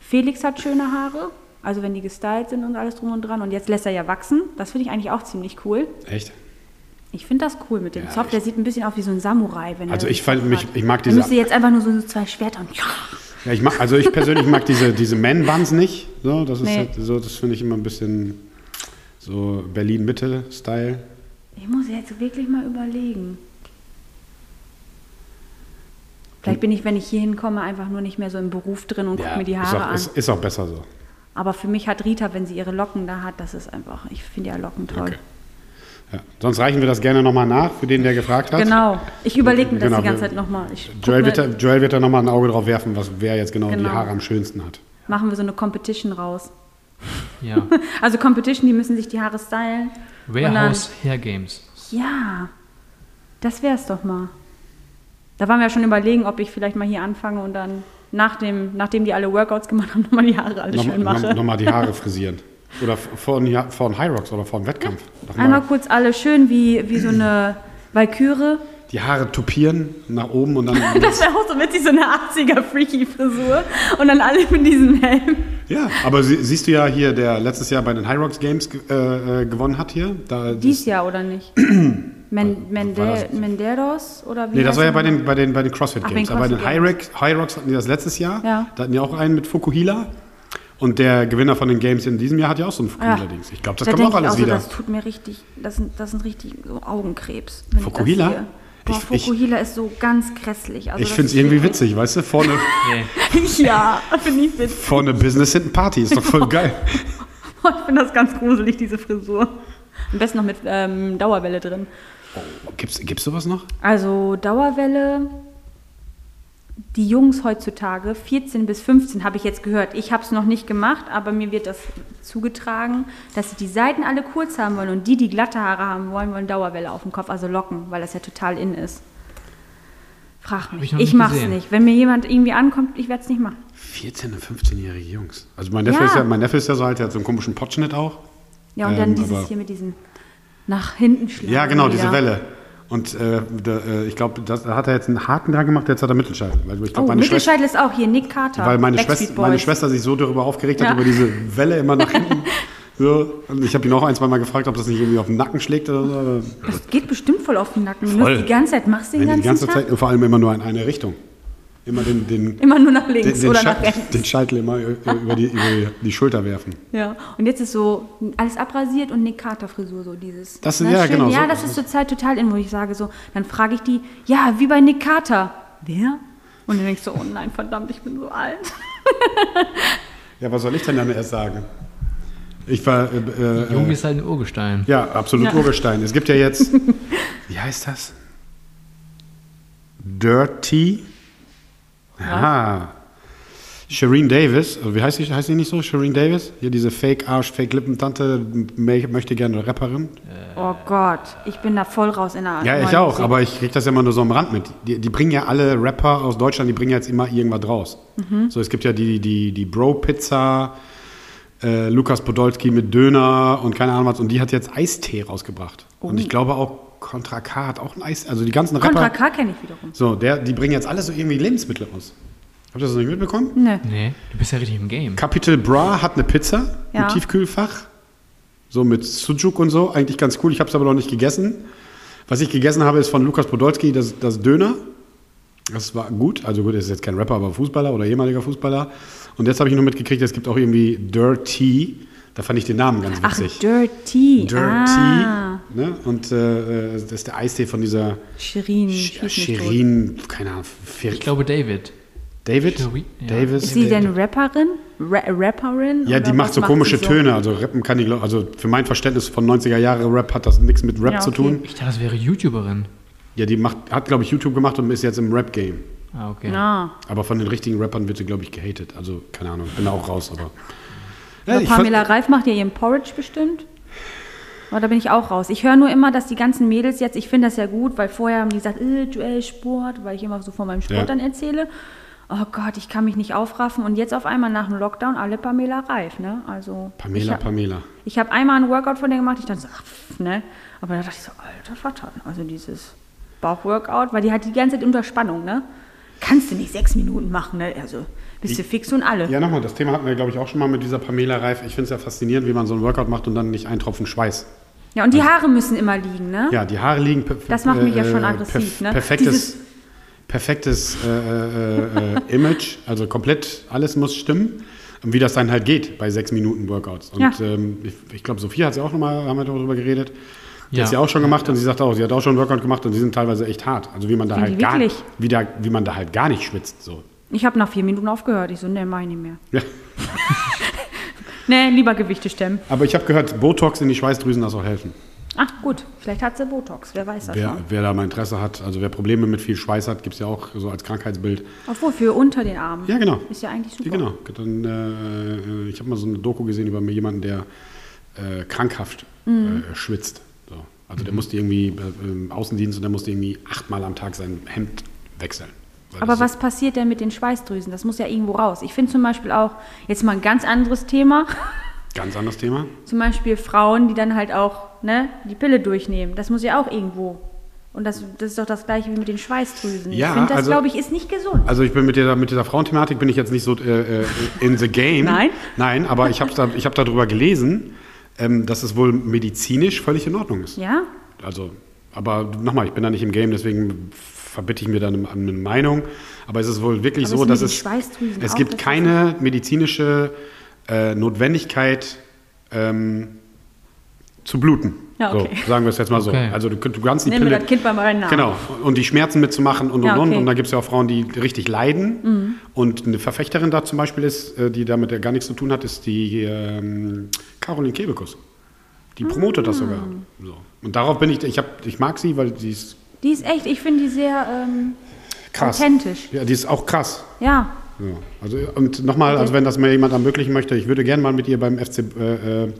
S3: Felix hat schöne Haare, also wenn die gestylt sind und alles drum und dran. Und jetzt lässt er ja wachsen. Das finde ich eigentlich auch ziemlich cool.
S1: Echt?
S3: Ich finde das cool mit dem
S1: Ja,
S3: Zopf. Der
S1: ich-
S3: sieht ein bisschen aus wie so ein Samurai. Wenn
S1: Also
S3: er
S1: ich fand mich- ich mag
S3: Der
S1: diese-
S3: müsste jetzt einfach nur so zwei Schwerter und ja.
S1: Ja, ich mag, also ich persönlich mag diese, diese Man-Buns nicht. So, das ist
S3: Nee.
S1: halt, so, das finde ich immer ein bisschen so Berlin-Mitte-Style.
S3: Ich muss jetzt wirklich mal überlegen. Vielleicht bin ich, wenn ich hier hinkomme, einfach nur nicht mehr so im Beruf drin und gucke mir die
S1: ist
S3: Haare
S1: auch,
S3: an.
S1: Ist, ist auch besser so.
S3: Aber für mich hat Rita, wenn sie ihre Locken da hat, das ist einfach, ich finde ja Locken toll.
S1: Okay. Ja. Sonst reichen wir das gerne nochmal nach, für den, der gefragt hat.
S3: Genau. Ich überlege mir das
S1: Genau,
S3: die ganze
S1: wir-
S3: Zeit nochmal. Ich guck
S1: Joel
S3: mir-
S1: wird, da, Joel wird da nochmal ein Auge drauf werfen, was, wer jetzt genau, die
S3: Genau.
S1: Haare am schönsten hat.
S3: machen wir so eine Competition raus.
S2: äh, Ja.
S3: Also Competition, die müssen sich die Haare stylen.
S2: Warehouse Hair Games.
S3: Ja, das wär's doch mal. Da waren wir ja schon überlegen, ob ich vielleicht mal hier anfange und dann nach dem, nachdem die alle Workouts gemacht haben, nochmal die Haare alle schön mache.
S1: Nochmal noch mal die Haare frisieren. Oder vor ja, vor High Rocks oder vor einem Wettkampf. Noch mal
S3: Einmal kurz alle schön wie, wie so eine Walküre.
S1: Die Haare tupieren nach oben und dann.
S3: Das wäre auch so witzig, so eine 80er-Freaky-Frisur. Und dann alle mit diesem Helm.
S1: ja, aber sie, siehst du ja hier, der letztes Jahr bei den High Rocks Games ge- äh, äh, gewonnen hat hier. Da,
S3: Dies Jahr, oder nicht? Men, Mende,
S1: das?
S3: Menderos oder wie?
S1: Nee, das
S3: heißt
S1: war ja
S3: er
S1: bei den,
S3: nochmal?
S1: bei den, bei den CrossFit
S3: Ach, bei den
S1: Games. Aber bei den
S3: CrossFit
S1: High Rocks, High Rocks hatten die das letztes Jahr.
S3: Ja.
S1: Da hatten die auch einen mit Fukuhila. Und der Gewinner von den Games in diesem Jahr hat ja auch so einen Fukuhila-Dings. Ich glaube, das
S3: Ah Da
S1: kommt auch
S3: denk ich
S1: alles
S3: so,
S1: wieder.
S3: Das tut mir richtig, das sind, das sind richtig so Augenkrebs. wenn ich das
S1: Fukuhila?
S3: sehe. Boah,
S1: Ich- ich-
S3: Fukuhila ist so ganz grässlich. Also
S1: ich
S3: das
S1: finde es
S3: ist
S1: irgendwie
S3: wirklich-
S1: witzig, weißt du? Vorne,
S2: Nee.
S3: ja, finde ich witzig.
S1: vorne Business, hinten Party. Ist doch voll geil.
S3: Boah, Ich finde das ganz gruselig, diese Frisur. Am besten noch mit ähm, Dauerwelle drin.
S1: Gibt's, gibt's sowas noch?
S3: Also Dauerwelle, die Jungs heutzutage, 14 bis 15 habe ich jetzt gehört. Ich habe es noch nicht gemacht, aber mir wird das zugetragen, dass sie die Seiten alle kurz haben wollen und die, die glatte Haare haben wollen, wollen Dauerwelle auf dem Kopf, also locken, weil das ja total in ist. Frag
S2: ich
S3: mich.
S2: noch
S3: Ich,
S2: nicht
S3: mache es
S2: gesehen.
S3: nicht. Wenn mir jemand irgendwie ankommt, ich werde es nicht machen.
S1: 14- und 15-jährige Jungs. Also mein Neffe,
S3: Ja.
S1: ist ja, mein Neffe ist ja so alt, der hat so einen komischen Potschnitt auch.
S3: Ja, und
S1: Ähm,
S3: dann dieses
S1: aber-
S3: hier mit diesem nach hinten schlagen.
S1: Ja, genau, diese
S3: wieder.
S1: Welle. Und äh, da, äh, ich glaube, da hat er jetzt einen Haken da gemacht, jetzt hat er Mittelscheitel. Weil ich glaub,
S3: Oh,
S1: meine Schwester,
S3: Mittelscheitel ist auch hier, Nick Carter.
S1: weil meine
S3: Backstreet
S1: Schwester, meine
S3: Boys.
S1: Schwester sich so darüber aufgeregt hat,
S3: Ja.
S1: über diese Welle immer nach hinten. so. Und ich habe ihn auch ein, zwei Mal gefragt, ob das nicht irgendwie auf den Nacken schlägt oder so. aber
S3: Das geht bestimmt voll auf den Nacken. Du
S1: Voll.
S3: musst die ganze Zeit, machst du den
S1: Wenn die die
S3: ganzen
S1: ganze
S3: Tag.
S1: Zeit, vor allem immer nur in eine Richtung. Immer den, den,
S3: Immer nur nach links
S1: den, den,
S3: oder nach
S1: Scheitel,
S3: rechts.
S1: den Scheitel immer äh, über die, über die Schulter werfen.
S3: Ja. Und jetzt ist so alles abrasiert und Nick Carter Frisur so dieses.
S1: Das- ja,
S3: schön.
S1: genau,
S3: Ja,
S1: so-
S3: das ist zurzeit total in, wo ich sage so, dann frage ich die, ja, wie bei Nick Carter. Wer? Und dann denkst du, oh nein, verdammt, ich bin so alt.
S1: Ja, was soll ich denn dann erst sagen? Ich war. Äh, äh,
S2: Jung
S1: äh,
S2: ist halt ein Urgestein.
S1: ja, absolut
S3: Ja.
S1: Urgestein. Es gibt ja jetzt. wie heißt das? Dirty. Aha. Shireen Davis. Äh, Wie heißt sie, heißt sie nicht so? Shireen Davis? Hier diese Fake-Arsch, Fake-Lippentante, m- möchte gerne Rapperin.
S3: Oh Gott, ich bin da voll raus in der
S1: ja,
S3: neuen
S1: ich auch,
S3: Musik.
S1: aber ich krieg das ja immer nur so am Rand mit. Die, die bringen ja alle Rapper aus Deutschland, die bringen jetzt immer irgendwas raus.
S3: Mhm.
S1: So, es gibt ja die, die, die Bro-Pizza, äh, Lukas Podolski mit Döner und keine Ahnung was. Und die hat jetzt Eistee rausgebracht. Und ich glaube auch, Contra K hat auch ein Eis. Also die ganzen Rapper.
S3: Oh. Contra K kenne ich wiederum.
S1: So, der, die bringen jetzt alle so irgendwie Lebensmittel raus. Habt ihr das noch nicht mitbekommen?
S3: Ne.
S2: Nee, du bist ja richtig im Game.
S1: Capital Bra hat eine Pizza
S3: Ja.
S1: im Tiefkühlfach. So mit Sujuk und so. Eigentlich ganz cool. Ich habe es aber noch nicht gegessen. Was ich gegessen habe, ist von Lukas Podolski das, das Döner. Das war gut. Also gut, er ist jetzt kein Rapper, aber Fußballer oder ehemaliger Fußballer. Und jetzt habe ich nur mitgekriegt, es gibt auch irgendwie Dirty. Da fand ich den Namen ganz
S3: Ach,
S1: witzig.
S3: Dirty.
S1: Dirty.
S3: Ah,
S1: Ne? Und äh, äh, das ist der Eistee von dieser
S3: Shirin. schieß mich tot.
S1: Sherin, keine Ahnung, Fer
S2: Ich glaube, David.
S1: David?
S2: Sherin, ja.
S1: Davis?
S3: Ist sie denn Rapperin? Ra Rapperin?
S1: Ja, die
S3: Oder
S1: macht
S3: was
S1: so komische
S3: sie
S1: Töne. Also rappen kann die, glaub- also für mein Verständnis von 90er Jahre Rap hat das nichts mit Rap
S3: Ja,
S1: zu
S3: okay.
S1: tun.
S2: Ich dachte, das wäre YouTuberin.
S1: Ja, die macht, hat, glaube ich, YouTube gemacht und ist jetzt im Rap-Game.
S2: Ah, okay.
S3: Ah,
S1: Aber von den richtigen Rappern wird sie, glaube ich, gehatet. Also, keine Ahnung, bin da auch raus, aber. Ja,
S3: aber
S1: ich
S3: Pamela
S1: fand,
S3: Reif macht ja ihren Porridge bestimmt. Aber da bin ich auch raus. Ich höre nur immer, dass die ganzen Mädels jetzt, ich finde das ja gut, weil vorher haben die gesagt, äh, Duell, Sport, weil ich immer so von meinem Sport
S1: Ja.
S3: dann erzähle. Oh Gott, ich kann mich nicht aufraffen. Und jetzt auf einmal nach dem Lockdown alle Pamela Reif, ne? Also. ich
S1: Pamela,
S3: hab-
S1: Pamela.
S3: Ich habe einmal einen Workout von der gemacht, ich dachte so, ach, pff, ne? Aber da dachte ich so, alter Vater, also dieses Bauchworkout, weil die hat die ganze Zeit unter Spannung, ne? Kannst du nicht sechs Minuten machen, ne? Also bist du fix und alle.
S1: Ja, nochmal, das Thema hatten wir, glaube ich, auch schon mal mit dieser Pamela Reif. Ich finde es ja faszinierend, wie man so einen Workout macht und dann nicht einen Tropfen Schweiß.
S3: Ja, und die Haare müssen immer liegen, ne?
S1: Ja, die Haare liegen. perf-
S3: Das macht mich ja
S1: äh,
S3: schon aggressiv, ne?
S1: Perfektes,
S3: Dieses-
S1: perfektes äh, äh, äh, Image, also komplett alles muss stimmen. Und wie das dann halt geht bei sechs Minuten Workouts. Und
S3: Ja.
S1: ähm, ich, ich glaube, Sophie hat ja auch nochmal, haben wir darüber geredet. Die
S2: Ja.
S1: hat sie auch schon gemacht und sie sagt auch, sie hat auch schon einen Workout gemacht und die sind teilweise echt hart. Also wie man da
S3: Sind
S1: halt
S3: die
S1: gar,
S3: wirklich?
S1: wie, da, wie man da halt gar nicht schwitzt. So.
S3: Ich habe nach vier Minuten aufgehört. Ich so, ne, mach ich nicht mehr.
S1: Ja.
S3: Nee, lieber Gewichte stemmen.
S1: Aber ich habe gehört, Botox in die Schweißdrüsen, das soll helfen.
S3: Ach gut, vielleicht hat sie Botox, wer weiß das
S1: Wer,
S3: schon.
S1: wer da mal Interesse hat, also wer Probleme mit viel Schweiß hat, gibt es ja auch so als Krankheitsbild.
S3: Obwohl, für unter den Armen.
S1: Ja, genau.
S3: Ist ja eigentlich super.
S1: Ja, genau. Dann, äh, ich habe mal so eine Doku gesehen über jemanden, der äh, krankhaft
S3: Mhm.
S1: äh, schwitzt. So. Also der musste irgendwie äh, im Außendienst und der musste irgendwie achtmal am Tag sein Hemd wechseln. Weil
S3: Aber
S1: das
S3: was passiert denn mit den Schweißdrüsen? Das muss ja irgendwo raus. Ich finde zum Beispiel auch, jetzt mal ein ganz anderes Thema,
S1: ist ein ganz anderes Thema.
S3: zum Beispiel Frauen, die dann halt auch ne, die Pille durchnehmen. Das muss ja auch irgendwo. Und das, das ist doch das gleiche wie mit den Schweißdrüsen.
S1: Ja,
S3: ich finde das,
S1: also-
S3: glaube ich, ist nicht gesund.
S1: Also ich bin mit dieser, mit dieser Frauenthematik bin ich jetzt nicht so äh, äh, in the game.
S3: Nein?
S1: Nein, aber ich habe da, ich hab darüber gelesen, ähm, dass es wohl medizinisch völlig in Ordnung ist.
S3: Ja?
S1: Also, aber nochmal, ich bin da nicht im Game, deswegen verbitte ich mir dann eine, eine Meinung. Aber es ist wohl wirklich
S3: Aber
S1: so,
S3: es sind
S1: dass
S3: die
S1: es,
S3: Schweißdrüsen
S1: es
S3: auch,
S1: gibt
S3: das ist-
S1: keine medizinische äh, Notwendigkeit ähm, zu bluten.
S3: Ja, okay.
S1: so, sagen wir es jetzt mal so.
S2: Okay.
S1: Also du, könnt- du kannst die
S3: Nehmen wir
S1: Pille...
S3: das Kind beim reinen Namen.
S1: Genau, und die Schmerzen mitzumachen und und
S3: Ja,
S1: und.
S3: okay. Mhm.
S1: Und da gibt es ja auch Frauen, die richtig leiden. Und eine Verfechterin da zum Beispiel ist, äh, die damit ja gar nichts zu tun hat, ist die ähm, Caroline Kebekus. Die
S3: Ah.
S1: promotet das sogar. So. Und darauf bin ich, ich, hab, ich mag sie, weil sie ist
S3: Die ist echt, ich finde die sehr ähm,
S1: krass.
S3: authentisch.
S1: Ja, die ist auch krass.
S3: Ja,
S1: Ja. Also, und nochmal, also wenn das mir jemand ermöglichen möchte, ich würde gerne mal mit ihr beim FC, äh, äh,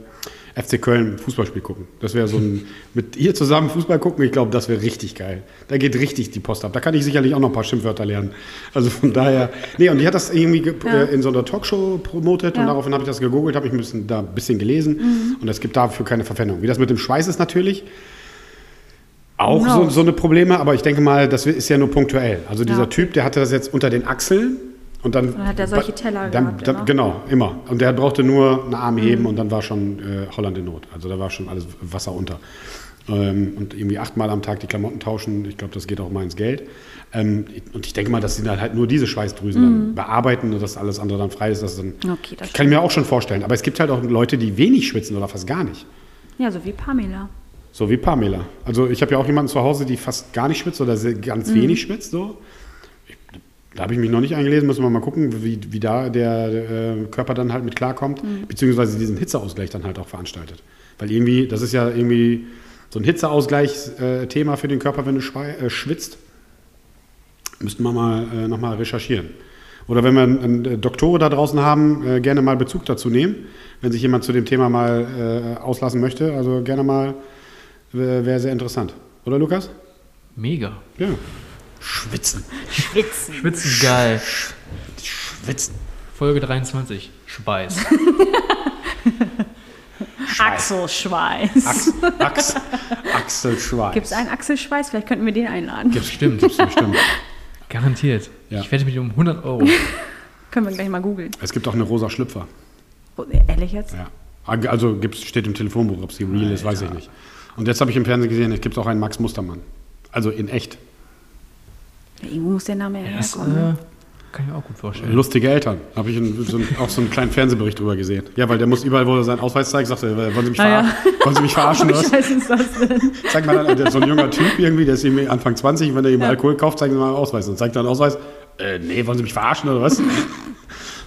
S1: FC Köln ein Fußballspiel gucken. Das wäre so ein, mit ihr zusammen Fußball gucken, ich glaube, das wäre richtig geil. Da geht richtig die Post ab. Da kann ich sicherlich auch noch ein paar Schimpfwörter lernen. Also von daher, nee, und die hat das irgendwie ge-
S3: Ja.
S1: äh, in so einer Talkshow promotet und
S3: Ja. Mhm.
S1: daraufhin habe ich das gegoogelt, habe ich ein bisschen, da ein bisschen gelesen und es gibt dafür keine Verpfändung. Wie das mit dem Schweiß ist natürlich, auch
S3: Genau.
S1: so, so eine Probleme, aber ich denke mal, das ist ja nur punktuell. Also dieser
S3: Ja.
S1: Typ, der hatte das jetzt unter den Achseln und dann.
S3: Dann hat er solche Teller
S1: dann,
S3: gehabt
S1: dann,
S3: immer. Mhm.
S1: Genau, immer. Und der brauchte nur einen Arm heben und dann war schon äh, Holland in Not. Also da war schon alles Wasser unter. Ähm, und irgendwie achtmal am Tag die Klamotten tauschen, ich glaube, das geht auch mal ins Geld. Ähm, und ich denke mal, dass sie dann halt nur diese Schweißdrüsen dann bearbeiten und dass alles andere dann frei ist. Das dann,
S3: Mhm. Okay, das
S1: kann ich mir auch schon vorstellen. Aber es gibt halt auch Leute, die wenig schwitzen oder fast gar nicht.
S3: ja, so wie Pamela.
S1: So wie Pamela. Also ich habe ja auch jemanden zu Hause, die fast gar nicht schwitzt oder sehr, ganz wenig schwitzt. So. Ich, da habe ich mich noch nicht eingelesen, müssen wir mal gucken, wie, wie da der äh, Körper dann halt mit klarkommt, beziehungsweise diesen Hitzeausgleich dann halt auch veranstaltet. Weil irgendwie, das ist ja irgendwie so ein Hitzeausgleichsthema für den Körper, wenn du schwei- äh, schwitzt. Müssten wir mal äh, nochmal recherchieren. Oder wenn wir einen, äh, Doktore da draußen haben, äh, gerne mal Bezug dazu nehmen. Wenn sich jemand zu dem Thema mal äh, auslassen möchte, also gerne mal Wäre sehr interessant. Oder, Lukas?
S2: Mega.
S1: Ja. Schwitzen.
S2: Schwitzen geil.
S1: Schwitzen.
S2: Folge 23. Schweiß.
S3: Achselschweiß.
S1: Achs, Achs, Achselschweiß.
S3: Gibt es einen Achselschweiß? Vielleicht könnten wir den einladen.
S1: Gibt's bestimmt, gibt's bestimmt.
S2: Garantiert.
S1: Ja.
S2: Ich wette mit um 100 Euro.
S3: Können wir gleich mal googeln.
S1: Es gibt auch eine rosa Schlüpfer.
S3: Oh, ehrlich jetzt?
S1: Ja. Also gibt's, steht im Telefonbuch, ob sie real ist, weiß ich nicht. Und jetzt habe ich im Fernsehen gesehen, es gibt auch einen Max Mustermann. Also in echt.
S3: Irgendwo muss der Name ja
S2: Das
S3: herkommen. ne?
S2: äh, kann ich mir auch gut vorstellen.
S1: Lustige Eltern. Habe ich in, so, einen- auch so einen kleinen Fernsehbericht drüber gesehen. Ja, weil der muss überall, wo er seinen Ausweis zeigt, sagt er, wollen Sie mich,
S3: Ah, ja.
S1: verarschen? wollen sie mich verarschen?
S3: Wie
S1: oder was?
S3: scheiße ist das denn?
S1: Zeig mal dann, der ist so ein junger Typ irgendwie, der ist irgendwie Anfang 20, wenn er ihm Alkohol kauft, zeig ihm mal einen Ausweis. Und zeigt dann einen Ausweis, äh, nee, wollen Sie mich verarschen oder was?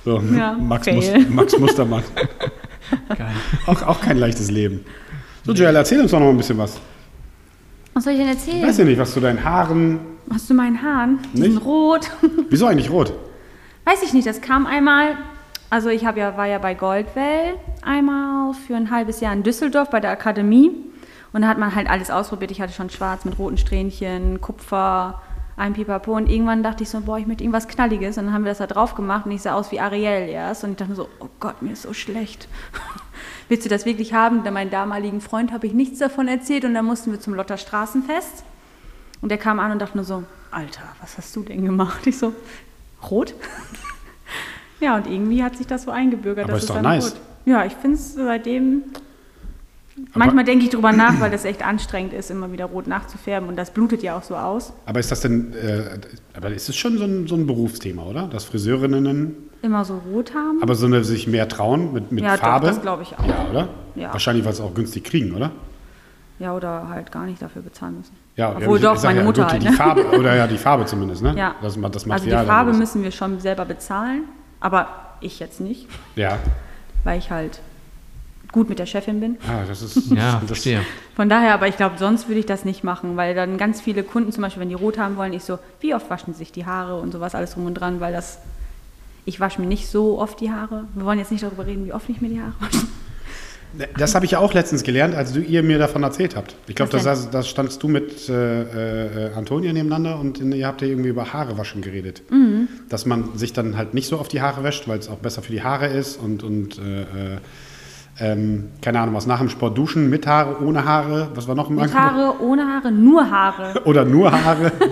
S1: So,
S3: Ja,
S1: Max,
S3: fail.
S1: Mus Max Mustermann.
S2: Geil.
S1: Auch, auch kein leichtes Leben. So, Joel, erzähl uns doch noch ein bisschen was.
S3: Was soll ich denn
S1: Ich
S3: erzählen?
S1: weiß ja nicht, was zu deinen Haaren.
S3: Hast du meinen Haaren? Die
S1: Nicht?
S3: sind rot.
S1: Wieso eigentlich rot?
S3: Weiß ich nicht, das kam einmal. Also ich hab ja, war ja bei Goldwell einmal für ein halbes Jahr in Düsseldorf bei der Akademie. Und da hat man halt alles ausprobiert. Ich hatte schon schwarz mit roten Strähnchen, Kupfer, ein Pipapo. Und irgendwann dachte ich so, boah, ich möchte irgendwas Knalliges. Und dann haben wir das da drauf gemacht und ich sah aus wie Ariel erst. Und ich dachte mir so, oh Gott, mir ist so schlecht. Willst du das wirklich haben? Denn meinem damaligen Freund habe ich nichts davon erzählt. Und dann mussten wir zum Lotter Straßenfest. Und der kam an und dachte nur so, Alter, was hast du denn gemacht? Ich so, rot? ja, und irgendwie hat sich das so eingebürgert.
S1: Aber
S3: dass
S1: ist
S3: es
S1: doch
S3: dann
S1: nice.
S3: Rot. Ja, ich finde es seitdem...
S1: Aber-
S3: manchmal denke ich drüber nach, weil das echt anstrengend ist, immer wieder rot nachzufärben. Und das blutet ja auch so aus.
S1: Aber ist das denn, äh, aber ist es schon so ein, so ein Berufsthema, oder? Dass Friseurinnen,
S3: Immer so rot haben.
S1: aber so eine sich mehr trauen mit, mit
S3: ja,
S1: Farbe?
S3: doch, das glaube ich auch.
S1: Ja, oder?
S3: Ja.
S1: Wahrscheinlich, weil sie es auch günstig kriegen, oder?
S3: Ja, oder halt gar nicht dafür bezahlen müssen.
S1: Ja,
S3: Obwohl
S1: ich- ich
S3: doch,
S1: sag
S3: meine
S1: ja,
S3: Mutter
S1: gut, die-
S3: halt.
S1: die
S3: ne?
S1: Farbe, oder ja, die Farbe zumindest, ne?
S3: Ja.
S1: Das, ma- das
S3: also
S1: Material.
S3: die Farbe
S1: dann-
S3: müssen wir schon selber bezahlen, aber ich jetzt nicht,
S1: Ja,
S3: weil ich halt gut mit der Chefin bin.
S1: Ah, das ist.
S2: Ja,
S1: das,
S2: verstehe.
S3: Von daher, aber ich glaube, sonst würde ich das nicht machen, weil dann ganz viele Kunden, zum Beispiel, wenn die rot haben wollen, ich so, wie oft waschen sie sich die Haare und sowas, alles drum und dran, weil das, ich wasche mir nicht so oft die Haare. Wir wollen jetzt nicht darüber reden, wie oft ich mir die Haare wasche.
S1: Das habe ich ja auch letztens gelernt, als du ihr mir davon erzählt habt. Ich glaube,
S3: Was
S1: das,
S3: denn?
S1: saß- das standst du mit äh, äh, Antonia nebeneinander und in, ihr habt ja irgendwie über Haare waschen geredet.
S3: Mhm.
S1: Dass man sich dann halt nicht so auf die Haare wäscht, weil es auch besser für die Haare ist und, und äh, äh, ähm, keine Ahnung was, nach dem Sport duschen, mit Haare, ohne Haare, was war noch im
S3: Mit
S1: Angebot?
S3: Haare, ohne Haare, nur Haare.
S1: Oder nur Haare.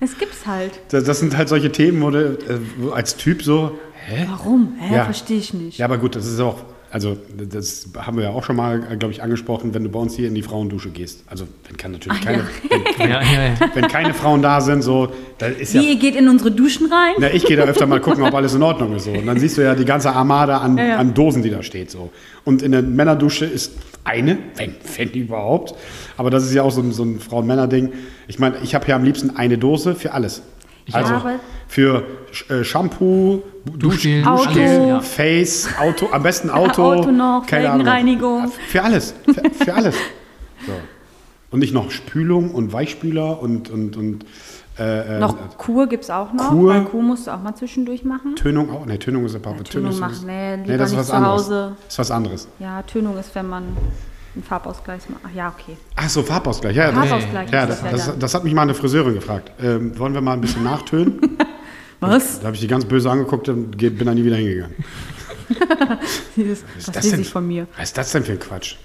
S3: Es gibt's halt.
S1: das, das sind halt solche Themen, wo du äh, wo als Typ so, hä?
S3: Warum? Hä,
S1: Ja.
S3: verstehe ich nicht.
S1: Ja, aber gut, das ist auch, also das haben wir ja auch schon mal, glaube ich, angesprochen, wenn du bei uns hier in die Frauendusche gehst. Also wenn kann natürlich keine,
S2: Ja, ja, ja.
S1: wenn, wenn keine Frauen da sind, so, da ist ja.
S3: Wie, ihr geht in unsere Duschen rein?
S1: Na, ich gehe da öfter mal gucken, ob alles in Ordnung ist. So. Und dann siehst du ja die ganze Armada an,
S3: Ja, ja.
S1: an Dosen, die da steht. So. Und in der Männerdusche ist eine, wenn, wenn überhaupt. Aber das ist ja auch so ein, so ein Frauen-Männer-Ding. Ich meine, ich habe ja am liebsten eine Dose für alles. also
S3: aber-
S1: für Sch- äh, Shampoo,
S2: Duschgel,
S1: Dusch-
S3: Auto.
S1: Duschgel,
S2: Ja.
S1: Face, Auto, am besten Auto.
S3: Auto noch,
S1: keine Ahnung.
S3: Felgenreinigung.
S1: Für alles, für, für alles. So. Und nicht noch Spülung und Weichspüler und, und, und äh, äh,
S3: noch Kur gibt's auch noch,
S1: Kur.
S3: weil Kur musst du auch mal zwischendurch machen.
S1: Tönung auch? Ne, Tönung ist separat.
S3: Tönung
S1: ist
S3: machen,
S1: was-
S3: nee, lieber nicht zu Hause.
S1: anderes. Ist was anderes.
S3: Ja, Tönung ist, wenn man einen Farbausgleich macht. Ach ja, okay.
S1: Ach so, Farbausgleich. Ja, das,
S3: Farbausgleich
S1: ja,
S3: ist
S1: das,
S3: es ja
S1: das,
S3: dann.
S1: das hat mich mal eine Friseurin gefragt. Ähm, wollen wir mal ein bisschen nachtönen?
S3: Was?
S1: da habe ich die ganz böse angeguckt und ge- bin dann nie wieder hingegangen.
S3: Dieses, was will sie von mir?
S1: Was ist das denn für ein Quatsch?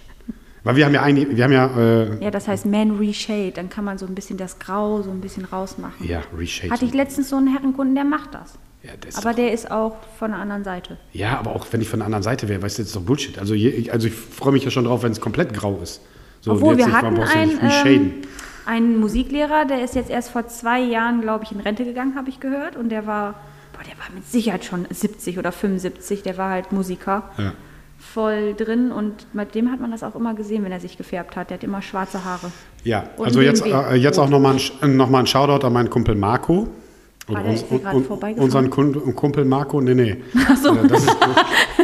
S1: Weil wir haben ja einige, wir haben ja, äh,
S3: Ja, das heißt Man Reshade. Dann kann man so ein bisschen das Grau so ein bisschen rausmachen.
S1: ja, Reshape.
S3: Hatte ich letztens so einen Herrenkunden, der macht das.
S1: ja, das
S3: Aber der ist auch von der anderen Seite.
S1: Ja, aber auch wenn ich von der anderen Seite wäre, weißt du, das ist doch Bullshit. Also, je, ich- also ich freue mich ja schon drauf, wenn es komplett grau ist. So,
S3: Obwohl
S1: jetzt
S3: wir
S1: nicht, man
S3: hatten
S1: braucht ja
S3: einen,
S1: nicht reshaden.
S3: ähm, einen Musiklehrer, der ist jetzt erst vor zwei Jahren, glaube ich, in Rente gegangen, habe ich gehört. Und der war, boah, der war mit Sicherheit schon 70 oder 75. Der war halt Musiker.
S1: Ja.
S3: Voll drin und mit dem hat man das auch immer gesehen, wenn er sich gefärbt hat. Der hat immer schwarze Haare.
S1: Ja,
S3: Und
S1: also jetzt,
S3: BMW.
S1: äh, jetzt auch nochmal ein, Sch- noch mal ein Shoutout an meinen Kumpel Marco. Und
S3: Ah, der ist hier gerade vorbeigefahren.
S1: unseren Kun- Kumpel Marco, nee, nee. Äh, Das, ist,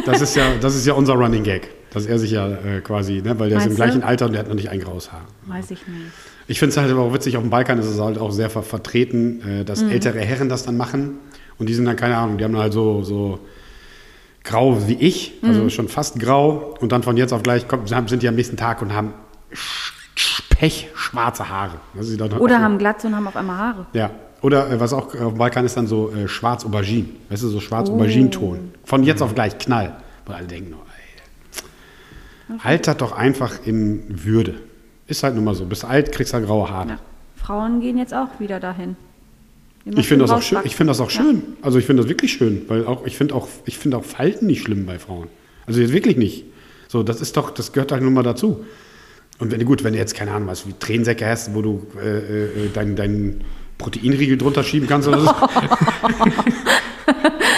S1: das, ist ja, das ist ja unser Running Gag, dass er sich ja äh, quasi, ne, weil der ist im
S3: Meinst
S1: gleichen
S3: du?
S1: Alter und der hat noch nicht ein graues Haar.
S3: Weiß ich nicht.
S1: Ich finde es halt aber auch witzig, auf dem Balkan ist es halt auch sehr ver vertreten, äh, dass
S3: Mhm.
S1: ältere Herren das dann machen. Und die sind dann, keine Ahnung, die haben dann halt so, so grau wie ich, also
S3: Mhm.
S1: schon fast grau. Und dann von jetzt auf gleich kommt, sind die am nächsten Tag und haben sch- pechschwarze Haare. Das ist dann
S3: Oder
S1: auch-
S3: haben Glatze und haben auf einmal Haare.
S1: Ja. Oder äh, was auch auf dem Balkan ist, dann so äh, schwarz-aubergine. Weißt du, so
S3: Oh.
S1: schwarz-aubergine-Ton. Von jetzt auf gleich knall. Und alle denken nur, ey. Altert doch einfach in Würde. Ist halt nun mal so. Bist alt, kriegst halt graue Haare.
S3: Ja. Frauen gehen jetzt auch wieder dahin. Immer
S1: Ich finde das, auch
S3: schön
S1: schön-
S3: rauswachsen.
S1: ich finde das auch
S3: Ja.
S1: schön. Also ich finde das wirklich schön, weil auch ich finde auch ich finde auch Falten nicht schlimm bei Frauen. Also jetzt wirklich nicht. So, das ist doch das gehört halt nun mal dazu. Und wenn gut, wenn du jetzt keine Ahnung was wie Tränensäcke hast, wo du äh, äh, äh, deinen deinen Proteinriegel drunter schieben kannst oder so.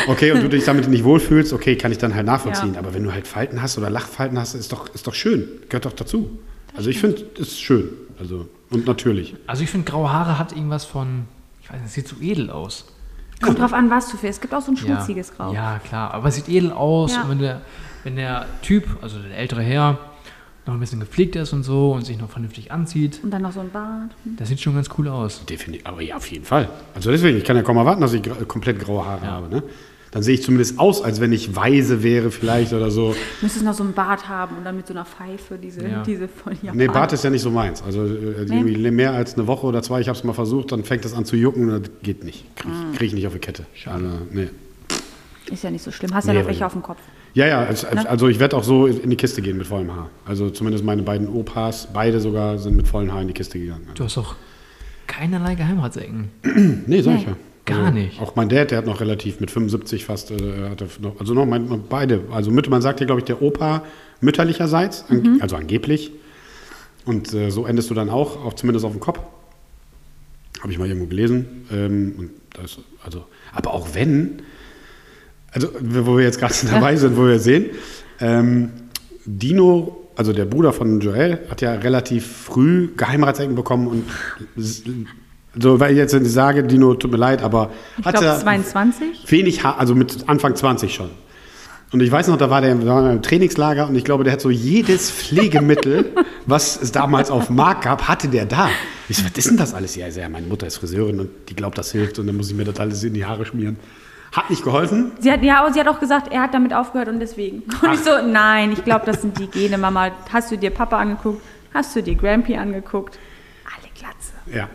S1: okay, und du dich damit nicht wohlfühlst, okay, kann ich dann halt nachvollziehen.
S3: Ja.
S1: Aber wenn du halt Falten hast oder Lachfalten hast, ist doch ist doch schön. Gehört doch dazu. Also ich finde ist schön. Also und natürlich.
S2: Also ich finde, graue Haare hat irgendwas von, ich weiß nicht, sieht so edel aus.
S3: Kommt drauf an, was du fährst. Es gibt auch so ein schmutziges Grau.
S2: Ja, klar, aber es sieht edel aus.
S3: Ja.
S2: Und wenn der, wenn der Typ, also der ältere Herr, noch ein bisschen gepflegt ist und so und sich noch vernünftig anzieht,
S3: Und dann noch so ein Hm. Bart.
S2: das sieht schon ganz cool aus.
S1: Definitiv, aber ja, auf jeden Fall. Also deswegen, ich kann ja kaum erwarten, dass ich gra- komplett graue Haare habe. Ne? Dann sehe ich zumindest aus, als wenn ich weise wäre vielleicht oder so.
S3: Müsstest noch so ein Bart haben und dann mit so einer Pfeife, diese,
S2: Ja.
S3: diese von Japan.
S1: Nee, Bart ist ja nicht so meins. Also äh, irgendwie mehr als eine Woche oder zwei, ich habe es mal versucht, dann fängt das an zu jucken und das geht nicht. Kriege ich, krieg ich nicht auf die Kette. Also, nee.
S3: Ist ja nicht so schlimm. Hast
S1: Nee,
S3: ja noch welche
S1: aber-
S3: auf dem Kopf.
S1: Ja, ja, also, also ich werde auch so in die Kiste gehen mit vollem Haar. Also zumindest meine beiden Opas, beide sogar, sind mit vollem Haar in die Kiste gegangen.
S2: Du hast doch keinerlei Geheimratsecken.
S1: Nee, sag ich
S3: Nee,
S1: ja.
S2: gar
S1: also,
S2: nicht.
S1: Auch mein Dad, der hat noch relativ mit 75 fast, äh, hatte noch, also noch mein, beide. Also mit, man sagt ja, glaube ich, der Opa mütterlicherseits, an,
S2: Mhm.
S1: also angeblich. Und äh, so endest du dann auch, auf, zumindest auf dem Kopf. Habe ich mal irgendwo gelesen. Ähm, und das, also, aber auch wenn, also wo wir jetzt gerade dabei sind, wo wir sehen, ähm, Dino, also der Bruder von Joel, hat ja relativ früh Geheimratsecken bekommen und s- so, weil ich jetzt sage, Dino, tut mir leid, aber
S3: Ich
S1: hat
S3: glaube
S1: er
S3: 22.
S1: wenig Haar, also mit Anfang 20 schon. Und ich weiß noch, da war der war wir im Trainingslager und ich glaube, der hat so jedes Pflegemittel, was es damals auf dem Markt gab, hatte der da. Ich so, was ist denn das alles? Ja, also ja, meine Mutter ist Friseurin und die glaubt, das hilft und dann muss ich mir das alles in die Haare schmieren. Hat nicht geholfen.
S3: Sie hat, ja, aber sie hat auch gesagt, er hat damit aufgehört und deswegen. Und ich so, nein, ich glaube, das sind die Gene, Mama. Hast du dir Papa angeguckt? Hast du dir Grampy angeguckt? Alle Glatze.
S1: Ja.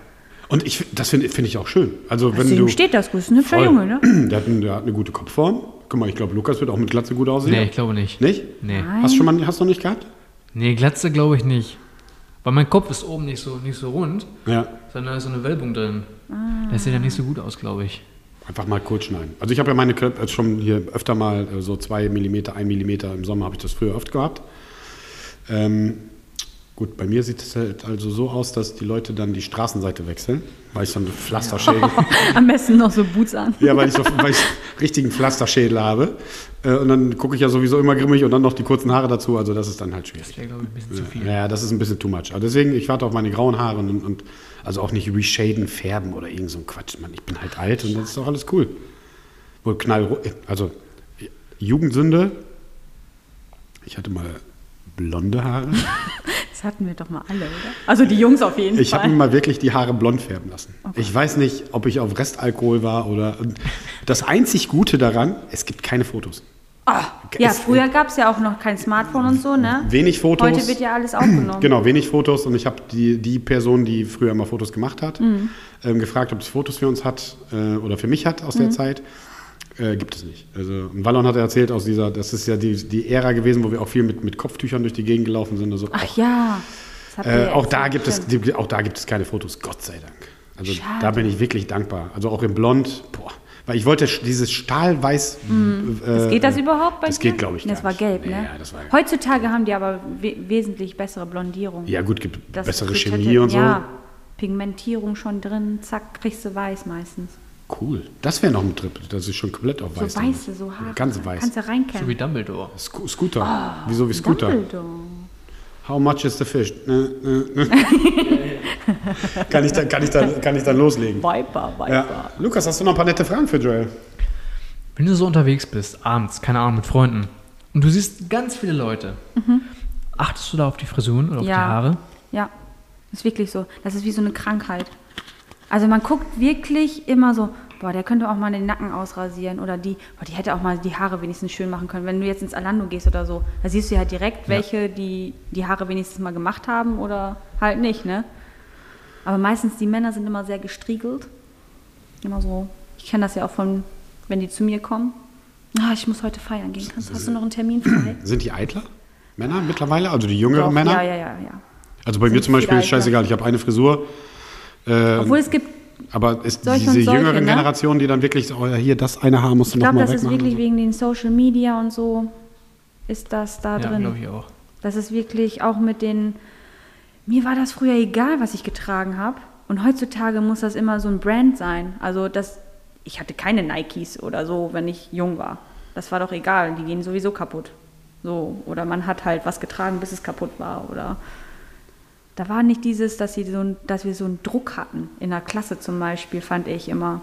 S1: Und ich, das finde find ich auch schön. Also, wenn
S3: Deswegen
S1: du,
S3: steht das, gut. ist ein hübscher
S1: Voll.
S3: Junge, ne?
S1: Der hat, ein- der hat eine gute Kopfform. Guck mal, ich glaube, Lukas wird auch mit Glatze gut aussehen.
S2: Nee, ich glaube nicht.
S1: Nicht?
S2: Nee.
S1: Hast du schon mal, hast du noch nicht gehabt?
S2: Nee, Glatze glaube ich nicht. Weil mein Kopf ist oben nicht so, nicht so rund,
S1: Ja.
S2: sondern da ist so eine Wölbung drin.
S3: Ah.
S2: Das sieht dann nicht so gut aus, glaube ich.
S1: Einfach mal kurz schneiden. Also ich habe ja meine Clip äh, schon hier öfter mal äh, so 2 mm, 1 mm im Sommer habe ich das früher oft gehabt. Ähm, gut, bei mir sieht es halt also so aus, dass die Leute dann die Straßenseite wechseln, weil ich so einen Pflasterschädel,
S3: Am besten noch so Boots an.
S1: ja, weil ich so weil ich richtigen Pflasterschädel habe. Äh, und dann gucke ich ja sowieso immer grimmig und dann noch die kurzen Haare dazu, also das ist dann halt schwierig.
S2: Das wäre, glaube ich, ein bisschen zu viel.
S1: Ja, das ist ein bisschen too much. Aber deswegen, ich warte auf meine grauen Haare und, und also auch nicht reshaden, färben oder irgend so ein Quatsch. Mann, ich bin halt alt und das ist doch alles cool. Wohl knall, also Jugendsünde. Ich hatte mal blonde Haare.
S3: Das hatten wir doch mal alle, oder? Also die Jungs auf jeden
S1: Ich habe mir
S3: Fall.
S1: mal wirklich die Haare blond färben lassen. Ich weiß nicht, ob ich auf Restalkohol war oder. Und das einzig Gute daran, es gibt keine Fotos.
S3: Ah, ja,
S1: Es-
S3: früher gab es ja auch noch kein Smartphone und so, ne?
S1: Wenig Fotos.
S3: Heute wird ja alles aufgenommen.
S1: Genau, wenig Fotos und ich habe die, die Person, die früher immer Fotos gemacht hat,
S3: Mhm.
S1: ähm, gefragt, ob es Fotos für uns hat äh, oder für mich hat aus
S3: Mhm.
S1: der Zeit. Äh, gibt es nicht. Also, und Wallon hat erzählt, aus dieser, das ist ja die, die Ära gewesen, wo wir auch viel mit, mit Kopftüchern durch die Gegend gelaufen sind. Also
S3: Ach
S1: auch,
S3: ja. das habt ihr
S1: äh,
S3: ja
S1: auch, da
S3: erzählt,
S1: gibt es,
S3: stimmt.
S1: die, auch da gibt es keine Fotos, Gott sei Dank. Also
S3: Schade.
S1: da bin ich wirklich dankbar. Also auch im Blond, boah. Weil ich wollte sch- dieses stahlweiß.
S3: Das
S1: äh,
S3: Mhm. geht das überhaupt bei
S1: Das
S3: dir?
S1: geht, glaube ich,
S3: Das
S1: gar
S3: war
S1: nicht.
S3: gelb,
S1: Nee,
S3: ne?
S1: ja, das war-
S3: Heutzutage haben die aber we wesentlich bessere Blondierung.
S1: Ja, gut, gibt
S3: Das
S1: bessere
S3: Glitzer-
S1: Chemie und so.
S3: Ja, Pigmentierung schon drin, zack, kriegst du weiß meistens.
S1: Cool. Das wäre noch ein Trip, dass ich schon komplett auf weiß
S3: so weiße, so hart.
S1: Ganz weiß.
S3: Kannst du
S2: So wie
S3: reinkämmen.
S2: Dumbledore.
S1: Sco
S3: Oh,
S1: Scooter. Wieso wie Scooter?
S3: Dumbledore.
S1: How much is the fish? Ne, ne, ne. kann, ich dann, kann, ich dann, kann ich dann loslegen?
S3: Viper, Viper.
S1: Ja. Lukas, hast du noch ein paar nette Fragen für Joel?
S2: Wenn du so unterwegs bist, abends, keine Ahnung, mit Freunden, und du siehst ganz viele Leute, achtest du da auf die Frisuren oder auf
S3: Mhm. Ja.
S2: die Haare?
S3: Ja, ist wirklich so. Das ist wie so eine Krankheit. Also man guckt wirklich immer so, boah, der könnte auch mal den Nacken ausrasieren oder die, boah, die hätte auch mal die Haare wenigstens schön machen können. Wenn du jetzt ins Alando gehst oder so, da siehst du ja direkt, welche die die Haare wenigstens mal gemacht haben oder halt nicht, ne? Aber meistens die Männer sind immer sehr gestriegelt. Immer so, ich kenne das ja auch von, wenn die zu mir kommen. Ah, ich muss heute feiern gehen. Kannst, hast du noch einen Termin frei?
S1: Sind die eitler? Männer mittlerweile? Also die jüngeren Männer?
S3: Ja, ja, ja, ja.
S1: Also bei mir
S3: Sind
S1: zum Beispiel
S3: viele
S1: ist scheißegal, ich habe eine Frisur. Äh,
S3: Obwohl es gibt
S1: aber ist
S3: Solche
S1: diese
S3: und solche,
S1: jüngeren
S3: ne?
S1: Generationen, die dann wirklich, so, oh ja, hier, das eine Haar musst du
S3: Ich glaube,
S1: nochmal
S3: das ist
S1: wegmachen.
S3: wirklich wegen den Social Media und so ist das da
S2: ja, glaube
S3: drin.
S2: ich auch.
S3: Das ist wirklich auch mit den. Mir war das früher egal, was ich getragen habe. Und heutzutage muss das immer so ein Brand sein. Also das, ich hatte keine Nikes oder so, wenn ich jung war. Das war doch egal. Die gehen sowieso kaputt. So oder man hat halt was getragen, bis es kaputt war oder. Da war nicht dieses, dass, sie so ein, dass wir so einen Druck hatten. In der Klasse zum Beispiel fand ich immer.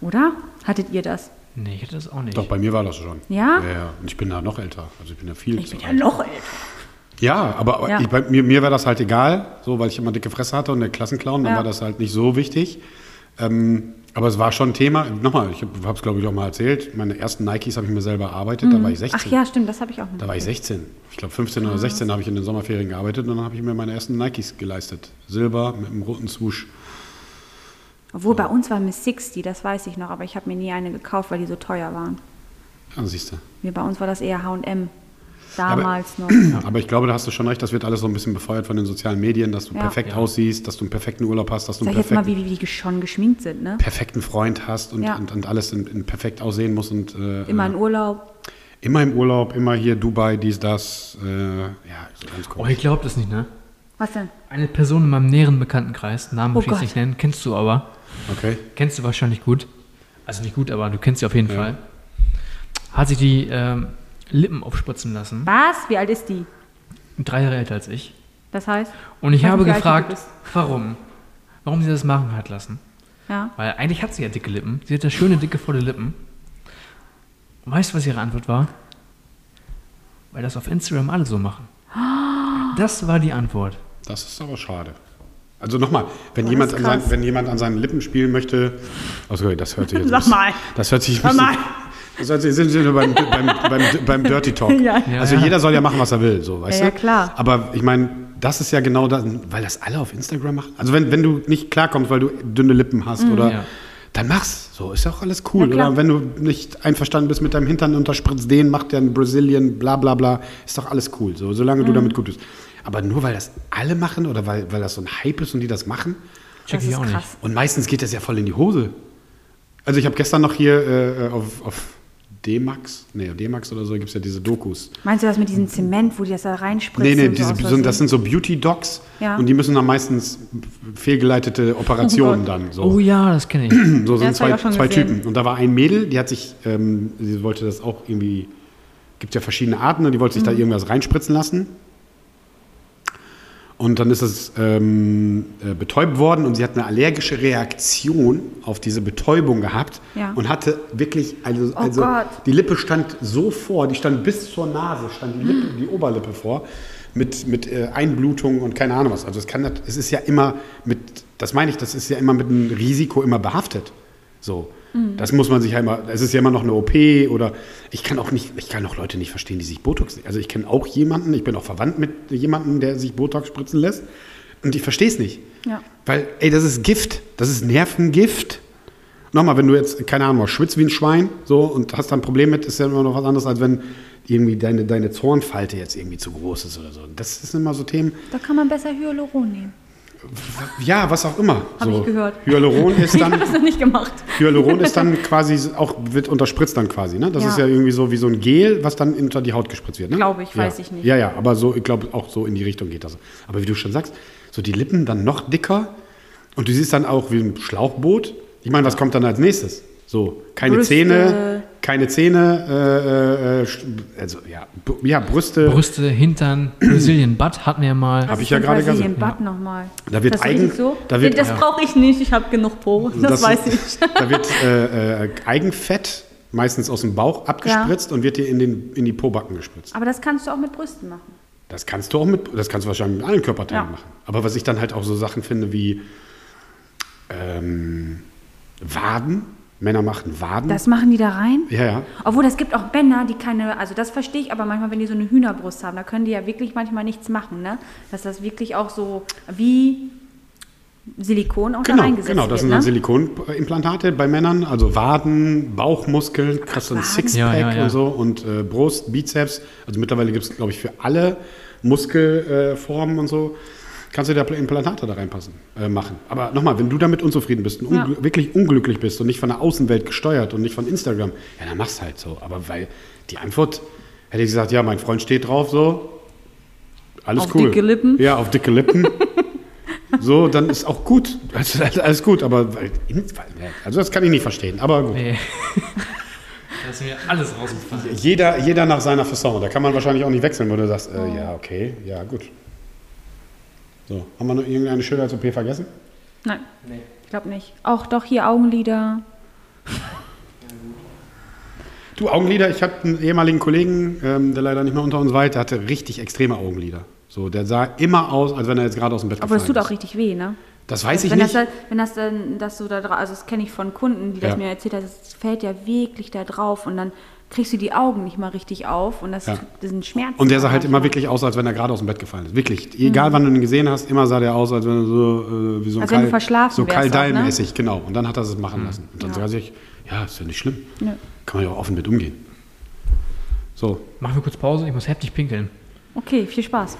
S3: Oder? Hattet ihr das?
S2: Nee, ich hätte das auch nicht.
S1: Doch, bei mir war das schon.
S3: Ja?
S1: Ja, ja. Und ich bin da noch älter. Also ich bin da viel
S3: Ich
S1: zu
S3: bin ja
S1: alt.
S3: noch älter.
S1: Ja, aber aber
S3: Ja.
S1: Ich, bei mir, mir war das halt egal, so weil ich immer dicke Fresse hatte und der Klassenclown, dann
S3: Ja.
S1: war das halt nicht so wichtig. Ähm, aber es war schon ein Thema. Nochmal, ich habe es glaube ich auch mal erzählt. Meine ersten Nikes habe ich mir selber erarbeitet, da war ich 16.
S3: Mhm. Ach ja, Ah. stimmt, das habe ich auch
S1: Da
S3: mit.
S1: war ich 16. Ich glaube 15 oder 16 habe ich in den Sommerferien gearbeitet und dann habe ich mir meine ersten Nikes geleistet. Silber mit einem roten Swoosh.
S3: Obwohl bei uns war Miss 60, das weiß ich noch, aber ich habe mir nie eine gekauft, weil die so teuer waren.
S1: Ja, siehst du.
S3: Mir bei uns war das eher HM. Damals noch.
S1: Aber ich glaube, da hast du schon recht, das wird alles so ein bisschen befeuert von den sozialen Medien, dass du
S3: Ja.
S1: perfekt
S2: Ja.
S1: aussiehst, dass du einen perfekten Urlaub hast, dass du
S3: Sag
S1: einen
S3: ich jetzt mal,
S1: perfekten
S3: wie, wie die schon geschminkt sind, ne?
S1: perfekten Freund hast und,
S3: Ja.
S1: und, und alles in, in perfekt aussehen muss und äh,
S3: Immer
S1: äh,
S3: in Urlaub.
S1: immer im Urlaub, immer hier Dubai, dies, das. Äh, ja, so ganz
S2: oh,
S1: komisch.
S2: ich glaube das nicht, ne?
S3: Was denn?
S2: Eine Person in meinem näheren Bekanntenkreis, Namen
S3: Oh
S2: möchte ich
S3: Gott.
S2: nicht nennen, kennst du aber.
S1: Okay.
S2: Kennst du wahrscheinlich gut. Also nicht gut, aber du kennst sie auf jeden Fall. Hat sich die ähm, Lippen aufspritzen lassen.
S3: Was? Wie alt ist die?
S2: Drei Jahre älter als ich.
S3: Das heißt?
S2: Und ich
S3: Weiß
S2: habe
S3: nicht, wie alt du
S2: gefragt,
S3: bist.
S2: warum? Warum sie das machen hat lassen.
S3: Ja.
S2: Weil eigentlich hat sie ja dicke Lippen. Sie hat ja schöne, dicke, volle Lippen. Und weißt du, was ihre Antwort war? Weil das auf Instagram alle so machen. Das war die Antwort.
S1: Das ist aber schade. Also nochmal, wenn,
S3: Boah,
S1: jemand
S3: das
S1: an
S3: ist
S1: sein,
S3: krass.
S1: wenn jemand an seinen Lippen spielen möchte, oh, sorry, das hört sich jetzt
S3: Sag
S1: ein bisschen-
S3: mal.
S1: das hört sich ein
S3: Sag
S1: bisschen-
S3: mal.
S1: das hört sich, sind wir schon beim, beim, beim, beim Dirty Talk.
S3: Ja.
S2: Ja,
S1: also
S2: ja.
S1: jeder soll ja machen, was er will, so, weißt
S3: Ja,
S1: du?
S3: ja, klar.
S1: Aber ich meine, das ist ja genau das, weil das alle auf Instagram machen. Also wenn, wenn du nicht klarkommst, weil du dünne Lippen hast
S3: Mhm.
S1: oder,
S2: Ja.
S1: dann mach's. So, ist ja auch alles cool.
S3: Ja, klar.
S1: oder wenn du nicht einverstanden bist mit deinem Hintern und da spritzt den, macht der einen Brazilian, bla bla bla, ist doch alles cool, so, solange
S3: Mhm.
S1: du damit gut bist. Aber nur weil das alle machen oder weil, weil das so ein Hype ist und die das machen,
S2: Check
S3: das
S2: ich
S3: ist
S2: auch
S3: krass.
S1: und meistens geht das ja voll in die Hose. Also ich habe gestern noch hier äh, auf, auf D-Max, nee, D-Max oder so, gibt es ja diese Dokus.
S3: Meinst du das mit diesem Zement, wo die das da reinspritzen?
S1: Nee, nee,
S3: und
S1: diese,
S3: aus
S1: so, das
S3: Versehen?
S1: sind so Beauty-Docs
S3: Ja.
S1: und die müssen dann meistens fehlgeleitete Operationen
S3: Oh Gott.
S1: dann. So.
S2: Oh ja, das kenne ich.
S1: So sind
S3: das hab
S1: zwei,
S3: ich auch schon
S1: zwei
S3: gesehen.
S1: Typen. Und da war ein Mädel, die hat sich, ähm, sie wollte das auch irgendwie, gibt ja verschiedene Arten, ne? die wollte sich
S3: Mhm.
S1: da irgendwas reinspritzen lassen. Und dann ist es ähm, äh, betäubt worden und sie hat eine allergische Reaktion auf diese Betäubung gehabt
S3: Ja.
S1: und hatte wirklich, also,
S3: Oh
S1: also
S3: Gott.
S1: die Lippe stand so vor, die stand bis zur Nase, stand die, Lippe, die Oberlippe vor, mit, mit äh, Einblutungen und keine Ahnung was. Also es kann, nat- es ist ja immer mit, das meine ich, das ist ja immer mit einem Risiko immer behaftet. So,
S3: Mhm.
S1: das muss man sich ja immer, es ist ja immer noch eine OP oder ich kann auch nicht, ich kann auch Leute nicht verstehen, die sich Botox, also ich kenne auch jemanden, ich bin auch verwandt mit jemandem, der sich Botox spritzen lässt und ich verstehe es nicht.
S3: Ja.
S1: Weil, ey, das ist Gift, das ist Nervengift. Nochmal, wenn du jetzt, keine Ahnung, schwitzt wie ein Schwein so und hast da ein Problem mit, ist ja immer noch was anderes, als wenn irgendwie deine, deine Zornfalte jetzt irgendwie zu groß ist oder so. Das sind immer so Themen,
S4: Da kann man besser Hyaluron nehmen.
S1: ja, was auch immer.
S3: Hab
S1: so.
S3: ich gehört.
S1: Hyaluron ist
S3: Ich
S1: dann,
S3: habe es noch nicht gemacht.
S1: Hyaluron ist dann quasi auch, wird unterspritzt dann quasi, ne? Das
S3: Ja.
S1: ist ja irgendwie so wie so ein Gel, was dann unter die Haut gespritzt wird, ne?
S3: Glaube ich,
S1: ja.
S3: weiß ich nicht.
S1: Ja, ja, aber so, ich glaube, auch so in die Richtung geht das. Aber wie du schon sagst, so die Lippen dann noch dicker und du siehst dann auch wie ein Schlauchboot. Ich meine, was kommt dann als nächstes? So, keine
S3: Brüste.
S1: Zähne, keine Zähne, äh, äh, äh, also ja, b- ja Brüste.
S2: Brüste, Hintern, Brazilian Butt hatten wir ja mal.
S1: Hab ich ja gerade
S3: gesehen.
S1: gesehen.
S3: Den Bad nochmal.
S1: Da wird
S3: das
S1: eigen-
S3: richtig so?
S1: da wird-
S3: das
S1: ja.
S3: brauche ich nicht, ich habe genug Po. Das, weiß ich.
S1: Da wird äh, äh, Eigenfett meistens aus dem Bauch abgespritzt und wird dir in, den, in die Pobacken gespritzt.
S3: Aber das kannst du auch mit Brüsten machen.
S1: Das kannst du auch mit, das kannst du wahrscheinlich mit allen Körperteilen
S3: Ja.
S1: machen. Aber was ich dann halt auch so Sachen finde wie ähm, Waden. Männer machen Waden.
S3: Das machen die da rein?
S1: ja, ja.
S3: Obwohl, es gibt auch Männer, die keine, also das verstehe ich aber manchmal, wenn die so eine Hühnerbrust haben, da können die ja wirklich manchmal nichts machen, ne? Dass das wirklich auch so wie Silikon auch da
S1: Genau,
S3: reingesetzt
S1: genau. Das sind
S3: wird,
S1: dann
S3: ne?
S1: Silikonimplantate bei Männern, also Waden, Bauchmuskeln, hast du ein Sixpack
S2: Ja, ja, ja.
S1: und so und äh, Brust, Bizeps. Also mittlerweile gibt es, glaube ich, für alle Muskelformen äh, Formen und so. Kannst du dir da Implantate da reinpassen, äh, machen. Aber nochmal, wenn du damit unzufrieden bist und ungl wirklich unglücklich bist und nicht von der Außenwelt gesteuert und nicht von Instagram, ja, dann mach's halt so. Aber weil die Antwort, hätte ich gesagt, ja, mein Freund steht drauf, so, alles
S3: Auf
S1: cool.
S3: dicke Lippen?
S1: Ja, auf dicke Lippen. so, dann ist auch gut. Also, alles gut, aber weil- also das kann ich nicht verstehen. Aber gut.
S2: Nee. da ist mir alles rausgefallen.
S1: Jeder, jeder nach seiner Fasson. Da kann man wahrscheinlich auch nicht wechseln, wo du sagst, äh, ja, okay, ja, gut. So, haben wir noch irgendeine Schönheits-OP vergessen?
S3: Nein, ich glaube nicht. Auch doch hier Augenlider.
S1: Du, Augenlider, ich hatte einen ehemaligen Kollegen, ähm, der leider nicht mehr unter uns war, der hatte richtig extreme Augenlider. So, der sah immer aus, als wenn er jetzt gerade aus dem Bett
S3: Aber das tut
S1: gefallen
S3: auch richtig weh, ne?
S1: ist. Das weiß ich
S3: wenn,
S1: nicht.
S3: Das, da- wenn das dann, das so da drauf, also das kenne ich von Kunden, die das
S1: Ja.
S3: mir erzählt haben, das fällt ja wirklich da drauf und dann kriegst du die Augen nicht mal richtig auf und das
S1: Ja.
S3: das sind Schmerzen.
S1: Und der sah halt immer
S3: manchmal.
S1: wirklich aus, als wenn er gerade aus dem Bett gefallen ist. Wirklich. Egal, wann du ihn gesehen hast, immer sah der aus, als wenn er so äh, wie so ein
S3: Als Also wenn du
S1: Kal-
S3: verschlafen
S1: so
S3: wärst auch, ne?
S1: Kaldalmäßig, genau. Und dann hat er es machen lassen. Und dann
S3: Ja.
S1: sah ich, ja, ist ja nicht schlimm.
S3: Nö.
S1: Kann man ja auch offen mit umgehen. So,
S2: Machen wir kurz Pause, ich muss heftig pinkeln.
S3: Okay, viel Spaß.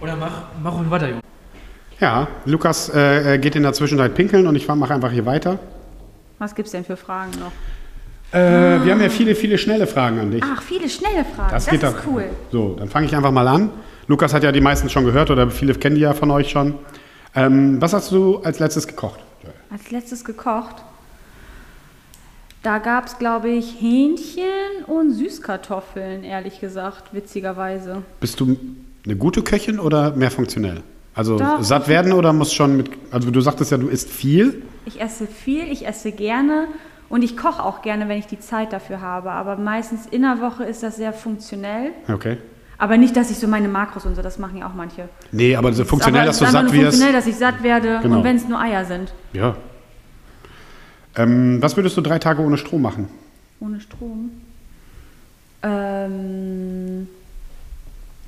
S2: Oder mach, mach ruhig weiter, Junge.
S1: ja, Lukas äh, äh, geht in der Zwischenzeit pinkeln und ich mache einfach hier weiter.
S3: Was gibt's denn für Fragen noch?
S1: Äh, Wir haben ja viele, viele schnelle Fragen an dich.
S3: Ach, viele schnelle Fragen.
S1: Das,
S3: Ah, Das,
S1: geht
S3: ist
S1: doch.
S3: cool.
S1: So, dann fange ich einfach mal an. Lukas hat ja die meisten schon gehört oder viele kennen die ja von euch schon. Ähm, was hast du als letztes gekocht? Joel?
S3: Als letztes gekocht. Da gab's glaube ich, Hähnchen und Süßkartoffeln, ehrlich gesagt, witzigerweise.
S1: Bist du eine gute Köchin oder mehr funktionell? Also
S3: Doch.
S1: satt werden oder muss schon mit. Also du sagtest ja, du isst viel.
S3: Ich esse viel, ich esse gerne Und ich koche auch gerne, wenn ich die Zeit dafür habe. Aber meistens in der Woche ist das sehr funktionell.
S1: Okay.
S3: Aber nicht, dass ich so meine Makros und so, das machen ja auch manche.
S1: Nee, aber so Also funktionell,
S3: Aber
S1: dass du
S3: einfach
S1: satt
S3: nur
S1: wirst.
S3: Funktionell, dass ich satt werde
S1: Genau.
S3: und wenn es nur Eier sind.
S1: Ja. Ähm, was würdest du drei Tage ohne Strom machen?
S3: Ohne Strom. Ähm,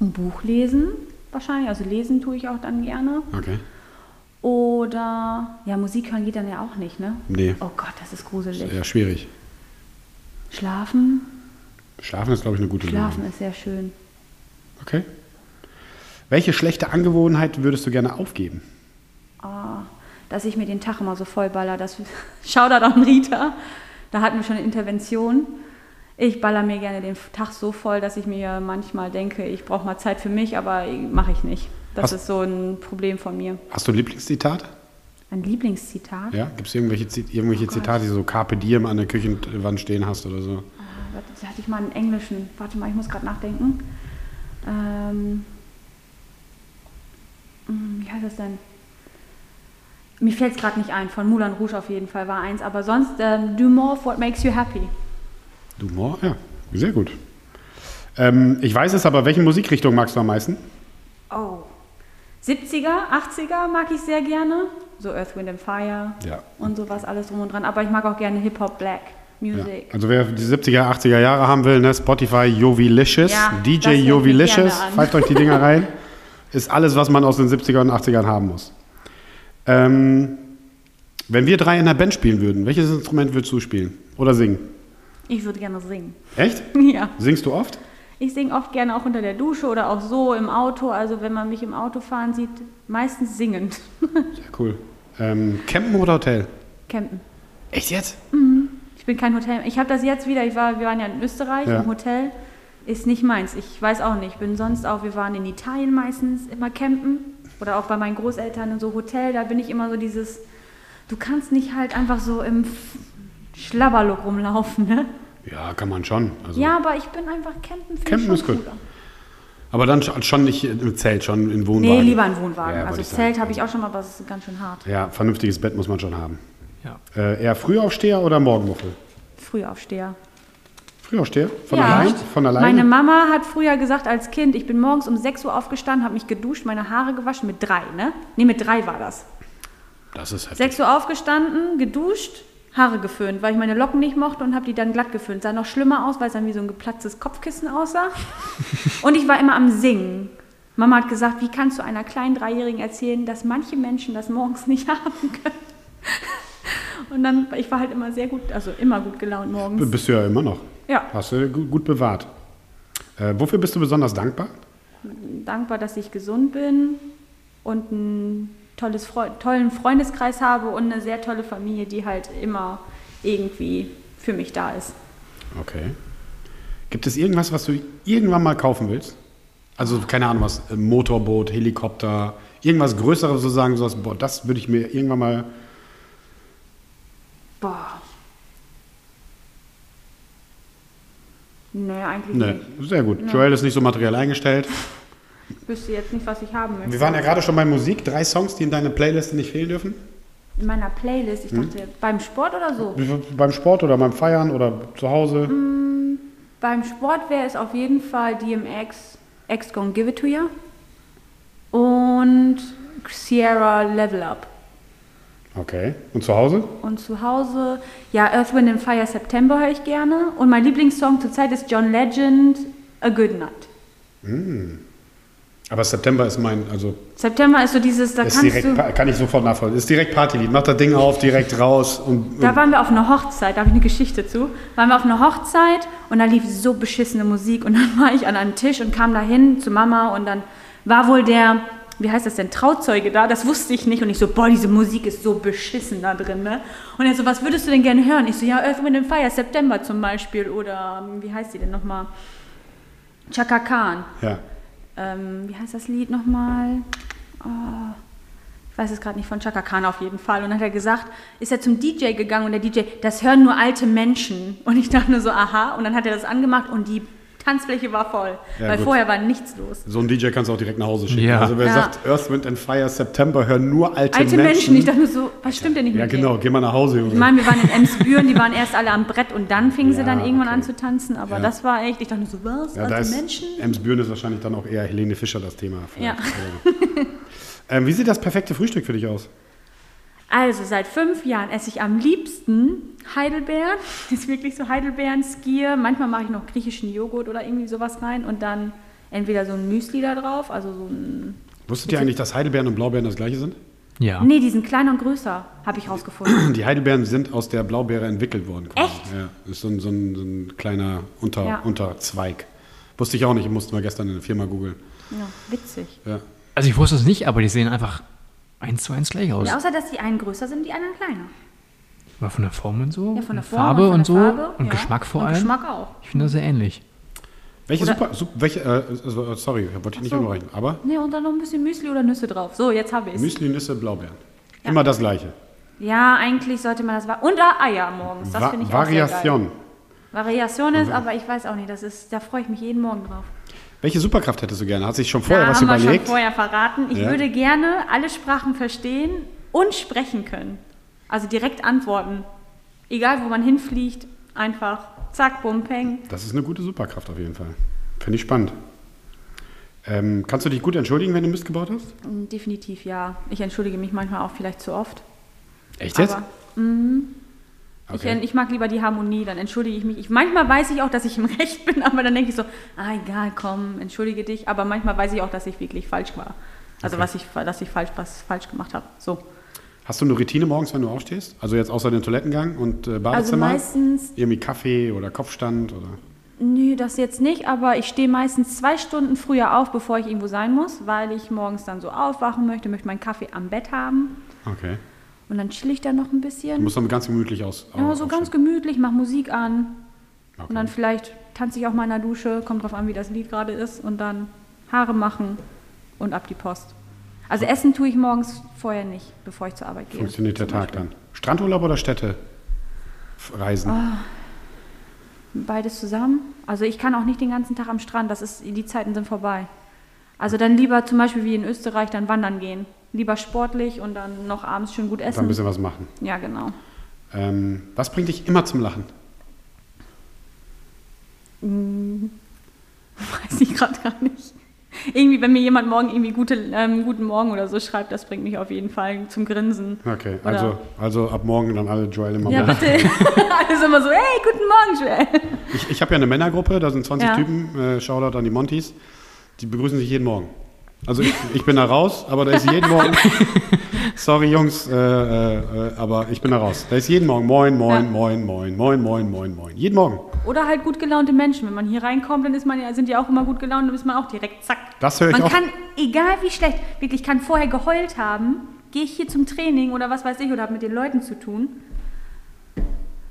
S3: ein Buch lesen wahrscheinlich. Also lesen tue ich auch dann gerne.
S1: Okay.
S3: Oder ja, Musik hören geht dann ja auch nicht, ne?
S1: Nee.
S3: Oh Gott, das ist gruselig.
S1: Ja, schwierig.
S3: Schlafen?
S1: Schlafen ist, glaube ich, eine gute
S3: Schlafen
S1: Lösung.
S3: ist sehr schön.
S1: Okay. Welche schlechte Angewohnheit würdest du gerne aufgeben?
S3: Ah, dass ich mir den Tag immer so vollballer. Das Shoutout an Rita. Da hatten wir schon eine Intervention. Ich baller mir gerne den Tag so voll, dass ich mir manchmal denke, ich brauche mal Zeit für mich, aber mache ich nicht. Das
S1: Hast-
S3: ist so ein Problem von mir.
S1: Hast du ein Lieblingszitat?
S3: Ein Lieblingszitat?
S1: Ja? Gibt es irgendwelche, Zi- irgendwelche
S3: Oh Gott.
S1: Zitate, die so Carpe Diem an der Küchenwand stehen hast oder so?
S3: Ah, warte, Da hatte ich mal einen englischen. Warte mal, ich muss gerade nachdenken. Ähm, hm, wie heißt das denn? Mir fällt es gerade nicht ein. Von Moulin Rouge auf jeden Fall war eins. Aber sonst, ähm, do more of what makes you happy.
S1: Du Moor? Ja, sehr gut. Ähm, ich weiß es aber, welche Musikrichtung magst du am meisten?
S3: Oh. 70er, 80er mag ich sehr gerne. So Earth, Wind and Fire
S1: Ja.
S3: und sowas, alles drum und dran. Aber ich mag auch gerne Hip-Hop, Black
S1: Ja.
S3: Music.
S1: Also wer die 70er, 80er Jahre haben will, ne? Spotify Jovilicious,
S3: Ja, das
S1: DJ
S3: hört sich
S1: Jovilicious,
S3: gerne an.
S1: pfeift euch die Dinger rein. Ist alles, was man aus den 70ern und 80ern haben muss. Ähm, wenn wir drei in der Band spielen würden, welches Instrument würdest du spielen? Oder singen?
S3: Ich würde gerne singen.
S1: Echt?
S3: Ja.
S1: Singst du oft?
S3: Ich singe oft gerne auch unter der Dusche oder auch so im Auto. Also wenn man mich im Auto fahren sieht, meistens singend.
S1: Ja, cool. Ähm, campen oder Hotel?
S3: Campen.
S1: Echt jetzt?
S3: Ich bin kein Hotel. Ich habe das jetzt wieder. Ich war, wir waren ja in Österreich
S1: Ja.
S3: im Hotel. Ist nicht meins. Ich weiß auch nicht. Ich bin sonst auch. Wir waren in Italien meistens immer campen oder auch bei meinen Großeltern in so Hotel. Da bin ich immer so dieses. Du kannst nicht halt einfach so im F- Schlabberlook rumlaufen, ne?
S1: Ja, kann man schon. Also,
S3: Ja, aber ich bin einfach campen. find ich
S1: Campen
S3: schon
S1: ist gut.
S3: cooler.
S1: Aber dann sch- schon nicht im Zelt, schon in Wohnwagen.
S3: Nee, lieber ein Wohnwagen.
S1: Ja, wollte
S3: also
S1: ich sagen.
S3: Zelt habe ich auch schon mal, aber es ist ganz schön hart.
S1: Ja, vernünftiges Bett muss man schon haben.
S2: Ja.
S1: Äh, eher Frühaufsteher oder Morgenmuffel?
S3: Frühaufsteher.
S1: Frühaufsteher? Von allein? Von alleine?
S3: Meine Mama hat früher gesagt als Kind, ich bin morgens um 6 Uhr aufgestanden, habe mich geduscht, meine Haare gewaschen mit drei, ne? Ne, mit drei war das.
S1: das ist heftig.
S3: 6 Uhr aufgestanden, geduscht, Haare geföhnt, weil ich meine Locken nicht mochte und habe die dann glatt geföhnt. Sah noch schlimmer aus, weil es dann wie so ein geplatztes Kopfkissen aussah. und ich war immer am Singen. Mama hat gesagt, wie kannst du einer kleinen Dreijährigen erzählen, dass manche Menschen das morgens nicht haben können? Und dann, ich war halt immer sehr gut, also immer gut gelaunt
S1: B-
S3: morgens.
S1: Bist du ja immer noch.
S3: Ja.
S1: Hast du gut, gut bewahrt. Äh, wofür bist du besonders dankbar?
S3: dankbar, dass ich gesund bin und einen tolles Freu tollen Freundeskreis habe und eine sehr tolle Familie, die halt immer irgendwie für mich da ist.
S1: Okay. Gibt es irgendwas, was du irgendwann mal kaufen willst? Also, keine Ahnung, was, äh, Motorboot, Helikopter, irgendwas Größeres, so sagen, so boah, das würde ich mir irgendwann mal.
S3: Boah. Nee, eigentlich
S1: Ne,
S3: nicht.
S1: sehr gut. Joel ist nicht so materiell eingestellt.
S3: Ich wüsste jetzt nicht, was ich haben möchte.
S1: Wir waren ja gerade schon bei Musik. Drei Songs, die in deiner Playlist nicht fehlen dürfen.
S3: In meiner Playlist, ich
S1: Hm?
S3: dachte, beim Sport oder so?
S1: Beim Sport oder beim Feiern oder zu Hause.
S3: Mhm. Beim Sport wäre es auf jeden Fall DMX, X Gone Give It To Ya und Sierra Level Up.
S1: Okay. Und zu Hause?
S3: Und zu Hause, ja, Earth, Wind and Fire September höre ich gerne. Und mein Lieblingssong zurzeit ist John Legend, A Good Night.
S1: Aber September ist mein, also
S3: September ist so dieses, da
S1: ist
S3: kannst
S1: direkt,
S3: du.
S1: pa- kann ich sofort nachvollziehen. Ist direkt Partylied. Mach das Ding auf, direkt raus. Und,
S3: Da waren wir auf einer Hochzeit, da habe ich eine Geschichte zu. Waren wir auf einer Hochzeit und da lief so beschissene Musik. Und dann war ich an einem Tisch und kam da hin zu Mama und dann war wohl der, wie heißt das denn, Trauzeuge da. Das wusste ich nicht. Und ich so, boah, diese Musik ist so beschissen da drin, ne? Und er so, was würdest du denn gerne hören? Ich so, ja, Earth, Wind and Fire September zum Beispiel. Oder, ähm, wie heißt die denn nochmal? Chaka Khan.
S1: ja.
S3: ähm, wie heißt das Lied nochmal? Oh, ich weiß es gerade nicht, von Chaka Khan auf jeden Fall. Und dann hat er gesagt, ist er zum DJ gegangen und der DJ, das hören nur alte Menschen. Und ich dachte nur so, aha. Und dann hat er das angemacht und die Tanzfläche war voll.
S1: Ja,
S3: weil
S1: gut.
S3: vorher war nichts los.
S1: So einen DJ kannst du auch direkt nach Hause schicken.
S2: Ja.
S1: Also wer
S3: Ja.
S1: sagt, Earth, Wind and Fire, September, hören nur alte,
S3: Alte Menschen, ich dachte nur so, was stimmt denn nicht
S1: ja,
S3: mit
S1: genau,
S3: denen?
S1: geh mal nach Hause, Junge.
S3: Ich meine, wir waren in Emsbüren, die waren erst alle am Brett und dann fingen sie
S1: Ja,
S3: dann irgendwann
S1: okay.
S3: an zu tanzen. Aber
S1: Ja.
S3: das war echt, ich dachte nur so, was?
S1: ja, da
S3: alte
S1: ist,
S3: Menschen?
S1: Emsbüren ist wahrscheinlich dann auch eher Helene Fischer das Thema. vielleicht.
S3: Ja.
S1: Also. ähm, wie sieht das perfekte Frühstück für dich aus?
S3: Also seit fünf Jahren esse ich am liebsten Heidelbeeren. Ist wirklich so Heidelbeeren, Skier. Manchmal mache ich noch griechischen Joghurt oder irgendwie sowas rein und dann entweder so ein Müsli da drauf, also so ein.
S1: Wusstet ihr eigentlich, dass Heidelbeeren und Blaubeeren das gleiche sind?
S2: Ja.
S3: Nee, die sind kleiner und größer, habe ich rausgefunden.
S1: Die Heidelbeeren sind aus der Blaubeere entwickelt worden. quasi.
S3: Echt?
S1: Ja, ist so ein, so ein, so ein kleiner Unter,
S3: Ja.
S1: Unterzweig. Wusste ich auch nicht, mussten wir gestern in der Firma googeln.
S3: Ja, witzig.
S1: Ja.
S2: Also ich wusste es nicht, aber die sehen einfach eins zu eins gleich aus.
S3: Ja, außer dass die einen größer sind, die anderen kleiner.
S2: War von der Form und so.
S3: Ja, von der
S2: und
S3: Form
S2: Farbe
S3: und von der
S2: so.
S3: Farbe,
S2: und
S3: ja.
S2: Geschmack vor
S3: Und
S2: allem.
S3: Geschmack auch.
S2: Ich finde das sehr ähnlich.
S1: Welche
S3: Oder-
S1: super, sup- welche, äh, also, äh, sorry, wollte ich nicht
S3: Ach so.
S1: unterbrechen, aber
S3: Ne, und dann noch ein bisschen Müsli oder Nüsse drauf. So, jetzt habe ich es.
S1: Müsli, Nüsse, Blaubeeren. Immer das gleiche.
S3: Ja, eigentlich sollte man das. wa- Und da Eier morgens. Das
S1: Va-
S3: finde ich auch sehr geil.
S1: Variation.
S3: Variation ist, aber ich weiß auch nicht, das ist, da freue ich mich jeden Morgen drauf.
S1: Welche Superkraft hättest du gerne? Hast du dich schon vorher
S3: da
S1: was
S3: haben wir schon
S1: überlegt?
S3: vorher verraten. Ich
S1: Ja.
S3: würde gerne alle Sprachen verstehen und sprechen können. Also direkt antworten. Egal, wo man hinfliegt, einfach zack, bum, peng.
S1: Das ist eine gute Superkraft auf jeden Fall. Finde ich spannend. Ähm, kannst du dich gut entschuldigen, wenn du Mist gebaut hast?
S3: Mm, Definitiv ja. Ich entschuldige mich manchmal auch vielleicht zu oft.
S1: Echt jetzt?
S3: Aber
S1: Okay.
S3: ich, ich mag lieber die Harmonie, dann entschuldige ich mich. Ich, manchmal weiß ich auch, dass ich im Recht bin, aber dann denke ich so, ah egal, komm, entschuldige dich. Aber manchmal weiß ich auch, dass ich wirklich falsch war. Also
S1: Okay.
S3: was ich, dass ich falsch, was falsch gemacht habe. So.
S1: Hast du eine Routine morgens, wenn du aufstehst? Also jetzt außer den Toilettengang und äh, Badezimmer?
S3: Also meistens-
S1: Irgendwie Kaffee oder Kopfstand oder...
S3: Nö, das jetzt nicht, aber ich stehe meistens zwei Stunden früher auf, bevor ich irgendwo sein muss, weil ich morgens dann so aufwachen möchte, möchte meinen Kaffee am Bett haben
S1: Okay.
S3: und dann chill ich da noch ein
S1: Du
S3: bisschen.
S1: musst dann ganz gemütlich aus.
S3: Ja, so ganz gemütlich, mach Musik an
S1: Okay.
S3: und dann vielleicht tanze ich auch mal in der Dusche, kommt drauf an, wie das Lied gerade ist und dann Haare machen und ab die Post. Also Essen tue ich morgens vorher nicht, bevor ich zur Arbeit gehe.
S1: Funktioniert der
S3: zum
S1: Tag
S3: Beispiel. Oh,
S1: dann. Strandurlaub oder Städte? Reisen.
S3: Beides zusammen. Also ich kann auch nicht den ganzen Tag am Strand, das ist, die Zeiten sind vorbei. Also dann lieber zum Beispiel wie in Österreich dann wandern gehen. Lieber sportlich und dann noch abends schön gut
S1: Dann ein
S3: essen.
S1: bisschen was machen.
S3: Ja, genau.
S1: Ähm, was bringt dich immer zum Lachen?
S3: Weiß ich gerade gar nicht. Irgendwie, wenn mir jemand morgen irgendwie gute, ähm, guten Morgen oder so schreibt, das bringt mich auf jeden Fall zum Grinsen.
S1: Okay,
S3: Oder-
S1: also, also ab morgen dann alle Joel immer
S3: Ja,
S1: mal.
S3: bitte. Alles immer so, hey, guten Morgen, Joel.
S1: Ich, ich habe ja eine Männergruppe, da sind 20
S3: Ja.
S1: Typen, äh, Shoutout an die Montys. Die begrüßen sich jeden Morgen. Also ich, ich bin da raus, aber da ist jeden Morgen. Sorry Jungs, äh, äh, äh, aber ich bin da raus. Da ist jeden Morgen moin, moin,
S3: Ja.
S1: moin, moin, moin, moin, moin, moin. Jeden Morgen.
S3: Oder halt gut gelaunte Menschen. Wenn man hier reinkommt, dann ist man, ja- sind die auch immer gut gelaunt, dann ist man auch direkt zack.
S1: Das höre ich
S3: man
S1: auch.
S3: Man kann, egal wie schlecht, wirklich kann vorher geheult haben, gehe ich hier zum Training oder was weiß ich oder habe mit den Leuten zu tun.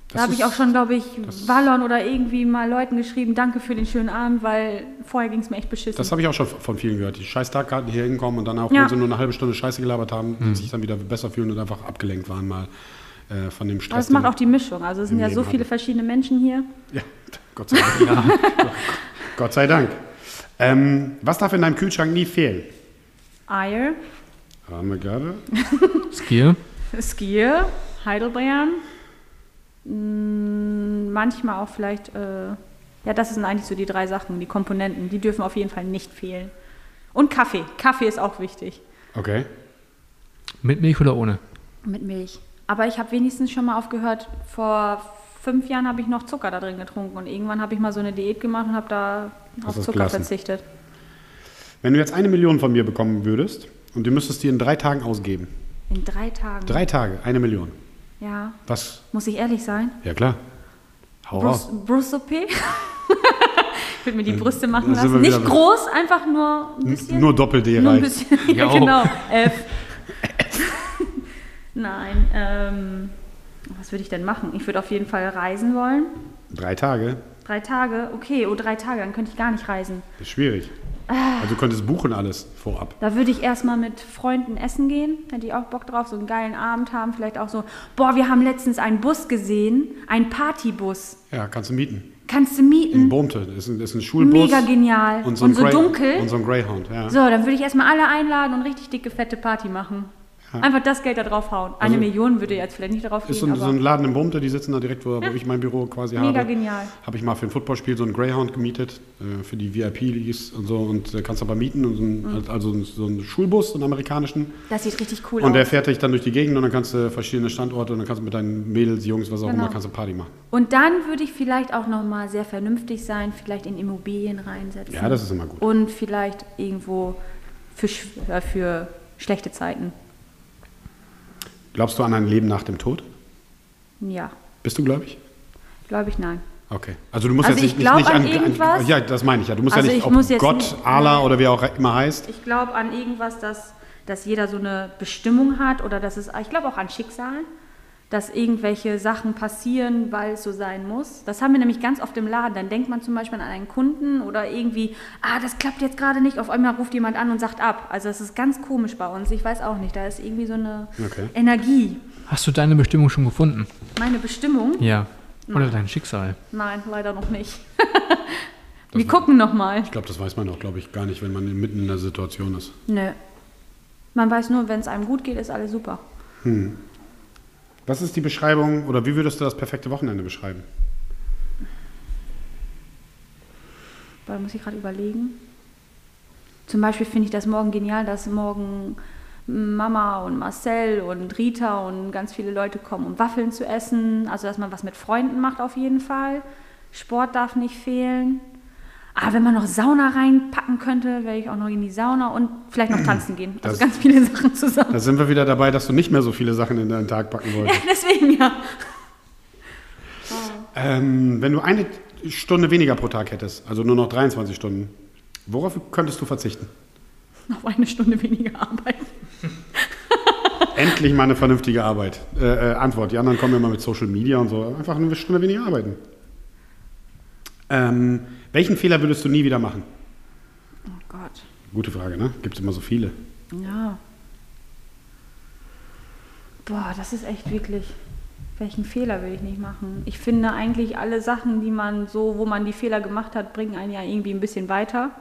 S1: Das
S3: da habe
S1: ist-
S3: ich auch schon, glaube ich,
S1: das-
S3: Wallon oder irgendwie mal Leuten geschrieben, danke für den schönen Abend, weil vorher ging es mir echt beschissen.
S1: Das habe ich auch schon von vielen gehört. Die scheiß Tagkarten hier hinkommen und dann auch,
S3: Ja.
S1: wenn sie nur eine halbe Stunde Scheiße gelabert haben, sich dann wieder besser fühlen und einfach abgelenkt waren mal äh, von dem
S3: Aber
S1: Stress.
S3: es macht
S1: den-
S3: auch die Mischung. Also es sind
S1: im
S3: ja
S1: Leben halt.
S3: so
S1: habe
S3: viele
S1: ich.
S3: verschiedene Menschen hier.
S1: Ja, Gott sei Dank. Gott sei Dank. Ähm, was darf in deinem Kühlschrank nie fehlen?
S3: Eier,
S1: Haben wir gerade.
S2: Skier.
S3: Skier, Heidelbeeren, mm, manchmal auch vielleicht, äh, ja, das sind eigentlich so die drei Sachen, die Komponenten, die dürfen auf jeden Fall nicht fehlen. Und Kaffee, Kaffee ist auch wichtig.
S1: Okay.
S2: Mit Milch oder ohne?
S3: Mit Milch. Aber ich habe wenigstens schon mal aufgehört, vor fünf Jahren habe ich noch Zucker da drin getrunken und irgendwann habe ich mal so eine Diät gemacht und habe da
S1: Hast
S3: auf
S1: es
S3: Zucker
S1: gelassen.
S3: verzichtet.
S1: Wenn du jetzt eine Million von mir bekommen würdest und du müsstest die in drei Tagen ausgeben.
S3: In drei Tagen.
S1: Drei Tage, eine Million.
S3: Ja,
S1: Was?
S3: muss ich ehrlich sein.
S1: Ja klar. Hau raus.
S3: Brust, Brust-OP? ich würde mir die Brüste machen
S1: Äh, Da sind wir
S3: lassen.
S1: wieder
S3: Nicht
S1: bei-
S3: groß, einfach nur ein bisschen.
S1: Nur Doppel-D
S3: Nur ein
S1: reicht.
S3: bisschen. ja,
S2: Jo.
S3: genau. F. Nein. Ähm, was würde ich denn machen? Ich würde auf jeden Fall reisen wollen.
S1: Drei Tage?
S3: Drei Tage. Okay, oh, drei Tage, dann könnte ich gar nicht reisen.
S1: Ist schwierig.
S3: Ah.
S1: Also du könntest buchen alles vorab.
S3: Da würde ich erstmal mit Freunden essen gehen, hätte ich auch Bock drauf, so einen geilen Abend haben, vielleicht auch so, boah, wir haben letztens einen Bus gesehen, einen Partybus.
S1: Ja, kannst du mieten.
S3: Kannst du
S1: In
S3: mieten.
S1: Bohmte. Ist ein, ist ein Schulbus.
S3: Hm? Mega genial. Und so,
S1: ein Grey-
S3: dunkel.
S1: Und so ein Greyhound, ja.
S3: So, dann würde ich erstmal alle einladen und richtig dicke, fette Party machen. Einfach das Geld da drauf hauen. Eine
S1: Also-
S3: Million würde jetzt vielleicht nicht darauf gehen,
S1: Ist so ein,
S3: aber
S1: so ein Laden in Bohmte, die sitzen da direkt, wo, wo ich mein Büro quasi
S3: mega
S1: habe.
S3: genial.
S1: Habe ich mal für ein Footballspiel so einen Greyhound gemietet, äh, für die VIP-Leagues und so. Und äh, kannst aber mieten. Und so
S3: Mhm.
S1: ein, also so einen Schulbus, so einen amerikanischen.
S3: Das sieht richtig cool
S1: Und der
S3: aus.
S1: fährt dich dann durch die Gegend und dann kannst du verschiedene Standorte und dann kannst du mit deinen Mädels, Jungs, was auch
S3: Genau.
S1: immer, kannst du Party machen.
S3: Und dann würde ich vielleicht auch nochmal sehr vernünftig sein, vielleicht in Immobilien reinsetzen.
S1: Ja, das ist immer gut.
S3: Und vielleicht irgendwo für, sch- äh, für schlechte Zeiten.
S1: Glaubst du an ein Leben nach dem Tod?
S3: Ja,
S1: Bist du gläubig?
S3: glaube ich nein.
S1: Okay. Also du musst
S3: Also
S1: jetzt
S3: ich
S1: nicht,
S3: glaub
S1: nicht
S3: an
S1: an,
S3: irgendwas.
S1: Ja, das meine ich ja. Du musst
S3: Also
S1: ja nicht
S3: ich muss jetzt
S1: Gott,
S3: nicht-
S1: Allah
S3: nein.
S1: oder wie auch immer heißt.
S3: Ich glaube an irgendwas, dass, dass jeder so eine Bestimmung hat oder dass es, ich glaube auch an Schicksalen, dass irgendwelche Sachen passieren, weil es so sein muss. Das haben wir nämlich ganz oft im Laden. Dann denkt man zum Beispiel an einen Kunden oder irgendwie, ah, das klappt jetzt gerade nicht. Auf einmal ruft jemand an und sagt ab. Also das ist ganz komisch bei uns. Ich weiß auch nicht. Da ist irgendwie so eine
S1: Okay.
S3: Energie.
S2: Hast du deine Bestimmung schon gefunden?
S3: Meine Bestimmung?
S2: Ja. Oder dein Schicksal?
S3: Nein, leider noch nicht. wir gucken noch mal.
S1: Ich glaube, das weiß man auch, glaube ich, gar nicht, wenn man mitten in der Situation ist.
S3: Nö. Man weiß nur, wenn es einem gut geht, ist alles super.
S1: Was ist die Beschreibung oder wie würdest du das perfekte Wochenende beschreiben?
S3: Boah, da muss ich gerade überlegen. Zum Beispiel finde ich das morgen genial, dass morgen Mama und Marcel und Rita und ganz viele Leute kommen, um Waffeln zu essen. Also, dass man was mit Freunden macht auf jeden Fall. Sport darf nicht fehlen. Ah, wenn man noch Sauna reinpacken könnte, wäre ich auch noch in die Sauna und vielleicht noch tanzen gehen. Also
S1: Das-
S3: ganz viele Sachen zusammen.
S1: Da sind wir wieder dabei, dass du nicht mehr so viele Sachen in deinen Tag packen wolltest.
S3: Deswegen ja.
S1: ähm, wenn du eine Stunde weniger pro Tag hättest, also nur noch 23 Stunden, worauf könntest du verzichten?
S3: Noch eine Stunde weniger arbeiten.
S1: Endlich mal eine vernünftige Arbeit. Äh, äh, Antwort. Die anderen kommen immer mit Social Media und so. Einfach eine Stunde weniger arbeiten. Ähm, welchen Fehler würdest du nie wieder machen?
S3: Oh Gott.
S1: Gute Frage, ne? Gibt es immer so viele.
S3: Ja. Boah, das ist echt wirklich. Welchen Fehler will ich nicht machen? Ich finde eigentlich alle Sachen, die man so, wo man die Fehler gemacht hat, bringen einen ja irgendwie ein bisschen weiter.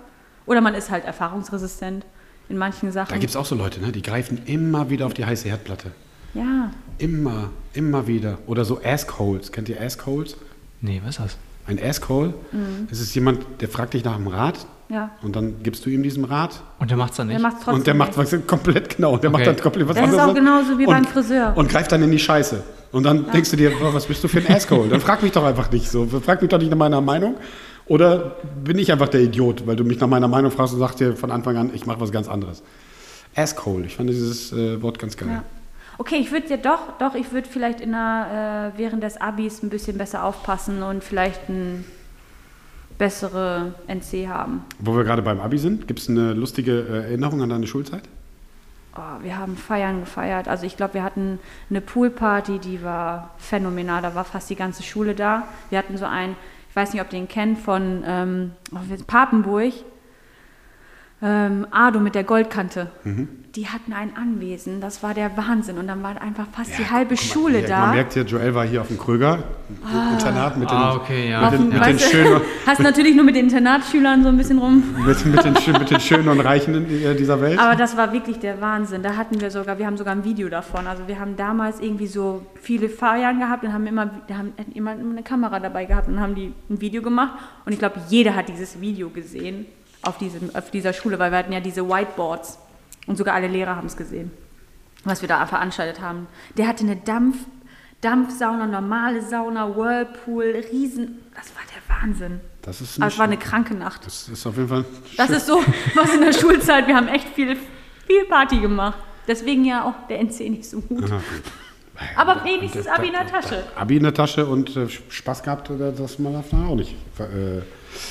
S3: Oder man ist halt erfahrungsresistent in manchen Sachen.
S1: Da gibt es auch so Leute, ne? Die greifen immer wieder auf die heiße Herdplatte.
S3: ja.
S1: Immer, immer wieder. Oder so Askholes. Kennt ihr Askholes?
S2: Nee, was ist das?
S1: Ein Askhole?
S3: Mhm.
S1: Es ist jemand, der fragt dich nach dem Rat
S3: Ja.
S1: und dann gibst du ihm diesen Rat
S2: Und der macht's dann nicht?
S3: Der macht trotzdem.
S1: und der macht
S3: nicht.
S1: was komplett genau. Der macht
S2: Okay.
S1: dann komplett was
S3: Das ist
S1: anderes.
S3: auch genauso wie
S1: und,
S3: beim Friseur.
S1: Und greift dann in die Scheiße. Und dann denkst du dir, "Boah, was bist du für ein Asshole? Dann frag mich doch einfach nicht so. Frag mich doch nicht nach meiner Meinung. Oder bin ich einfach der Idiot, weil du mich nach meiner Meinung fragst und sagst dir von Anfang an, ich mache was ganz anderes. Asshole. Ich fand dieses äh, Wort ganz geil.
S3: Ja. Okay, ich würde ja doch, doch, ich würde vielleicht in der, äh, während des Abis ein bisschen besser aufpassen und vielleicht ein bessere NC haben.
S1: Wo wir gerade beim Abi sind, gibt es eine lustige äh, Erinnerung an deine Schulzeit?
S3: Oh, wir haben Feiern gefeiert. Also ich glaube, wir hatten eine Poolparty, die war phänomenal. Da war fast die ganze Schule da. Wir hatten so einen, ich weiß nicht, ob ihr ihn kennt, von ähm, oh, wie heißt- Papenburg. Ähm, Ado mit der Goldkante.
S1: Mhm.
S3: Die hatten ein Anwesen. Das war der Wahnsinn. Und dann war einfach fast die halbe
S1: Guck mal,
S3: Schule
S1: hier, Man
S3: da.
S1: merkt ja, Joel war hier auf dem Kröger, im Internat mit den,
S2: Ah, okay, ja.
S1: mit den, mit den
S3: Weißt du,
S1: schönen Mhm.
S3: Hast natürlich nur mit den Internatsschülern so ein bisschen rum.
S1: mit, mit, den, schö- mit den Schönen und Reichen in, äh, dieser Welt.
S3: Aber das war wirklich der Wahnsinn. Da hatten wir sogar, wir haben sogar ein Video davon. Also wir haben damals irgendwie so viele Feiern gehabt und haben immer, da haben immer eine Kamera dabei gehabt und haben die ein Video gemacht. Und ich glaube, jeder hat dieses Video gesehen auf, diesem, auf dieser Schule, weil wir hatten ja diese Whiteboards. Und sogar alle Lehrer haben es gesehen, was wir da veranstaltet haben. Der hatte eine Dampf, Dampfsauna, normale Sauna, Whirlpool, Riesen. Das war der Wahnsinn.
S1: Das ist,
S3: Aber es war
S1: eine
S3: eine kranke Nacht.
S1: das ist auf jeden Fall.
S3: Das
S1: schön.
S3: ist so was in der Schulzeit. Wir haben echt viel, viel Party gemacht. Deswegen ja auch der NC nicht so gut.
S1: Aha, gut.
S3: Aber wenigstens Abi in der Tasche.
S1: Abi in der Tasche und äh, Spaß gehabt, äh, dass man darf da auch nicht, äh,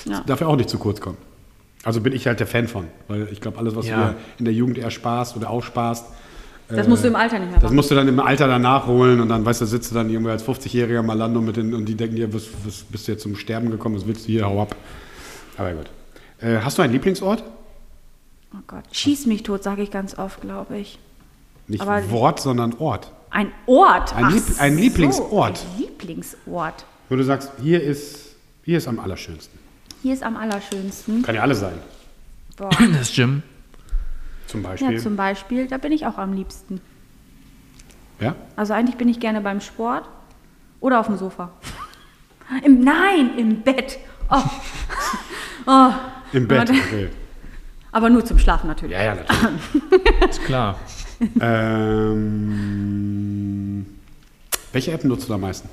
S3: Ja.
S1: darf ja auch nicht zu kurz kommen. Also bin ich halt der Fan von, weil ich glaube, alles, was
S2: Ja.
S1: du dir in der Jugend ersparst oder äh, aufsparst,
S3: Das musst du im Alter nicht mehr
S1: das
S3: machen.
S1: musst du dann im Alter danach holen und dann, weißt du, sitzt du dann irgendwie als 50-jähriger Malando mit den und die denken dir, was, was bist du jetzt zum Sterben gekommen, was willst du hier, hau ab. Aber gut. Äh, hast du einen Lieblingsort?
S3: Oh Gott. Schieß mich tot, sage ich ganz oft, glaube ich.
S1: Nicht
S3: Aber-
S1: Wort, sondern Ort.
S3: Ein Ort.
S1: Ein Lieb- ein Lieblingsort.
S3: So, ein Lieblingsort.
S1: Wo du sagst, hier ist Hier ist am allerschönsten.
S3: Hier ist am allerschönsten.
S1: Kann ja alle sein.
S3: Boah.
S2: Das Gym.
S1: Zum Beispiel.
S3: Ja, zum Beispiel, da bin ich auch am liebsten.
S1: ja?
S3: Also eigentlich bin ich gerne beim Sport oder auf dem Sofa. Im, nein, im Bett. Oh. oh.
S1: Im Bett.
S3: Warte.
S1: Okay.
S3: Aber nur zum Schlafen natürlich.
S1: Ja, ja, natürlich.
S2: Ist klar.
S1: ähm, welche App nutzt du am meisten?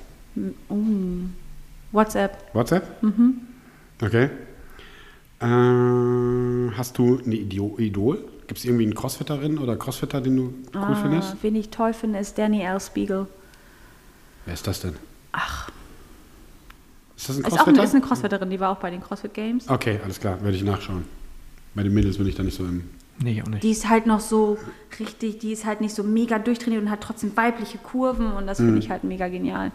S3: WhatsApp.
S1: WhatsApp? Mhm. Okay. Ähm, hast du eine Idio Idol? Gibt es irgendwie einen Crossfitterin oder Crossfitter, den du
S3: Ah.
S1: cool findest?
S3: äh, Wen ich toll finde, ist Danny L. Spiegel.
S1: Wer ist das denn?
S3: Ach,
S1: Ist das ein
S3: ist auch eine,
S1: Crossfitter? Ah.
S3: ist eine Crossfitterin, die war auch bei den CrossFit Games.
S1: okay, alles klar, werde ich nachschauen. Bei den Mädels bin ich da nicht so im.
S2: Nee, ich auch nicht.
S3: Die ist halt noch so richtig, die ist halt nicht so mega durchtrainiert und hat trotzdem weibliche Kurven und das
S1: Mhm.
S3: finde ich halt mega genial.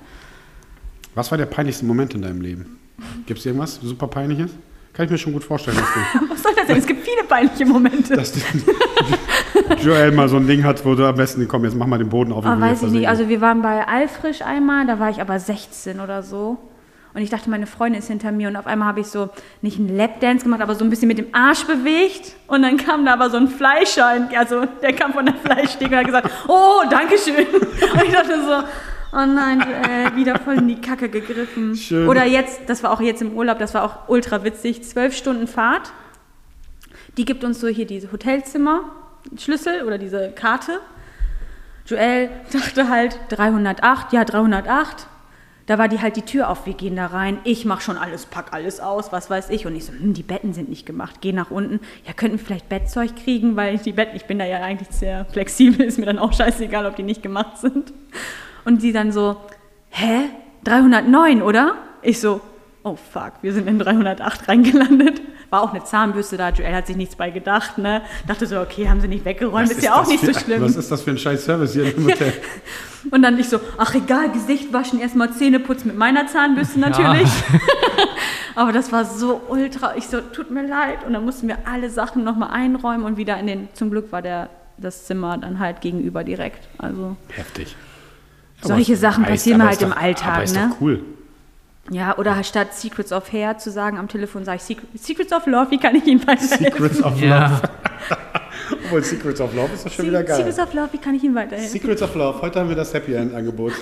S1: Was war der peinlichste Moment in deinem Leben? Gibt es irgendwas super peinliches? Kann ich mir schon gut vorstellen, dass, du,
S3: Was soll das denn? Es gibt viele peinliche Momente.
S1: dass du, Joel mal so ein Ding hat, wo du am besten, komm, jetzt mach mal den Boden auf.
S3: Aber
S1: will
S3: weiß
S1: jetzt
S3: ich nicht.
S1: versinken.
S3: Also wir waren bei Alfrisch einmal, da war ich aber 16 oder so. Und ich dachte, meine Freundin ist hinter mir und auf einmal habe ich so nicht einen Lapdance gemacht, aber so ein bisschen mit dem Arsch bewegt. Und dann kam da aber so ein Fleischer, in- also der kam von der Fleischtheke und hat gesagt, oh, danke schön. Und ich dachte so, oh nein, äh, wieder voll in die Kacke gegriffen.
S1: Schön.
S3: Oder jetzt, das war auch jetzt im Urlaub, das war auch ultra witzig, zwölf Stunden Fahrt. Die gibt uns so hier diese Hotelzimmer-Schlüssel oder diese Karte. Joel dachte halt 308, ja 308. Da war die halt die Tür auf, wir gehen da rein. Ich mach schon alles, pack alles aus, was weiß ich. Und ich so, hm, die Betten sind nicht gemacht, geh nach unten. Ja, könnten wir vielleicht Bettzeug kriegen, weil die Betten, ich bin da ja eigentlich sehr flexibel, ist mir dann auch scheißegal, ob die nicht gemacht sind. Und die dann so, hä? 309, oder? Ich so, oh fuck, wir sind in 308 reingelandet. War auch eine Zahnbürste da, Joel hat sich nichts bei gedacht, ne? Dachte so, okay, haben sie nicht weggeräumt, ist, ja auch
S1: das
S3: nicht
S1: für,
S3: so schlimm.
S1: Was ist das für ein scheiß Service hier im Hotel?
S3: Und dann ich so, ach egal, Gesicht waschen, erstmal Zähne putzen mit meiner Zahnbürste natürlich. Aber das war so ultra, ich so, tut mir leid. Und dann mussten wir alle Sachen nochmal einräumen und wieder in den, zum Glück war der, das Zimmer dann halt gegenüber direkt. Also,
S1: Heftig.
S3: Solche
S1: Aber
S3: Sachen
S1: ist-
S3: passieren
S1: aber
S3: halt
S1: ist doch-
S3: im Alltag,
S1: aber ist
S3: ne?
S1: Doch cool.
S3: ja, oder statt Secrets of Hair zu sagen am Telefon, sage ich Secret, Secrets of Love, wie kann ich Ihnen weiterhelfen?
S1: Secrets of
S2: Ja.
S1: Love. Obwohl Secrets of Love ist doch schon wieder
S3: Se-
S1: geil.
S3: Secrets of Love, wie kann ich Ihnen weiterhelfen?
S1: Secrets of Love. Heute haben wir das Happy End Angebot.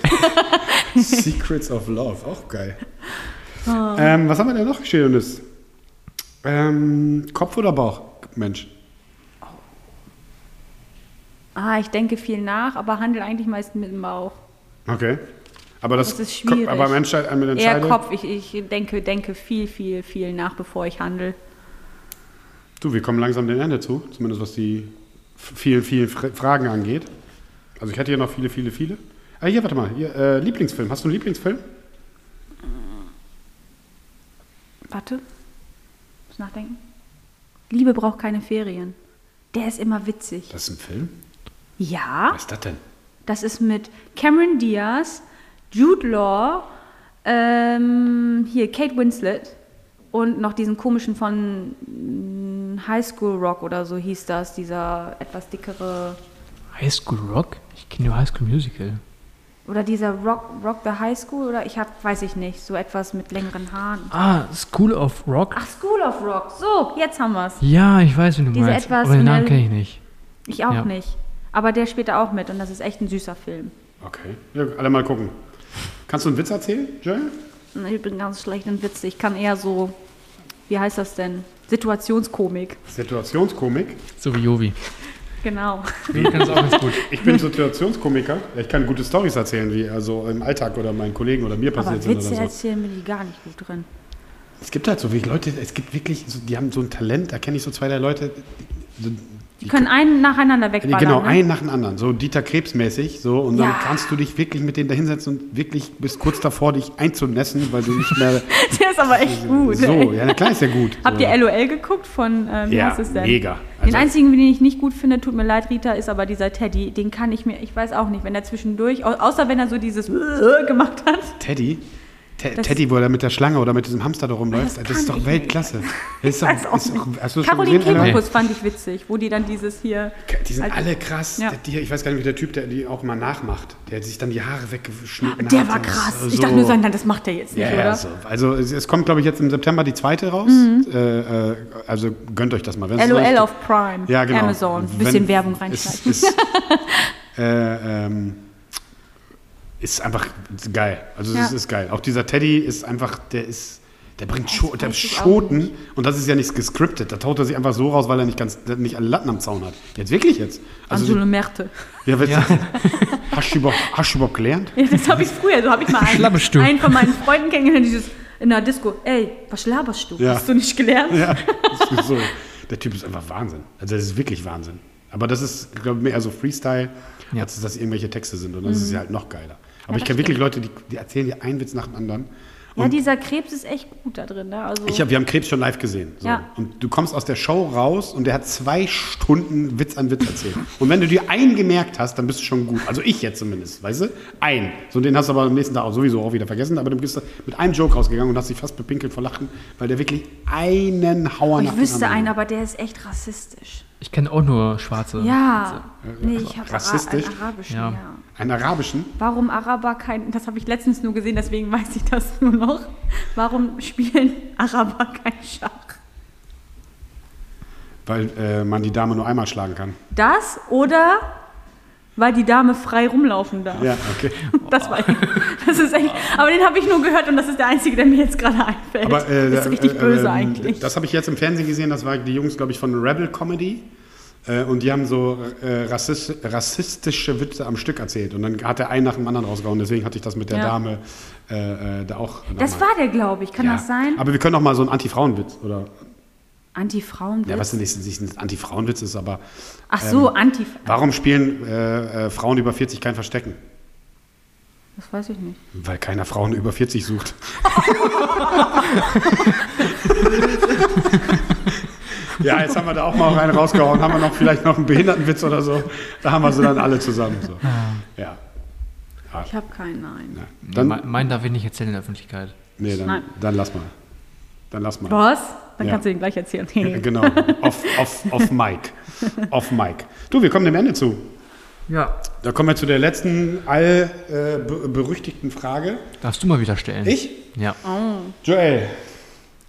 S1: Secrets of Love. Auch geil.
S3: Oh.
S1: Ähm, was haben wir denn noch Schönes? Ähm, Kopf oder Bauch? Mensch.
S3: Ah, ich denke viel nach, aber handle eigentlich meistens mit dem Bauch.
S1: Okay. Aber das,
S3: Das ist
S1: kommt-
S3: schwierig.
S1: Aber am Entscheid, am
S3: Eher
S1: Entscheide,
S3: Kopf, ich, ich denke, denke viel, viel, viel nach, bevor ich handle.
S1: Du, wir kommen langsam dem Ende zu, zumindest was die f- vielen, vielen Fra Fragen angeht. Also ich hatte hier noch viele, viele, viele. Ah, hier, warte mal. Hier, äh, Lieblingsfilm. Hast du einen Lieblingsfilm?
S3: Warte. Muss nachdenken. Liebe braucht keine Ferien. Der ist immer witzig.
S1: Das ist ein Film?
S3: Ja,
S1: ist das denn?
S3: das ist mit Cameron Diaz, Jude Law, ähm, hier Kate Winslet und noch diesen komischen von mm, High School Rock oder so hieß das, dieser etwas dickere
S2: High School Rock? Ich kenne nur High School Musical.
S3: oder dieser Rock Rock the High School oder ich hab weiß ich nicht, so etwas mit längeren Haaren.
S2: Ah, School of Rock?
S3: Ach School of Rock. So, jetzt haben wir's.
S2: Ja, ich weiß, wie du
S3: Diese
S2: meinst.
S3: etwas
S2: Aber den Namen
S3: schnell-
S2: kenne ich nicht.
S3: Ich auch
S2: Ja.
S3: nicht. Aber der spielt da auch mit und das ist echt ein süßer Film.
S1: Okay. Ja, alle mal gucken. Kannst du einen Witz erzählen, Joel?
S3: Ich bin ganz schlecht in Witze. Ich kann eher so, wie heißt das denn? Situationskomik.
S1: Situationskomik.
S2: So wie Jovi.
S3: Genau.
S2: Jovi kann es auch ganz gut.
S1: Ich bin Situationskomiker. Ich kann gute Stories erzählen, die also im Alltag oder meinen Kollegen oder mir passiert
S3: Aber
S1: sind
S3: Witze
S1: oder so.
S3: erzählen bin ich gar nicht gut drin.
S1: Es gibt halt so viele Leute, es gibt wirklich, so, die haben so ein Talent, da kenne ich so zwei, drei Leute, die, die,
S3: Die können einen nacheinander
S1: Ja,
S3: wegballern.
S1: genau,
S3: ne?
S1: einen nach dem anderen, so Dieter Krebsmäßig, so und dann
S3: Ja.
S1: kannst du dich wirklich mit denen da hinsetzen und wirklich bist kurz davor, dich einzunässen, weil du nicht mehr
S3: Der ist aber echt gut.
S1: so,
S3: ey.
S1: ja, na klar ist ja gut.
S3: Habt
S1: so.
S3: ihr LOL geguckt von, ähm, wie
S1: Ja,
S3: heißt es denn?
S1: mega.
S3: den
S1: Also-
S3: einzigen, den ich nicht gut finde, tut mir leid, Rita, ist aber dieser Teddy. Den kann ich mir, ich weiß auch nicht, wenn er zwischendurch, au- außer wenn er so dieses gemacht hat.
S1: Teddy? Te-
S3: Das-
S1: Teddy, wo er mit der Schlange oder mit diesem Hamster da rumläuft,
S3: Das
S1: das,
S3: kann
S1: ist doch
S3: ich
S1: Weltklasse. Das ist doch,
S3: Weiß auch
S1: ist doch, hast du das schon
S3: Caroline
S1: gesehen, Ella?
S3: Kebekus fand ich witzig, wo die dann dieses hier.
S1: Die sind
S3: Also-
S1: alle krass.
S3: Ja.
S1: Der- Die, ich weiß gar nicht, wie der Typ, der die auch immer nachmacht, der sich dann die Haare weggeschnitten
S3: Der
S1: hat.
S3: war
S1: Das ist
S3: krass. Ich
S1: so-
S3: dachte nur so, nein, das macht er jetzt nicht,
S1: Also Ja,
S3: oder?
S1: ja,
S3: Mhm.
S1: so. Also es, es kommt, glaube ich, jetzt im September die zweite raus. Äh, äh, also gönnt euch das mal. wenn's
S3: LOL
S1: läuft.
S3: auf Prime.
S1: ja, genau.
S3: Amazon. Ein bisschen
S1: Wenn-
S3: Werbung
S1: es-
S3: reinschneiden.
S1: es- äh, ähm, Ist einfach geil. Also es
S3: Ja.
S1: ist geil. Auch dieser Teddy ist einfach, der ist, der bringt Scho der
S3: weiß ich auch
S1: Schoten und das ist ja nichts gescriptet. Da taut er sich einfach so raus, weil er nicht ganz, der nicht alle Latten am Zaun hat. Jetzt wirklich jetzt. Also,
S3: Angelo Merte.
S1: ja, weißt du, hast du überhaupt, hast du überhaupt gelernt?
S3: Ja, das habe ich früher, so habe ich mal einen,
S2: Schlabberst du?
S3: einen von meinen Freunden kennengelernt, dieses in der Disco, ey, was laberst du?
S1: Ja.
S3: Hast du nicht gelernt?
S1: Ja, das ist so. Der Typ ist einfach Wahnsinn. Also das ist wirklich Wahnsinn. Aber das ist, glaube ich, mehr so Freestyle,
S2: Ja.
S1: als dass das irgendwelche Texte sind. Und das ist ja halt noch geiler. Aber ich
S3: Mhm. das
S1: kenne wirklich Leute, die, die erzählen dir einen Witz nach dem anderen.
S3: Ja, dieser Krebs ist echt gut da drin. Ne? Also,
S1: Ich hab, wir haben Krebs schon live gesehen. So.
S3: Ja.
S1: Und du kommst aus der Show raus und der hat zwei Stunden Witz an Witz erzählt. und wenn du dir einen gemerkt hast, dann bist du schon gut. Also ich jetzt zumindest, weißt du? Einen. So, den hast du aber am nächsten Tag auch sowieso auch wieder vergessen. Aber du bist mit einem Joke rausgegangen und hast dich fast bepinkelt vor Lachen, weil der wirklich einen Hauer nach
S3: ich
S1: dem
S3: wüsste
S1: anderen
S3: einen,
S1: hat.
S3: aber der ist echt rassistisch.
S2: Ich kenne auch nur schwarze.
S3: Ja. Nee, ich habe
S1: Also Rassistisch?
S3: Ara einen arabischen,
S2: Ja.
S3: ja.
S1: Einen arabischen?
S3: Warum Araber kein, das habe ich letztens nur gesehen, deswegen weiß ich das nur noch. Warum spielen Araber kein Schach?
S1: Weil äh, man die Dame nur einmal schlagen kann.
S3: Das oder weil die Dame frei rumlaufen darf.
S1: Ja, okay.
S3: Das war das ist echt, aber den habe ich nur gehört und das ist der einzige, der mir jetzt gerade einfällt.
S1: Aber, äh,
S3: das ist richtig
S1: äh,
S3: böse
S1: ähm,
S3: eigentlich.
S1: Das habe ich jetzt im Fernsehen gesehen, das waren die Jungs, glaube ich, von Rebel Comedy. Äh, und die haben so äh, rassist, rassistische Witze am Stück erzählt. Und dann hat der einen nach dem anderen rausgehauen. Deswegen hatte ich das mit der
S3: Ja.
S1: Dame äh, äh, da auch.
S3: Das war der, glaube ich. Kann das sein?
S1: Aber wir können auch mal so einen Anti-Frauenwitz. Oder,
S3: Anti-Frauen.
S1: ja, was denn nicht, nicht ein Anti-Frauenwitz ist, ähm, aber
S3: Ach so, Anti.
S1: warum spielen äh, äh, Frauen über 40 kein Verstecken?
S3: Das weiß ich nicht.
S1: Weil keiner Frauen über 40 sucht. ja, jetzt haben wir da auch mal einen rausgehauen. Haben wir noch vielleicht noch einen Behindertenwitz oder so? Da haben wir sie dann alle zusammen. So. Ja.
S3: Ich habe keinen, nein.
S1: ja.
S2: Dann,
S1: Dann,
S2: Me- meinen darf ich nicht erzählen in der Öffentlichkeit.
S1: nee, dann,
S3: Nein.
S1: dann lass mal. Dann lass mal.
S3: Was? Dann
S1: Ja.
S3: kannst du den gleich erzählen.
S1: Ja, Genau. Off, off, off Mike. Off Mike. Du, wir kommen dem Ende zu.
S2: Ja.
S1: Da kommen wir zu der letzten allberüchtigten äh, be- berüchtigten Frage.
S2: Darfst du mal wieder stellen?
S1: Ich?
S2: Ja.
S1: Joel,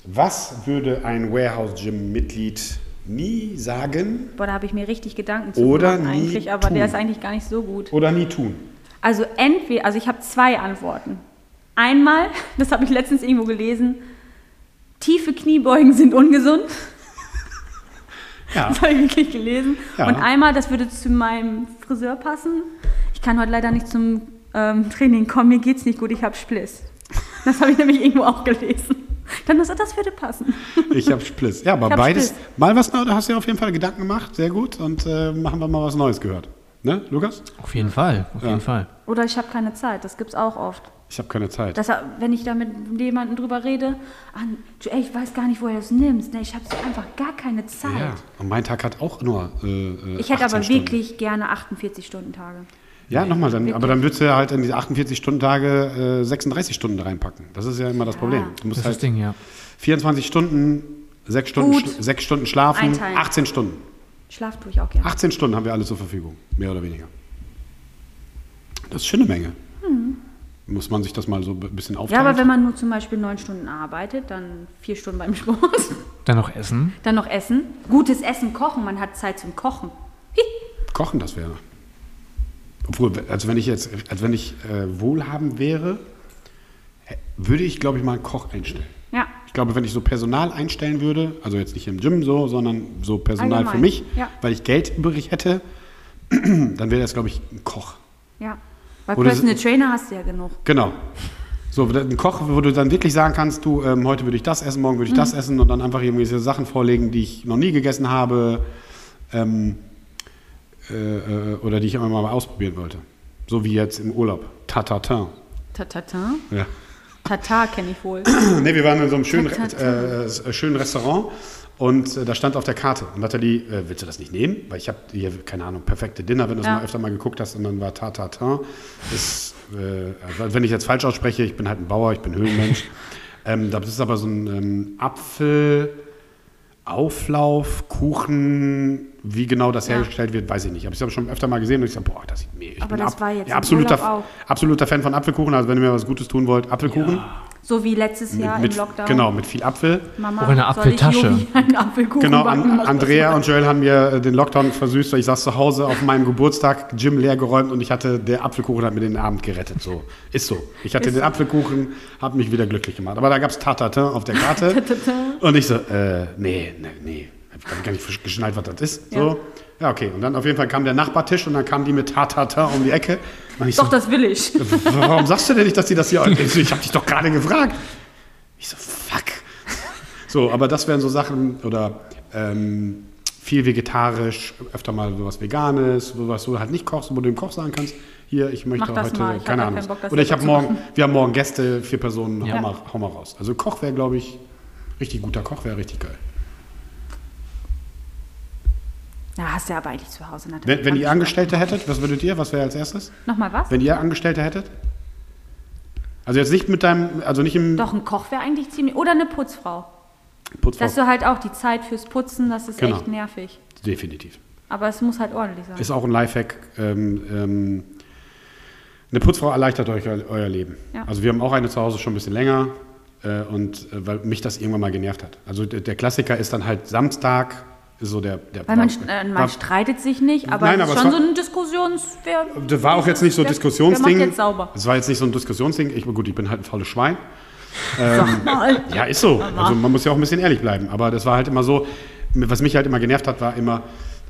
S1: was würde ein Warehouse-Gym-Mitglied nie sagen
S3: Boah, da habe ich mir richtig Gedanken zu
S1: Oder
S3: gemacht
S1: nie
S3: eigentlich, aber
S1: tun.
S3: der ist eigentlich gar nicht so gut.
S1: oder nie tun?
S3: Also entweder, also ich habe zwei Antworten. Einmal, das habe ich letztens irgendwo gelesen, tiefe Kniebeugen sind ungesund.
S1: Ja.
S3: Das habe ich wirklich gelesen.
S1: Ja.
S3: Und einmal, das würde zu meinem Friseur passen. Ich kann heute leider nicht zum ähm, Training kommen, mir geht's nicht gut, ich habe Spliss. Das habe ich nämlich irgendwo auch gelesen. Dann das, das würde passen.
S1: Ich habe Spliss. Ja, aber
S3: Ich hab
S1: beides.
S3: Spliss.
S1: Mal was, da hast du dir auf jeden Fall Gedanken gemacht. Sehr gut. Und äh, machen wir mal was Neues gehört. Ne, Lukas?
S2: Auf jeden Fall. Auf jeden Fall.
S3: Oder ich habe keine Zeit, das gibt's auch oft.
S1: Ich habe keine Zeit.
S3: Dass er, wenn ich da mit jemandem drüber rede, ah, du, ey, ich weiß gar nicht, woher du es nimmst. Ne, ich habe so einfach gar keine Zeit.
S1: ja. Und mein Tag hat auch nur. Äh, äh,
S3: Ich hätte aber
S1: 18 Stunden.
S3: wirklich gerne 48-Stunden-Tage.
S1: Ja, nochmal. Dann, aber dann würdest du ja halt in diese 48-Stunden-Tage äh, 36 Stunden reinpacken. Das ist ja immer das Problem. Du
S2: Das
S1: musst
S2: ist das
S1: halt
S2: Ding, ja.
S1: 24 Stunden, 6 Stunden,
S3: Gut.
S1: schla- sechs Stunden schlafen,
S3: Einteilen.
S1: 18 Stunden.
S3: Schlaf tue ich auch gerne.
S1: 18 Stunden haben wir alle zur Verfügung, mehr oder weniger. Das ist schon eine Menge. Muss man sich das mal so ein bisschen
S3: Mhm. ja,
S1: aufteilen?
S3: aber wenn man nur zum Beispiel neun Stunden arbeitet, dann vier Stunden beim Sport,
S2: Dann noch Essen.
S3: dann noch Essen. Gutes Essen kochen, man hat Zeit zum Kochen. Hi.
S1: Kochen, das wäre. Obwohl, also wenn ich jetzt, als wenn ich äh, wohlhabend wäre, hä- würde ich, glaube ich, mal einen Koch einstellen.
S3: Ja,
S1: Ich glaube, wenn ich so Personal einstellen würde, also jetzt nicht im Gym so, sondern so Personal für
S3: Allgemein,
S1: mich,
S3: ja.
S1: weil ich Geld übrig hätte, dann wäre das, glaube ich, ein Koch.
S3: ja. Bei
S1: Oder
S3: Personal
S1: so-
S3: Trainer hast du ja genug.
S1: Genau. So, ein Koch, wo du dann wirklich sagen kannst, du, ähm, heute würde ich das essen, morgen würde ich das essen und dann einfach irgendwie so Sachen vorlegen, die ich noch nie gegessen habe ähm, äh, äh, oder die ich immer mal ausprobieren wollte. So wie jetzt im Urlaub. Tatatin.
S3: Tatata.
S1: Ja.
S3: Tata kenne ich wohl.
S1: Ne, wir waren in so einem schönen,
S3: Tatatin.
S1: äh, äh, schönen Restaurant und äh, da stand auf der Karte und hatte die, äh, willst du das nicht nehmen? Weil ich habe hier, keine Ahnung, perfekte Dinner, wenn du es
S3: Ja.
S1: mal öfter mal geguckt hast und dann war Tatatin. Ist äh, also wenn ich jetzt falsch ausspreche, ich bin halt ein Bauer, ich bin Höhlenmensch. ähm, das ist aber so ein ähm, Apfel. Auflauf, Kuchen, wie genau das
S3: Ja.
S1: hergestellt wird, weiß ich nicht. Aber ich habe schon öfter mal gesehen und ich sage, boah, das sieht mega. Ich
S3: Aber
S1: bin
S3: das
S1: ab-
S3: war jetzt
S1: ja,
S3: im
S1: absoluter,
S3: Urlaub
S1: absoluter Fan von Apfelkuchen. Also wenn ihr mir was Gutes tun wollt, Apfelkuchen.
S3: So wie letztes Jahr im Lockdown.
S1: Genau, mit viel Apfel.
S3: Mama,
S2: Auch in der
S3: soll ich
S2: Apfeltasche.
S3: Jovi einen Apfelkuchen
S1: Genau,
S3: backen?
S1: an,
S3: Mach das
S1: Andrea
S3: mal.
S1: und Joel haben mir äh, den Lockdown versüßt. weil Ich saß zu Hause auf meinem Geburtstag, Gym leer geräumt und ich hatte, der Apfelkuchen hat mir den Abend gerettet. So, ist so. Ich hatte den Apfelkuchen, habe mich wieder glücklich gemacht. Aber da gab es Tatata auf der Karte. und ich so, äh, nee, nee, nee. Hab ich gar nicht geschnallt, was das ist. So. Ja, okay. Und dann auf jeden Fall kam der Nachbartisch und dann kam die mit Tatata um die Ecke. Und ich
S3: Doch,
S1: so,
S3: das will ich.
S1: Warum sagst du denn nicht, dass die das hier. Ich habe dich doch gerade gefragt. Ich so, fuck. So, aber das wären so Sachen, oder ähm, viel vegetarisch, öfter mal sowas Veganes, was du halt nicht kochst, wo du dem Koch sagen kannst, hier, ich möchte
S3: Mach das
S1: heute,
S3: mal, ich hab
S1: keine
S3: gar
S1: Ahnung.
S3: keinen Bock, das
S1: oder ich
S3: selber
S1: habe
S3: zu
S1: morgen,
S3: machen.
S1: wir haben morgen Gäste, vier Personen, hau,
S2: Ja.
S1: mal, hau mal raus. Also Koch wäre, glaube ich, richtig guter Koch wäre richtig geil.
S3: Ja, hast du ja aber eigentlich zu Hause. Natalie.
S1: Wenn, wenn
S3: Hab ich
S1: ihr
S3: schon.
S1: Angestellte hättet, was würdet ihr, was wäre als erstes?
S3: Nochmal was?
S1: Wenn ihr Angestellte hättet? Also jetzt nicht mit deinem, also nicht im
S3: Doch, ein Koch wäre eigentlich ziemlich... Oder eine Putzfrau.
S1: Putzfrau.
S3: Dass du halt auch die Zeit fürs Putzen, das ist
S1: Oh. Genau.
S3: echt nervig.
S1: Definitiv.
S3: Aber es muss halt ordentlich sein.
S1: Ist auch ein Lifehack. Ähm, ähm, eine Putzfrau erleichtert euch eu- euer Leben.
S3: Ja.
S1: Also wir haben auch eine zu Hause schon ein bisschen länger äh, und äh, weil mich das irgendwann mal genervt hat. Also der, der Klassiker ist dann halt Samstag, ist so der. der
S3: Weil man,
S1: war,
S3: äh, man streitet sich nicht, aber
S1: Nein,
S3: es ist
S1: aber es
S3: schon
S1: war-
S3: so ein Diskussions... Wer,
S1: das war auch jetzt nicht so ein
S3: wer-
S1: Diskussionsding.
S3: Wer macht jetzt sauber?
S1: Es war jetzt nicht so ein Diskussionsding. Ich, gut, ich bin halt ein faules Schwein. Ähm,
S3: Sag mal.
S1: Ja, ist so. Also man muss ja auch ein bisschen ehrlich bleiben. Aber das war halt immer so, was mich halt immer genervt hat, war immer,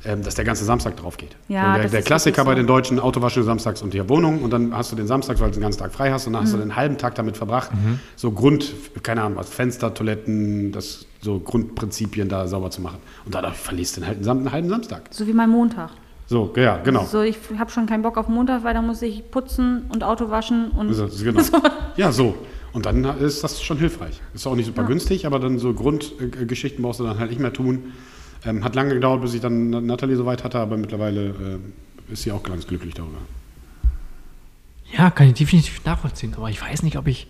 S1: ähm, dass der ganze Samstag drauf geht.
S3: Ja,
S1: der
S3: das
S1: der
S3: ist
S1: Klassiker
S3: wirklich so.
S1: bei den Deutschen, Autowaschen samstags und die Wohnung und dann hast du den Samstag, weil du den ganzen Tag frei hast und dann
S3: Mhm.
S1: hast du den halben Tag damit verbracht, so Grund, keine Ahnung, was, Fenster, Toiletten, das, so Grundprinzipien da sauber zu machen. Und dadurch verlierst du den halben, Sam- einen halben Samstag.
S3: So wie mein Montag.
S1: So, ja, genau.
S3: So, ich habe schon keinen Bock auf Montag, weil da muss ich putzen und Auto waschen und
S1: So, so, genau. Ja, so. Und dann ist das schon hilfreich. Ist auch nicht super günstig, aber dann so Grundgeschichten brauchst du dann halt nicht mehr tun. Ähm, hat lange gedauert, bis ich dann Nathalie soweit hatte, aber mittlerweile äh, ist sie auch ganz glücklich darüber.
S2: Ja, kann ich definitiv nachvollziehen, aber ich weiß nicht, ob ich.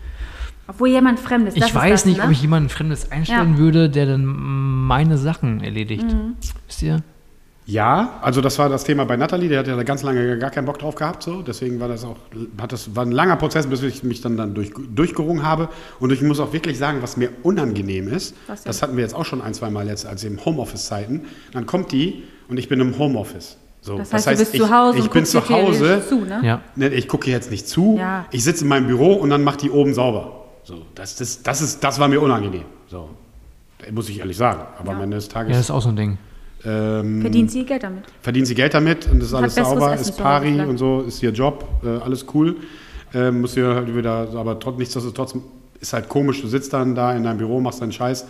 S3: obwohl jemand Fremdes. das
S2: Ich
S3: ist
S2: weiß
S3: das,
S2: nicht,
S3: ne?
S2: ob ich jemanden Fremdes einstellen
S3: Ja. Mhm.
S2: würde, der dann meine Sachen erledigt. Wisst ihr?
S1: Ja, also das war das Thema bei Nathalie, der hat ja da ganz lange gar keinen Bock drauf gehabt, so. Deswegen war das auch, hat das, war ein langer Prozess, bis ich mich dann, dann durch, durchgerungen habe. Und ich muss auch wirklich sagen, was mir unangenehm ist,
S3: Was denn?
S1: das hatten wir jetzt auch schon ein, zwei Mal jetzt, als im Homeoffice-Zeiten, dann kommt die und ich bin im Homeoffice. So,
S3: Das heißt, du bist zu Hause
S1: ich, ich
S3: und
S1: bin
S3: guckst
S1: zu
S3: dir theoretisch
S1: Hause,
S3: zu, ne?
S2: Ja.
S1: Ne, ich gucke jetzt nicht zu,
S3: Ja.
S1: ich sitze in meinem Büro und dann macht die oben sauber. So, das, das, das, ist, das war mir unangenehm. So, muss ich ehrlich sagen. Aber am Ende des
S2: Ja, das
S1: Tages
S2: ist auch so ein Ding.
S1: ähm,
S3: Verdient sie ihr Geld damit.
S1: verdient sie Geld damit und ist alles
S3: besseres
S1: sauber,
S3: Essen
S1: ist
S3: zu Hause,
S1: pari
S3: klar.
S1: und so, ist ihr Job, äh, alles cool. Ähm, muss ihr halt wieder, so, aber trotz, nichtsdestotrotz ist halt komisch, du sitzt dann da in deinem Büro, machst deinen Scheiß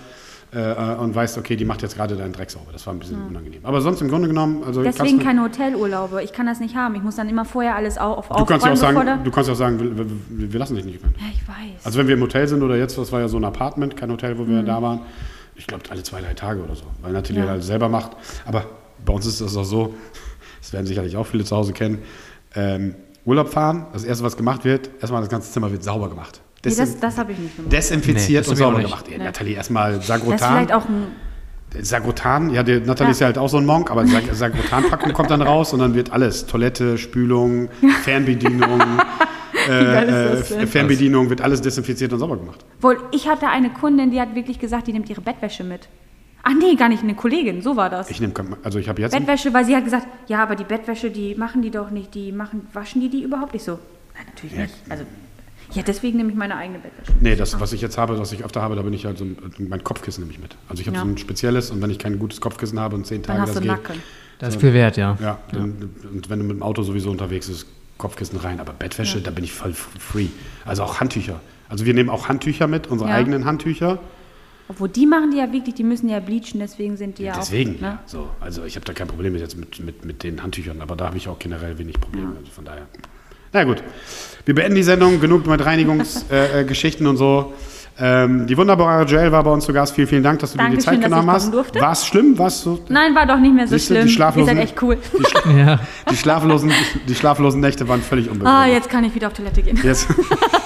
S1: äh, äh, und weißt, okay, die macht jetzt gerade deinen Dreck sauber. Das war ein bisschen unangenehm. Aber sonst im Grunde genommen, also
S3: Deswegen
S1: kannst
S3: keine Hotelurlaube. Ich kann das nicht haben. Ich muss dann immer vorher alles au- auf
S1: du, du kannst ja auch
S3: bevor
S1: sagen,
S3: da-
S1: du kannst ja auch sagen, wir, wir, wir lassen dich nicht rein.
S3: Ja, ich weiß.
S1: Also wenn wir im Hotel sind oder jetzt, das war ja so ein Apartment, kein Hotel, wo wir da waren, ich glaube alle zwei, drei Tage oder so, weil Nathalie
S3: Mhm. Ja.
S1: halt selber macht. Aber bei uns ist das auch so, das werden sicherlich auch viele zu Hause kennen, ähm, Urlaub fahren, das Erste, was gemacht wird, erstmal das ganze Zimmer wird sauber gemacht.
S3: nee,
S1: Desin-
S3: das das habe ich nicht gemacht.
S2: Nee,
S1: Desinfiziert
S2: das
S1: und
S2: hab ich auch
S1: sauber
S2: nicht.
S1: gemacht. Nee. Nathalie erstmal
S3: Das ist
S1: Sagrotan.
S3: vielleicht auch ein.
S1: Sagrotan, ja, der Nathalie
S3: Ja.
S1: ist ja halt auch so ein Monk, aber Sag Sagrotan-Packung kommt dann raus und dann wird alles, Toilette, Spülung, Fernbedienung,
S3: geil ist
S1: äh,
S3: das denn?
S1: äh, Fernbedienung, wird alles desinfiziert und sauber gemacht.
S3: Wohl, ich hatte eine Kundin, die hat wirklich gesagt, die nimmt ihre Bettwäsche mit. Ach nee, gar nicht eine Kollegin. So war das.
S1: Ich nehme, also ich habe jetzt
S3: Bettwäsche, weil sie hat gesagt, ja, aber die Bettwäsche, die machen die doch nicht. Die machen, waschen die die überhaupt nicht so? Nein, natürlich
S1: Ja.
S3: nicht. Also ja, deswegen nehme ich meine eigene Bettwäsche.
S1: Nee, das, was ich jetzt habe, was ich öfter habe, da bin ich halt so ein, mein Kopfkissen nehme ich mit. Also ich habe
S3: Ja.
S1: so ein spezielles und wenn ich kein gutes Kopfkissen habe und zehn Tage
S3: Dann
S1: das
S3: hast du
S1: geht,
S3: Nacken.
S2: Das ist viel wert, ja.
S1: ja, dann, und wenn du mit dem Auto sowieso unterwegs bist, Kopfkissen rein. Aber Bettwäsche, da bin ich voll f- free. Also auch Handtücher. Also wir nehmen auch Handtücher mit, unsere
S3: Ja.
S1: eigenen Handtücher.
S3: Obwohl die machen die ja wirklich, die müssen ja bleachen, deswegen sind die ja,
S1: Deswegen,
S3: auch.
S1: ja.
S3: Ne?
S1: So, also ich habe da kein Problem mit jetzt mit, mit, mit den Handtüchern, aber da habe ich auch generell wenig Probleme. Also von daher. Na gut, wir beenden die Sendung. Genug mit Reinigungsgeschichten äh, Geschichten und so. Ähm, die wunderbare Joel war bei uns zu Gast. Vielen, vielen Dank, dass du dir die
S3: Dankeschön,
S1: Zeit
S3: dass ich
S1: genommen
S3: kommen
S1: hast.
S3: durfte.
S1: War es schlimm? War's so,
S3: Nein, war doch nicht mehr so
S1: Siehst du, die
S3: schlimm. Ihr
S1: Schlaflosen-
S3: seid echt cool.
S2: Ja.
S1: die, schlaflosen, die schlaflosen Nächte waren völlig
S3: Ah,
S1: unbegründet.
S3: jetzt kann ich wieder auf Toilette gehen.
S1: Jetzt.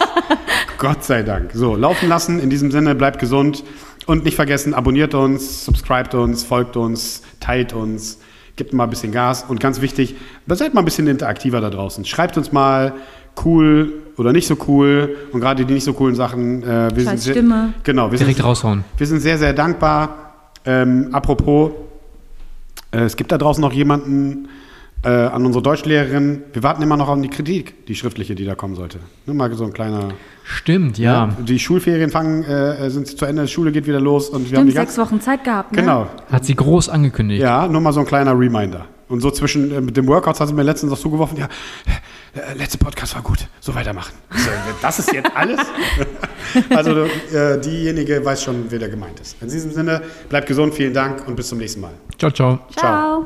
S1: Gott sei Dank. So, laufen lassen. In diesem Sinne, bleibt gesund. Und nicht vergessen, abonniert uns, subscribt uns, folgt uns, teilt uns, gebt mal ein bisschen Gas. Und ganz wichtig, seid mal ein bisschen interaktiver da draußen. Schreibt uns mal cool oder nicht so cool. Und gerade die nicht so coolen Sachen. Äh, wir
S3: Scheiß
S1: sehr-
S3: Stimme.
S1: Genau, wir
S2: Direkt
S1: sind,
S2: raushauen.
S1: wir sind sehr, sehr dankbar. Ähm, apropos, äh, es gibt da draußen noch jemanden äh, an unsere Deutschlehrerin. Wir warten immer noch auf die Kritik, die schriftliche, die da kommen sollte. Ne, mal so ein kleiner.
S2: Stimmt, ja.
S1: Ne? Die Schulferien fangen, äh, sind zu Ende, Schule geht wieder los und wir haben
S3: Stimmt,
S1: die
S3: sechs
S1: ganze.
S3: Wochen Zeit gehabt, ne?
S1: Genau.
S2: Hat sie groß angekündigt.
S1: Ja, nur mal so ein kleiner Reminder. Und so zwischen äh, mit dem Workouts hat sie mir letztens noch zugeworfen, ja, äh, letzte Podcast war gut, so weitermachen. Ich so, Das ist jetzt alles? also äh, diejenige weiß schon, wer da gemeint ist. In diesem Sinne, bleibt gesund, vielen Dank und bis zum nächsten Mal.
S2: Ciao, ciao.
S3: Ciao.